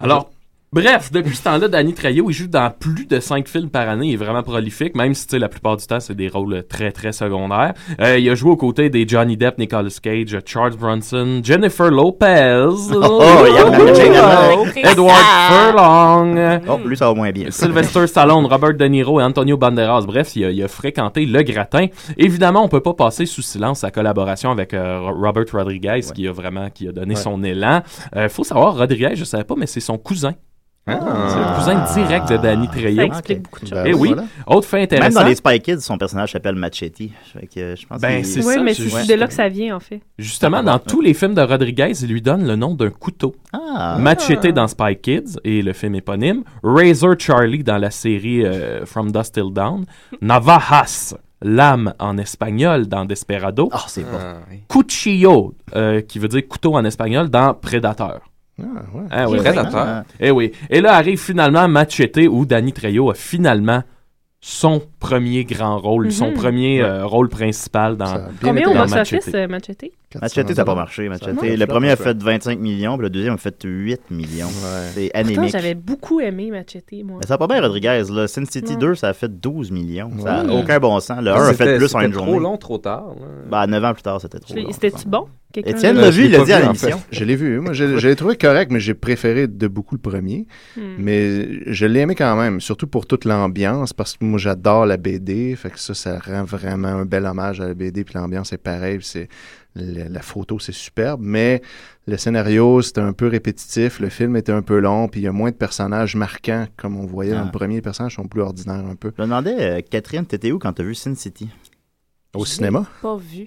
[SPEAKER 7] Alors, Bref, depuis ce temps-là, Danny Trejo, il joue dans plus de 5 films par année. Il est vraiment prolifique, même si tu sais, la plupart du temps, c'est des rôles euh, très, très secondaires. Euh, il a joué aux côtés des Johnny Depp, Nicolas Cage, euh, Charles Bronson, Jennifer Lopez,
[SPEAKER 5] oh, il y en a
[SPEAKER 7] Hello,
[SPEAKER 5] plein.
[SPEAKER 7] Edward Furlong,
[SPEAKER 5] Oh, lui, ça va moins bien.
[SPEAKER 7] Sylvester Stallone, Robert De Niro et Antonio Banderas. Bref, il a, il a fréquenté le gratin. Évidemment, on peut pas passer sous silence sa collaboration avec euh, Ro- Robert Rodriguez, qui a vraiment qui a donné
[SPEAKER 8] Ouais.
[SPEAKER 7] son élan. Euh, faut savoir, Rodriguez, je savais pas, mais c'est son cousin. C'est le cousin direct de Danny Trejo.
[SPEAKER 5] Ça explique beaucoup de choses.
[SPEAKER 7] Eh oui.
[SPEAKER 5] Ah. Ben Voilà.
[SPEAKER 7] Autre fait
[SPEAKER 5] Même
[SPEAKER 7] intéressante.
[SPEAKER 5] dans les Spy Kids, son personnage s'appelle Machete. Fait que je pense
[SPEAKER 7] Ben,
[SPEAKER 5] qu'il-
[SPEAKER 7] c'est
[SPEAKER 12] Oui,
[SPEAKER 7] ça,
[SPEAKER 12] mais
[SPEAKER 7] tu-
[SPEAKER 12] c'est de là que ça vient, en fait.
[SPEAKER 7] Justement, dans tous les films de Rodriguez, il lui donne le nom d'un couteau.
[SPEAKER 5] Ah.
[SPEAKER 7] Machete dans Spy Kids et le film éponyme. Razor Charlie dans la série euh, From Dust Till Dawn. Navajas, l'âme en espagnol dans Desperado.
[SPEAKER 5] Ah, c'est bon.
[SPEAKER 7] Cuchillo, euh, qui veut dire couteau en espagnol, dans Predator. Ah, ouais.
[SPEAKER 8] Predator.
[SPEAKER 7] Eh oui. Et là arrive finalement Machete où Danny Trejo a finalement son premier grand rôle, son
[SPEAKER 12] Mhm.
[SPEAKER 7] premier euh, rôle principal dans,
[SPEAKER 12] Combien au
[SPEAKER 7] dans
[SPEAKER 12] box-office, euh, Machete?
[SPEAKER 5] Machete, ça n'a pas marché. Machete.
[SPEAKER 12] marche
[SPEAKER 5] le
[SPEAKER 12] pas,
[SPEAKER 5] premier a
[SPEAKER 12] ça marche
[SPEAKER 5] fait 25 millions, puis le deuxième a fait 8 millions. C'est
[SPEAKER 12] Pourtant,
[SPEAKER 5] anémique.
[SPEAKER 12] j'avais beaucoup aimé Machete, moi.
[SPEAKER 5] Mais ça va pas bien, Rodriguez. Là. Sin City
[SPEAKER 12] Ouais.
[SPEAKER 5] 2, ça a fait 12 millions. Ça n'a
[SPEAKER 8] Ouais.
[SPEAKER 5] aucun bon sens. Le
[SPEAKER 8] Mais
[SPEAKER 5] 1 a
[SPEAKER 8] c'était-
[SPEAKER 5] fait plus en
[SPEAKER 8] c'était
[SPEAKER 5] une
[SPEAKER 8] trop
[SPEAKER 5] journée.
[SPEAKER 8] long, trop tard, là.
[SPEAKER 5] Bah, 9 ans plus tard, c'était trop
[SPEAKER 12] Je l'ai-
[SPEAKER 5] long.
[SPEAKER 12] C'était-tu bon? Quelqu'un
[SPEAKER 5] Étienne
[SPEAKER 12] l'a-
[SPEAKER 5] l'a vu, il
[SPEAKER 6] l'ai
[SPEAKER 5] l'a
[SPEAKER 6] pas
[SPEAKER 5] dit à
[SPEAKER 6] vu, en
[SPEAKER 5] l'émission.
[SPEAKER 6] fait. Je l'ai vu. Moi, je, je l'ai trouvé correct, mais j'ai préféré de beaucoup le premier.
[SPEAKER 12] Hmm.
[SPEAKER 6] Mais je l'ai aimé quand même, surtout pour toute l'ambiance, parce que moi, j'adore la BD. Fait que ça, ça rend vraiment un bel hommage à la BD. Puis l'ambiance est pareille. puis c'est- la, la photo, c'est superbe. Mais le scénario, c'était un peu répétitif. Le film était un peu long. Puis il y a moins de personnages marquants, comme on voyait dans le
[SPEAKER 5] Ah.
[SPEAKER 6] premier. Les personnages sont plus ordinaires un peu.
[SPEAKER 5] Je me demandais, euh, Catherine, t'étais où quand t'as vu Sin City?
[SPEAKER 6] Au cinéma?
[SPEAKER 10] Pas vu.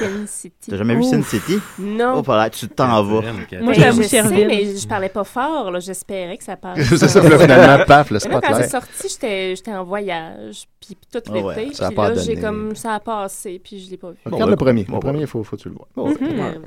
[SPEAKER 10] Sin City.
[SPEAKER 5] T'as jamais vu Sin
[SPEAKER 10] Ouf.
[SPEAKER 5] City?
[SPEAKER 10] Non.
[SPEAKER 5] Oh, voilà, tu t'en vas.
[SPEAKER 10] Ben,
[SPEAKER 12] je l'avoue,
[SPEAKER 10] je sais,
[SPEAKER 12] Serville.
[SPEAKER 10] mais je parlais pas fort. là. J'espérais que ça passe.
[SPEAKER 6] C'est ça, puis là, finalement, paf, le
[SPEAKER 10] Mais non, Quand
[SPEAKER 6] spotlight.
[SPEAKER 10] c'est sorti, j'étais j'étais en voyage, puis puis tout
[SPEAKER 6] Ah
[SPEAKER 10] l'été,
[SPEAKER 6] ouais,
[SPEAKER 10] puis
[SPEAKER 6] ça a pas
[SPEAKER 10] là, j'ai
[SPEAKER 6] donné.
[SPEAKER 10] comme ça a passé, puis je l'ai pas vu.
[SPEAKER 6] Regarde le premier.
[SPEAKER 5] Bon, bah,
[SPEAKER 6] Le premier, il faut, faut que tu le vois.
[SPEAKER 10] Mhm.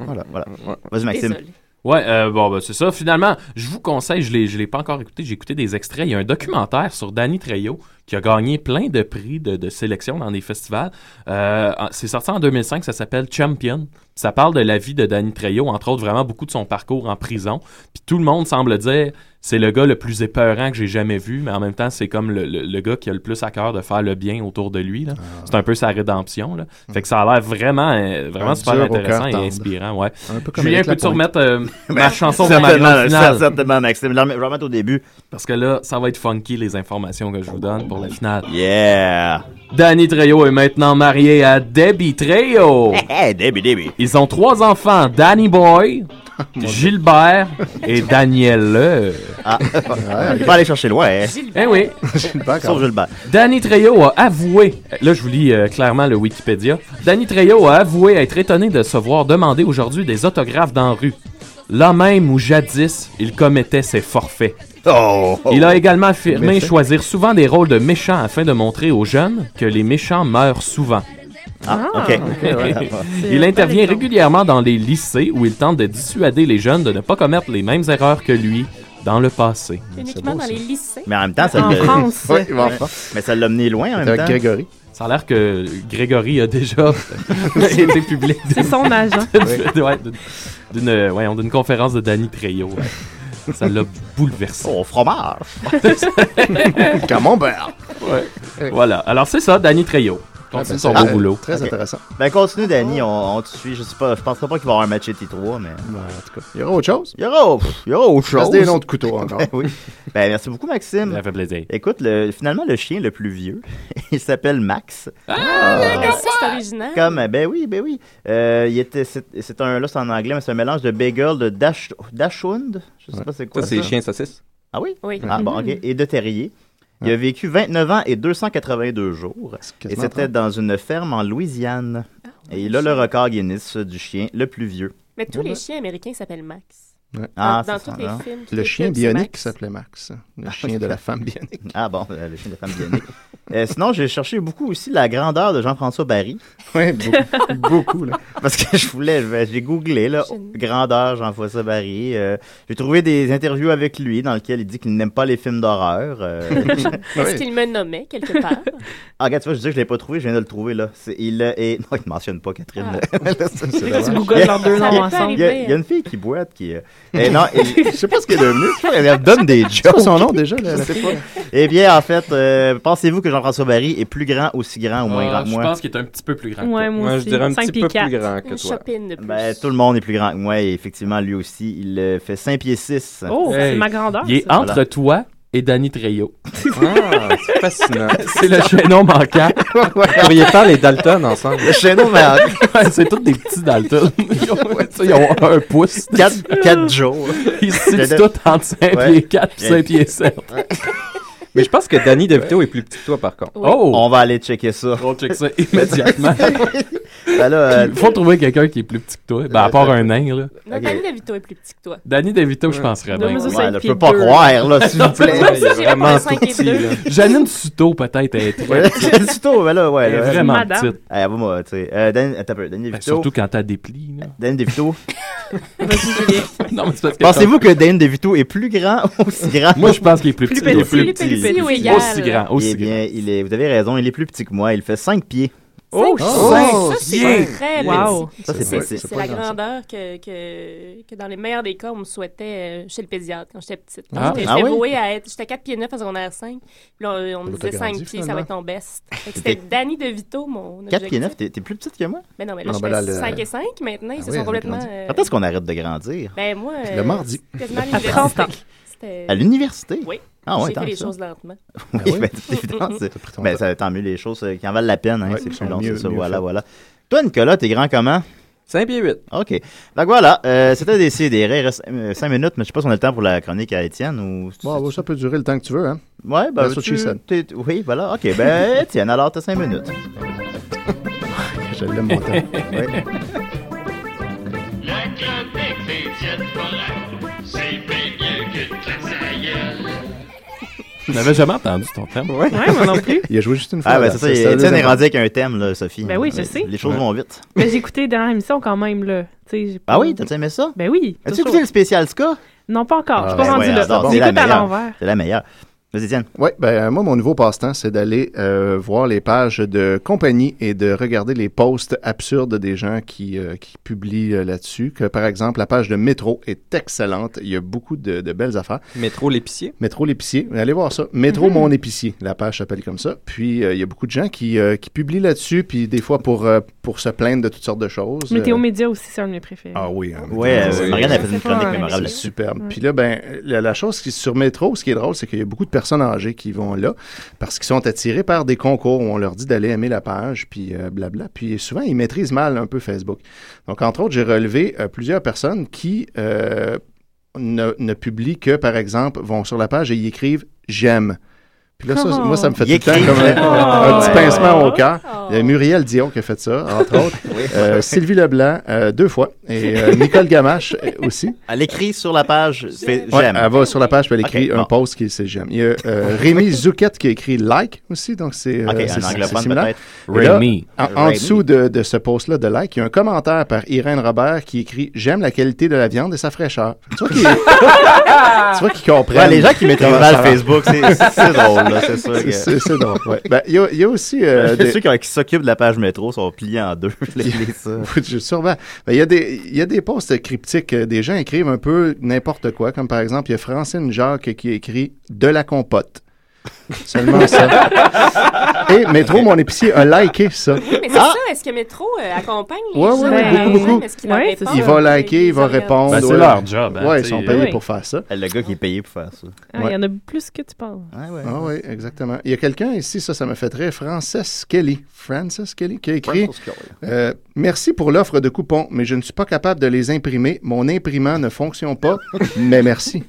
[SPEAKER 5] Voilà, voilà.
[SPEAKER 7] Ouais.
[SPEAKER 5] Vas-y, Maxime.
[SPEAKER 10] Désolée.
[SPEAKER 7] Ouais, euh, bon, ben, c'est ça. Finalement, je vous conseille, je ne l'ai, je l'ai pas encore écouté, j'ai écouté des extraits. Il y a un documentaire sur Danny Trejo qui a gagné plein de prix de, de sélection dans des festivals. Euh, en- c'est sorti en 2005, ça s'appelle Champion. Ça parle de la vie de Danny Trejo, entre autres vraiment beaucoup de son parcours en prison. Puis tout le monde semble dire c'est le gars le plus épeurant que j'ai jamais vu, mais en même temps, c'est comme le, le- le gars qui a le plus à cœur de faire le bien autour de lui. là.
[SPEAKER 5] Ah.
[SPEAKER 7] C'est un peu sa rédemption. Là.
[SPEAKER 5] Hum.
[SPEAKER 7] Fait que ça a l'air vraiment, euh, vraiment
[SPEAKER 8] Un
[SPEAKER 7] super
[SPEAKER 8] dur au cœur
[SPEAKER 7] intéressant et
[SPEAKER 8] tendre.
[SPEAKER 7] inspirant. Ouais.
[SPEAKER 8] Un peu comme
[SPEAKER 7] Julien,
[SPEAKER 8] Éric
[SPEAKER 7] peux-tu
[SPEAKER 8] Lapointe.
[SPEAKER 7] remettre euh, ma
[SPEAKER 5] Ben,
[SPEAKER 7] chanson de
[SPEAKER 5] certainement,
[SPEAKER 7] Marion finale?
[SPEAKER 5] Certainement, Maxime. Je la remets- je la remets au début.
[SPEAKER 7] Parce que là, ça va être funky les informations que je vous donne pour la finale.
[SPEAKER 5] Yeah!
[SPEAKER 7] Danny Trejo est maintenant marié à Debbie Trejo.
[SPEAKER 5] Hey, Debbie, Debbie.
[SPEAKER 7] Ils ont trois enfants, Danny Boy, Gilbert et Danielle.
[SPEAKER 5] Ah, il va aller chercher loin. hein.
[SPEAKER 7] Eh oui.
[SPEAKER 5] Sauf Gilbert.
[SPEAKER 7] Danny Trejo a avoué, là je vous lis euh, clairement le Wikipédia, Danny Trejo a avoué être étonné de se voir demander aujourd'hui des autographes dans la rue. Là même où jadis il commettait ses forfaits.
[SPEAKER 5] Oh!
[SPEAKER 7] Il a également affirmé
[SPEAKER 8] Méfait.
[SPEAKER 7] choisir souvent des rôles de méchants afin de montrer aux jeunes que les méchants meurent souvent.
[SPEAKER 5] Ah, ok.
[SPEAKER 7] il intervient régulièrement dans les lycées où il tente de dissuader les jeunes de ne pas commettre les mêmes erreurs que lui dans le passé.
[SPEAKER 10] Uniquement dans les lycées.
[SPEAKER 5] Mais en même temps, ça
[SPEAKER 10] En
[SPEAKER 5] l'a-
[SPEAKER 10] France.
[SPEAKER 5] Ouais,
[SPEAKER 10] Ouais.
[SPEAKER 5] mais- Mais ça l'a mené loin en même
[SPEAKER 7] avec
[SPEAKER 5] temps.
[SPEAKER 7] Grégory. Ça a l'air que Grégory a déjà été public.
[SPEAKER 12] C'est son hein. agent.
[SPEAKER 7] d'une, ouais, d'une- d'une, euh, voyons, d'une conférence de Danny Trejo. ouais. Ça l'a bouleversé.
[SPEAKER 5] Oh, fromage!
[SPEAKER 6] Camembert!
[SPEAKER 7] Ouais. Voilà. Alors, c'est ça, Danny Trejo.
[SPEAKER 5] Ah,
[SPEAKER 10] Ah,
[SPEAKER 7] Continue son beau boulot.
[SPEAKER 5] Ok. Ben, continue, Danny. On, on te suit. Je sais pas. Je penserais pas qu'il va y avoir un Machete 3, mais. en tout cas.
[SPEAKER 6] Il y aura autre chose.
[SPEAKER 5] Il y aura, pff, il y aura autre
[SPEAKER 6] Il
[SPEAKER 5] chose.
[SPEAKER 6] reste des noms de couteaux encore.
[SPEAKER 5] Ben oui. Ben, merci beaucoup, Maxime.
[SPEAKER 7] Ça fait plaisir.
[SPEAKER 5] Écoute, le- finalement, le chien le plus vieux, il s'appelle Max.
[SPEAKER 10] Ah, ça, c'est original.
[SPEAKER 5] Comme, ben oui, ben oui. Euh, il était, c'est, c'est un, là, c'est en anglais, mais c'est un mélange de bagel, de dash, dashund, je sais pas c'est quoi.
[SPEAKER 8] Ça, c'est les chiens saucisses.
[SPEAKER 5] Ah oui?
[SPEAKER 10] Oui.
[SPEAKER 5] Ah bon,
[SPEAKER 10] Mhm.
[SPEAKER 5] ok. Et de terrier. Il a vécu 29 ans et 282 jours. Et
[SPEAKER 6] quasiment
[SPEAKER 5] c'était dans une ferme en Louisiane.
[SPEAKER 10] Ah,
[SPEAKER 5] Et il a le record Guinness du chien le plus vieux.
[SPEAKER 10] Mais tous les
[SPEAKER 6] Voilà.
[SPEAKER 10] chiens américains s'appellent Max.
[SPEAKER 6] Ouais.
[SPEAKER 5] Ah,
[SPEAKER 10] dans
[SPEAKER 5] c'est
[SPEAKER 10] tous
[SPEAKER 5] ça, Ah,
[SPEAKER 10] les
[SPEAKER 5] hein.
[SPEAKER 10] films. tous
[SPEAKER 6] Le
[SPEAKER 10] les
[SPEAKER 6] chien
[SPEAKER 10] films, c'est
[SPEAKER 6] bionique
[SPEAKER 10] Max.
[SPEAKER 6] s'appelait Max. Le chien de la femme bionique.
[SPEAKER 5] Ah bon, euh, le chien de la femme bionique. Euh, sinon, j'ai cherché beaucoup aussi la grandeur de Jean-François Barry.
[SPEAKER 6] Oui, beaucoup. là.
[SPEAKER 5] Parce que je voulais, je- j'ai googlé, là, grandeur Jean-François Barry. Euh, j'ai trouvé des interviews avec lui dans lesquelles il dit qu'il n'aime pas les films d'horreur. Euh,
[SPEAKER 10] Est-ce qu'il me nommait quelque part?
[SPEAKER 5] Ah, regarde, tu vois, je dis que je l'ai pas trouvé, je viens de le trouver, là. C'est- il euh, est... Non, il ne mentionne pas Catherine.
[SPEAKER 10] Ah.
[SPEAKER 5] C'est
[SPEAKER 10] Tu
[SPEAKER 5] dommage.
[SPEAKER 10] googles
[SPEAKER 5] Il y a-
[SPEAKER 10] leurs deux noms
[SPEAKER 5] il y a-
[SPEAKER 10] ensemble.
[SPEAKER 5] Il y, a, il y a une fille qui boite, qui... euh, eh non, elle- je sais pas ce qu'elle est devenue. Je sais pas, Elle donne des jobs.
[SPEAKER 6] son nom, déjà, là,
[SPEAKER 5] Je
[SPEAKER 6] la
[SPEAKER 5] sais
[SPEAKER 6] fille?
[SPEAKER 5] pas. Eh bien, en fait, euh, pensez-vous que Jean-François Barry est plus grand, aussi grand ou moins
[SPEAKER 7] Ah,
[SPEAKER 5] grand que
[SPEAKER 7] je
[SPEAKER 5] moi?
[SPEAKER 7] pense qu'il est un petit peu plus grand que toi.
[SPEAKER 12] Ouais, moi
[SPEAKER 7] Moi, je
[SPEAKER 12] aussi.
[SPEAKER 7] dirais un
[SPEAKER 12] Cinq
[SPEAKER 7] petit
[SPEAKER 12] pieds
[SPEAKER 7] peu plus
[SPEAKER 12] quatre.
[SPEAKER 7] grand que toi.
[SPEAKER 10] Chopine de plus.
[SPEAKER 5] Ben, tout le monde est plus grand que moi et effectivement, lui aussi, il euh, fait 5 pieds 6.
[SPEAKER 12] Oh, c'est ma grandeur,
[SPEAKER 7] Il est
[SPEAKER 5] ça.
[SPEAKER 7] entre
[SPEAKER 5] Voilà. Ah,
[SPEAKER 7] toi et Danny Trejo.
[SPEAKER 12] Ah.
[SPEAKER 6] Ah,
[SPEAKER 8] c'est fascinant.
[SPEAKER 7] C'est le chaînon manquant.
[SPEAKER 8] Vous pourriez faire les Dalton ensemble.
[SPEAKER 5] Le chaînon manquant.
[SPEAKER 7] Ouais, c'est tous des petits Dalton. Ils ont, ça, ils ont un pouce.
[SPEAKER 5] 4, 4 jours.
[SPEAKER 7] Ils se situent tous entre 5
[SPEAKER 8] Ouais.
[SPEAKER 7] pieds 4 et
[SPEAKER 8] Bien.
[SPEAKER 7] 5 pieds 7.
[SPEAKER 8] Mais je pense que Danny DeVito est plus petit que toi, par contre.
[SPEAKER 7] Oui. Oh!
[SPEAKER 5] On va aller checker ça.
[SPEAKER 7] On check ça immédiatement.
[SPEAKER 5] ben là, euh,
[SPEAKER 7] Il faut trouver quelqu'un qui est plus petit que toi. Ben, à part un nain, là.
[SPEAKER 10] Non, Danny DeVito est plus petit que toi.
[SPEAKER 7] Danny DeVito, je penserais
[SPEAKER 10] Non,
[SPEAKER 7] bien.
[SPEAKER 10] mais ça, Ouais, c'est là,
[SPEAKER 5] je peux pas croire, là, s'il vous plaît.
[SPEAKER 7] Non,
[SPEAKER 5] Il est vraiment
[SPEAKER 7] pas cinq
[SPEAKER 5] tout
[SPEAKER 7] et deux.
[SPEAKER 5] petit, là.
[SPEAKER 7] Janine Suto, peut-être, elle est
[SPEAKER 5] Ouais,
[SPEAKER 7] très
[SPEAKER 5] c'est
[SPEAKER 7] petite.
[SPEAKER 5] du tout, mais là, ouais.
[SPEAKER 7] Elle est
[SPEAKER 5] là,
[SPEAKER 7] vraiment Madame. petite.
[SPEAKER 5] Eh, moi, tu sais. Euh, Dan, attends un peu, Danny
[SPEAKER 7] Ben,
[SPEAKER 5] DeVito.
[SPEAKER 7] surtout quand t'as des plis.
[SPEAKER 5] Danny DeVito.
[SPEAKER 7] Non, mais c'est parce que-
[SPEAKER 5] Pensez-vous que Danny DeVito est plus grand ou aussi grand?
[SPEAKER 7] Moi, je pense qu'il est plus Plus petit que toi.
[SPEAKER 5] est
[SPEAKER 7] petit, plus petit, ou égal. Aussi grand, aussi
[SPEAKER 5] eh bien, Il est, vous avez raison, il est plus petit que moi. Il fait 5 pieds.
[SPEAKER 10] Oh,
[SPEAKER 5] Cinq
[SPEAKER 10] ça, c'est
[SPEAKER 5] pieds.
[SPEAKER 10] très
[SPEAKER 5] Wow.
[SPEAKER 10] petit.
[SPEAKER 5] Ça, c'est
[SPEAKER 10] C'est-
[SPEAKER 5] petit.
[SPEAKER 10] C'est la grandeur que, que, que dans les meilleurs des cas, on me souhaitait euh, chez le pédiatre quand j'étais petite. Quand
[SPEAKER 5] Ah.
[SPEAKER 10] J'étais
[SPEAKER 5] Ah
[SPEAKER 10] j'étais
[SPEAKER 5] oui?
[SPEAKER 10] vouée à être. J'étais 4 pieds 9 en secondaire 5. Puis là, on, on me
[SPEAKER 5] Là, t'as
[SPEAKER 10] disait 5
[SPEAKER 5] grandi,
[SPEAKER 10] pieds, ça va
[SPEAKER 5] finalement.
[SPEAKER 10] être ton best. Fait que C'était
[SPEAKER 5] T'es-
[SPEAKER 10] Danny DeVito, mon.
[SPEAKER 5] 4 pieds
[SPEAKER 10] objectif.
[SPEAKER 5] 9, t'es t'es plus petite que moi?
[SPEAKER 10] Mais non, mais là,
[SPEAKER 5] Ah,
[SPEAKER 10] je
[SPEAKER 5] ben là,
[SPEAKER 10] fais
[SPEAKER 5] le-
[SPEAKER 10] 5 et 5 maintenant. Ils se
[SPEAKER 5] Ah oui,
[SPEAKER 10] sont
[SPEAKER 5] elle a
[SPEAKER 10] complètement.
[SPEAKER 5] grandi.
[SPEAKER 10] euh,
[SPEAKER 5] Quand est-ce qu'on arrête de grandir?
[SPEAKER 10] Ben, moi. euh,
[SPEAKER 5] Le mardi.
[SPEAKER 10] quasiment à
[SPEAKER 5] À 30 ans.
[SPEAKER 10] l'université. C'était-
[SPEAKER 5] À l'université?
[SPEAKER 10] Oui.
[SPEAKER 5] Ah ouais,
[SPEAKER 10] J'ai
[SPEAKER 5] tant
[SPEAKER 10] fait les
[SPEAKER 5] ça.
[SPEAKER 10] choses lentement. Ah
[SPEAKER 5] Oui, ben, c'est évident.
[SPEAKER 10] Mm, mm,
[SPEAKER 5] c'est-
[SPEAKER 10] mm.
[SPEAKER 5] ben, ça, tant mieux les choses euh, qui en valent la peine. Hein,
[SPEAKER 8] Ouais,
[SPEAKER 5] c'est
[SPEAKER 8] ils
[SPEAKER 5] plus
[SPEAKER 8] sont
[SPEAKER 5] long,
[SPEAKER 8] mieux-
[SPEAKER 5] c'est ça.
[SPEAKER 8] mieux
[SPEAKER 5] Voilà,
[SPEAKER 8] faits.
[SPEAKER 5] voilà. Toi, Nicolas, t'es grand comment?
[SPEAKER 8] 5 pieds 8.
[SPEAKER 5] OK. Donc voilà, euh, c'était des CDR. Il reste 5 minutes, mais je sais pas si on a le temps pour la chronique à Étienne ou.
[SPEAKER 6] Bon, bah, ça peut durer le temps que tu veux, hein?
[SPEAKER 5] Ouais, ben.
[SPEAKER 6] That's what
[SPEAKER 5] tu-
[SPEAKER 6] she said.
[SPEAKER 5] t'es- Oui, voilà. OK, ben, Étienne, alors, t'as 5 minutes.
[SPEAKER 6] Je l'aime mon temps.
[SPEAKER 5] Ouais.
[SPEAKER 11] La chronique des Étienne Forêt, c'est bien mieux que de la gueule.
[SPEAKER 7] Je n'avais jamais entendu ton terme.
[SPEAKER 6] Ouais.
[SPEAKER 12] Ouais, moi non plus.
[SPEAKER 6] Il a joué juste une fois.
[SPEAKER 5] Ah, ben,
[SPEAKER 6] là.
[SPEAKER 5] c'est ça.
[SPEAKER 6] C'est ça,
[SPEAKER 5] Étienne
[SPEAKER 6] les
[SPEAKER 5] est
[SPEAKER 6] enfants.
[SPEAKER 5] rendu avec un thème, là, Sophie.
[SPEAKER 12] Ben oui, je
[SPEAKER 5] Mais
[SPEAKER 12] sais.
[SPEAKER 5] Les choses
[SPEAKER 6] Ouais.
[SPEAKER 5] vont vite.
[SPEAKER 12] Mais j'ai écouté dans l'émission quand même, là. Tu sais, j'ai pas-
[SPEAKER 5] Ah oui, t'as aimé ça?
[SPEAKER 12] Ben oui.
[SPEAKER 5] As-tu
[SPEAKER 12] toujours.
[SPEAKER 5] écouté le spécial Ska?
[SPEAKER 12] Non, pas encore. je suis
[SPEAKER 5] Ah,
[SPEAKER 12] pas
[SPEAKER 5] ben
[SPEAKER 12] rendu
[SPEAKER 5] ouais,
[SPEAKER 12] là.
[SPEAKER 5] adore,
[SPEAKER 12] Je
[SPEAKER 5] c'est la
[SPEAKER 12] l'écoute à
[SPEAKER 5] meilleure.
[SPEAKER 12] l'envers.
[SPEAKER 5] C'est la meilleure. Vas-y, Étienne.
[SPEAKER 6] Oui, ben moi, mon nouveau passe-temps, c'est d'aller euh, voir les pages de compagnie et de regarder les posts absurdes des gens qui, euh, qui publient euh, là-dessus. Que par exemple, la page de Métro est excellente. Il y a beaucoup de, de belles affaires.
[SPEAKER 8] Métro l'épicier.
[SPEAKER 6] Métro l'épicier. Allez voir ça. Métro
[SPEAKER 8] Mhm.
[SPEAKER 6] mon épicier. La page s'appelle comme ça. Puis euh, il y a beaucoup de gens qui, euh, qui publient là-dessus, puis des fois pour, euh, pour se plaindre de toutes sortes de choses.
[SPEAKER 12] Météo
[SPEAKER 6] Euh,
[SPEAKER 12] Média aussi, c'est un de mes préférés.
[SPEAKER 6] ah oui, hein,
[SPEAKER 5] Ouais,
[SPEAKER 6] Météo,
[SPEAKER 5] euh,
[SPEAKER 6] c'est-
[SPEAKER 5] Marianne a fait une C'est chronique pas un mémorable
[SPEAKER 6] C'est
[SPEAKER 5] là-dessus.
[SPEAKER 6] Superbe.
[SPEAKER 12] Ouais.
[SPEAKER 6] Puis là, ben, la, la chose qui, sur Métro, ce qui est drôle, c'est qu'il y a beaucoup de personnes âgées qui vont là parce qu'ils sont attirés par des concours où on leur dit d'aller aimer la page, puis euh, blabla. Puis souvent, ils maîtrisent mal un peu Facebook. Donc, entre autres, j'ai relevé euh, plusieurs personnes qui euh, ne, ne publient que, par exemple, vont sur la page et y écrivent « j'aime ». Puis là, ça,
[SPEAKER 17] Oh.
[SPEAKER 6] moi, ça me fait
[SPEAKER 17] Ils
[SPEAKER 6] tout le temps
[SPEAKER 17] écrivent
[SPEAKER 6] comme un,
[SPEAKER 17] j'aime.
[SPEAKER 6] un petit
[SPEAKER 17] Oh.
[SPEAKER 6] pincement au cœur. Il y a Muriel Dion qui a fait ça, entre autres.
[SPEAKER 5] Oui.
[SPEAKER 6] Euh, Sylvie Leblanc, euh, deux fois. Et euh, Nicole Gamache euh, aussi.
[SPEAKER 5] Elle écrit sur la page fait-
[SPEAKER 6] Ouais,
[SPEAKER 5] J'aime.
[SPEAKER 6] elle va sur la page, puis elle écrit
[SPEAKER 5] Ok,
[SPEAKER 6] un
[SPEAKER 5] bon.
[SPEAKER 6] post qui c'est j'aime. Il y a euh, Rémi Zuquette qui a écrit like aussi, donc c'est euh,
[SPEAKER 5] Ok, un
[SPEAKER 6] c'est-
[SPEAKER 5] anglophone
[SPEAKER 6] c'est similaire.
[SPEAKER 5] peut-être.
[SPEAKER 6] Et là,
[SPEAKER 7] Rémi.
[SPEAKER 6] En, en
[SPEAKER 7] Rémi.
[SPEAKER 6] dessous de, de ce post-là de like, il y a un commentaire par Irène Robert qui écrit J'aime la qualité de la viande et sa fraîcheur. Tu vois qu'ils tu vois qu'ils comprennent.
[SPEAKER 5] Ouais, les gens qui maîtrisent
[SPEAKER 6] mettent
[SPEAKER 5] mal Facebook, c'est- c'est drôle, là, c'est sûr que-
[SPEAKER 6] C'est c'est drôle, ouais. Ben, Il y, a- il y a aussi. euh, des-
[SPEAKER 5] Ceux qui, qui s'occupent de la page métro sont pliés en deux. Je l'ai mis ça.
[SPEAKER 6] Oui, je- sûrement. Ben, Il y, a des- il y a des posts cryptiques. euh, Des gens écrivent un peu n'importe quoi. Comme par exemple, il y a Francine Jacques qui écrit De la compote. Seulement ça. Et Métro, mon épicier, a liké ça. Ah!
[SPEAKER 10] Mais c'est
[SPEAKER 5] Ah!
[SPEAKER 10] ça, est-ce que Métro euh, accompagne les
[SPEAKER 6] Ouais,
[SPEAKER 10] gens
[SPEAKER 6] ouais,
[SPEAKER 10] à la
[SPEAKER 6] beaucoup,
[SPEAKER 10] maison?
[SPEAKER 6] beaucoup.
[SPEAKER 10] Est-ce qu'il en
[SPEAKER 6] Ouais,
[SPEAKER 10] répond?
[SPEAKER 6] c'est Il ça. va liker, il va répondre.
[SPEAKER 5] Ben,
[SPEAKER 6] ouais. Ouais, ils
[SPEAKER 5] tu
[SPEAKER 6] sont
[SPEAKER 5] sais.
[SPEAKER 6] payés pour faire ça.
[SPEAKER 5] Le gars qui est payé pour faire ça.
[SPEAKER 12] Ah, Il y en a plus que tu penses.
[SPEAKER 6] Ah oui, exactement. Il y a quelqu'un ici, ça, ça me fait très, Frances Kelly. Frances Kelly, qui a écrit
[SPEAKER 5] Frances Kelly.
[SPEAKER 6] euh, Merci pour l'offre de coupons, mais je ne suis pas capable de les imprimer. Mon imprimant ne fonctionne pas, mais merci.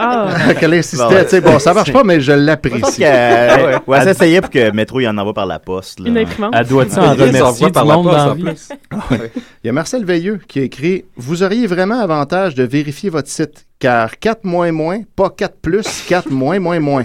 [SPEAKER 6] Oh,
[SPEAKER 12] Ah.
[SPEAKER 6] Qu'elle
[SPEAKER 5] Bon,
[SPEAKER 6] insistait,
[SPEAKER 5] ouais.
[SPEAKER 6] tu sais, bon, ça marche pas, mais je
[SPEAKER 5] Je pense
[SPEAKER 6] l'apprécie.
[SPEAKER 5] qu'elle euh, ouais, ouais, elle s'essayait pour que Métro il en envoie par la poste. Là.
[SPEAKER 6] Une imprimante.
[SPEAKER 7] Elle doit-tu
[SPEAKER 5] Ouais.
[SPEAKER 7] en
[SPEAKER 5] Il les envoie
[SPEAKER 7] remercier tout
[SPEAKER 5] par
[SPEAKER 7] le
[SPEAKER 5] la
[SPEAKER 7] monde
[SPEAKER 5] poste,
[SPEAKER 7] dans
[SPEAKER 5] en
[SPEAKER 7] la vie?
[SPEAKER 5] plus. Ah
[SPEAKER 6] Il y a Marcel Veilleux qui a écrit Vous auriez vraiment avantage de vérifier votre site, car 4 moins moins, pas 4 plus, 4 moins moins moins.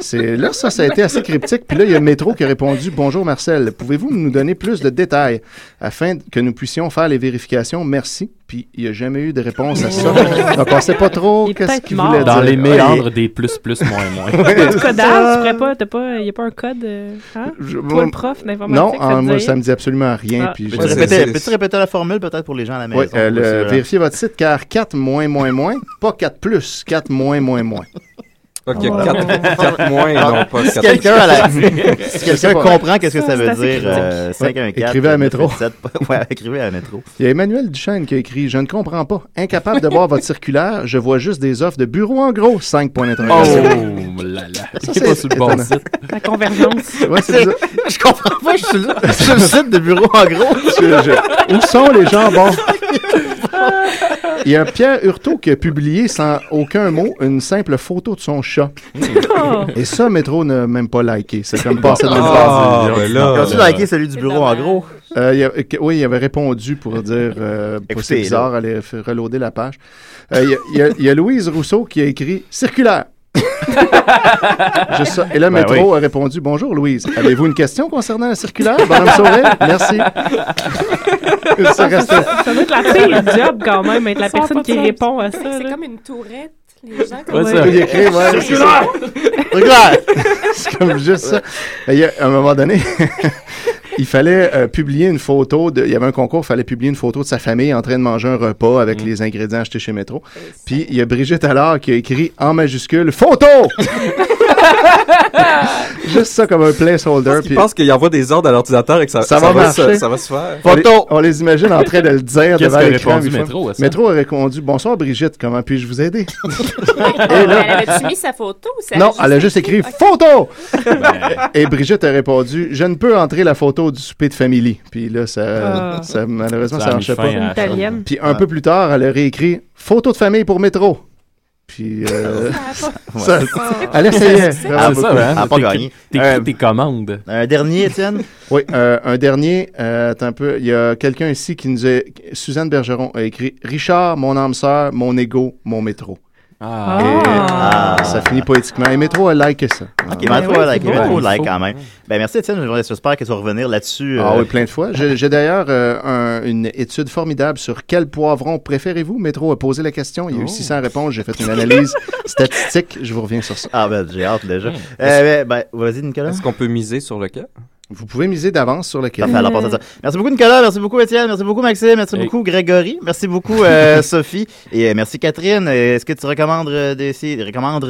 [SPEAKER 6] C'est là ça ça a été assez cryptique. Puis là il y a Métro qui a répondu bonjour Marcel, pouvez-vous nous donner plus de détails afin que nous puissions faire les vérifications Merci. Puis il n'y a jamais eu de réponse à ça. Donc on sait pas trop qu'est-ce qu'il voulait dire.
[SPEAKER 7] Dans les méandres
[SPEAKER 6] Ouais.
[SPEAKER 7] des plus, plus, moins, moins.
[SPEAKER 6] Ouais,
[SPEAKER 12] Pas de
[SPEAKER 6] c'est
[SPEAKER 12] codage,
[SPEAKER 6] ça.
[SPEAKER 12] tu pourrais pas, t'as pas, il n'y a pas un code, euh, hein? Toi,
[SPEAKER 6] moi-
[SPEAKER 12] le prof
[SPEAKER 6] Non,
[SPEAKER 12] d'informatique, ça
[SPEAKER 6] hein,
[SPEAKER 12] te
[SPEAKER 6] moi
[SPEAKER 12] dit-
[SPEAKER 6] ça me dit absolument rien.
[SPEAKER 12] Ah.
[SPEAKER 6] Puis
[SPEAKER 5] Peux-tu
[SPEAKER 6] je-
[SPEAKER 5] répéter, peux-tu répéter la formule peut-être pour les gens à la maison?
[SPEAKER 6] Oui, euh, le-
[SPEAKER 5] Parce que-
[SPEAKER 6] vérifiez votre site car 4 moins moins moins, pas 4 plus, 4 moins moins moins.
[SPEAKER 5] Ah
[SPEAKER 6] Ah,
[SPEAKER 8] Ok, Ah, Voilà. quatre- quatre moins et non pas
[SPEAKER 5] Si
[SPEAKER 8] quatre
[SPEAKER 5] quelqu'un
[SPEAKER 8] plus.
[SPEAKER 5] à la- si
[SPEAKER 8] C'est
[SPEAKER 5] quelqu'un
[SPEAKER 8] pas-
[SPEAKER 5] comprend qu'est-ce que ça
[SPEAKER 8] c'est
[SPEAKER 5] veut
[SPEAKER 8] assez
[SPEAKER 5] dire,
[SPEAKER 8] critique.
[SPEAKER 5] euh,
[SPEAKER 6] Ouais,
[SPEAKER 5] 514.
[SPEAKER 6] écrivez à Métro.
[SPEAKER 5] 7, ouais, écrivez à Métro.
[SPEAKER 6] Il y a Emmanuel Duchesne qui a écrit Je ne comprends pas. Incapable de voir votre circulaire, je vois juste des offres de bureau en gros. 5 points d'interrogation.
[SPEAKER 7] Oh là là.
[SPEAKER 6] Ça,
[SPEAKER 7] Il est
[SPEAKER 6] c'est
[SPEAKER 7] pas sur le bon
[SPEAKER 6] étonnant.
[SPEAKER 7] site.
[SPEAKER 12] La convergence.
[SPEAKER 6] Ouais, c'est ça.
[SPEAKER 5] Je comprends pas, je suis là. sur le site de bureau en gros.
[SPEAKER 6] Je- je- Où sont les jambons? Il y a Pierre Hurtaud qui a publié sans aucun mot une simple photo de son chat.
[SPEAKER 5] Oh.
[SPEAKER 6] Et ça, Métro n'a même pas liké. C'est comme passé dans le
[SPEAKER 5] Ah,
[SPEAKER 6] passé.
[SPEAKER 5] ben là, As-tu là. liké celui du C'est bureau, en dommage. gros?
[SPEAKER 6] Euh, il y a- que- oui, il avait répondu pour dire euh, pour- c'est
[SPEAKER 5] Écoutez,
[SPEAKER 6] bizarre, aller f- reloader la page. Euh, il, y a, il y a- il y a Louise Rousseau qui a écrit Circulaire. Juste ça. Et là,
[SPEAKER 5] Ben
[SPEAKER 6] Métro
[SPEAKER 5] oui.
[SPEAKER 6] a répondu Bonjour Louise, avez-vous une question concernant la circulaire Bonhomme sourire, merci. ça restait.
[SPEAKER 12] Ça doit être la pire job quand même, être la
[SPEAKER 10] Ça a pas
[SPEAKER 12] personne
[SPEAKER 10] de
[SPEAKER 12] qui
[SPEAKER 10] sens.
[SPEAKER 12] répond à ça.
[SPEAKER 10] C'est
[SPEAKER 12] là.
[SPEAKER 10] comme une tourette. Les gens
[SPEAKER 6] Ouais,
[SPEAKER 10] comme
[SPEAKER 6] ça. Il écrit, ouais, c'est ça. Circulaire! c'est comme juste ça. Et il y a- à un moment donné, il fallait euh, publier une photo. De, il y avait un concours, il fallait publier une photo de sa famille en train de manger un repas
[SPEAKER 8] Mm.
[SPEAKER 6] avec les ingrédients achetés chez Métro. Puis il y a Brigitte Allard qui a écrit en majuscule Photo! Juste ça comme un placeholder.
[SPEAKER 8] Je
[SPEAKER 6] Puis
[SPEAKER 8] pense qu'il envoie des ordres à l'ordinateur et que ça,
[SPEAKER 6] ça, va
[SPEAKER 8] se-
[SPEAKER 6] marcher.
[SPEAKER 8] ça va se faire.
[SPEAKER 6] On les- On, les imagine en train de le dire
[SPEAKER 8] Qu'est-ce
[SPEAKER 6] devant
[SPEAKER 8] qu'a
[SPEAKER 6] l'écran.
[SPEAKER 8] répondu
[SPEAKER 6] mille fois.
[SPEAKER 8] Métro à ça?
[SPEAKER 6] Métro a répondu Bonsoir Brigitte, comment puis-je vous aider
[SPEAKER 10] Elle avait-tu mis sa photo? ou ça
[SPEAKER 6] Non, elle a juste écrit photo.
[SPEAKER 10] Ben.
[SPEAKER 6] Et Brigitte a répondu Je ne peux entrer la photo du souper de famille. Puis là, ça,
[SPEAKER 12] Ah.
[SPEAKER 6] ça- malheureusement,
[SPEAKER 12] Ça
[SPEAKER 6] ça,
[SPEAKER 12] a mis
[SPEAKER 6] marchait
[SPEAKER 12] fin
[SPEAKER 6] pas.
[SPEAKER 12] à la Italienne. chose.
[SPEAKER 6] Puis un
[SPEAKER 12] Ouais.
[SPEAKER 6] peu plus tard, elle a réécrit photo de famille pour métro. Puis euh,
[SPEAKER 5] Ça a
[SPEAKER 6] ça-
[SPEAKER 5] pas-
[SPEAKER 6] elle essayait.
[SPEAKER 5] C'est
[SPEAKER 6] vraiment
[SPEAKER 5] ça,
[SPEAKER 6] beaucoup.
[SPEAKER 5] hein? Elle a pas T'écris- gagné. t'écris Euh,
[SPEAKER 6] tes commandes.
[SPEAKER 5] Un dernier, Étienne
[SPEAKER 6] Oui, euh, un dernier. euh, attends un peu. Il y a quelqu'un ici qui nous a. Suzanne Bergeron a écrit Richard, mon âme sœur, mon ego, mon métro.
[SPEAKER 5] Ah.
[SPEAKER 6] Et,
[SPEAKER 5] Ah.
[SPEAKER 6] Ça finit poétiquement. Et Métro a liké ça. Ah,
[SPEAKER 5] Ok, mais trop like,
[SPEAKER 6] ben c'est
[SPEAKER 5] trop
[SPEAKER 6] bon.
[SPEAKER 5] like quand même. Ben merci Étienne, j'espère que tu vas revenir là-dessus.
[SPEAKER 6] Ah
[SPEAKER 5] euh,
[SPEAKER 6] oui, plein de fois. J'ai j'ai d'ailleurs euh, un- une étude formidable sur quel poivron préférez-vous. Métro a posé la question. Il
[SPEAKER 8] Oh.
[SPEAKER 6] y a eu 600 réponses. J'ai fait une analyse statistique. Je vous reviens sur ça.
[SPEAKER 5] Ah ben, j'ai hâte déjà.
[SPEAKER 6] Euh, ben, Vas-y, Nicolas.
[SPEAKER 8] Hmm. Est-ce qu'on peut miser sur le cas?
[SPEAKER 6] Vous pouvez miser d'avance sur le cas.
[SPEAKER 5] Parfait, alors passez ça. Merci beaucoup Nicolas, merci beaucoup Étienne, merci beaucoup Maxime, merci
[SPEAKER 6] Hey.
[SPEAKER 5] beaucoup Grégory, merci beaucoup euh, Sophie et euh, merci Catherine. Euh, Est-ce que tu recommandes euh, des si- recommandes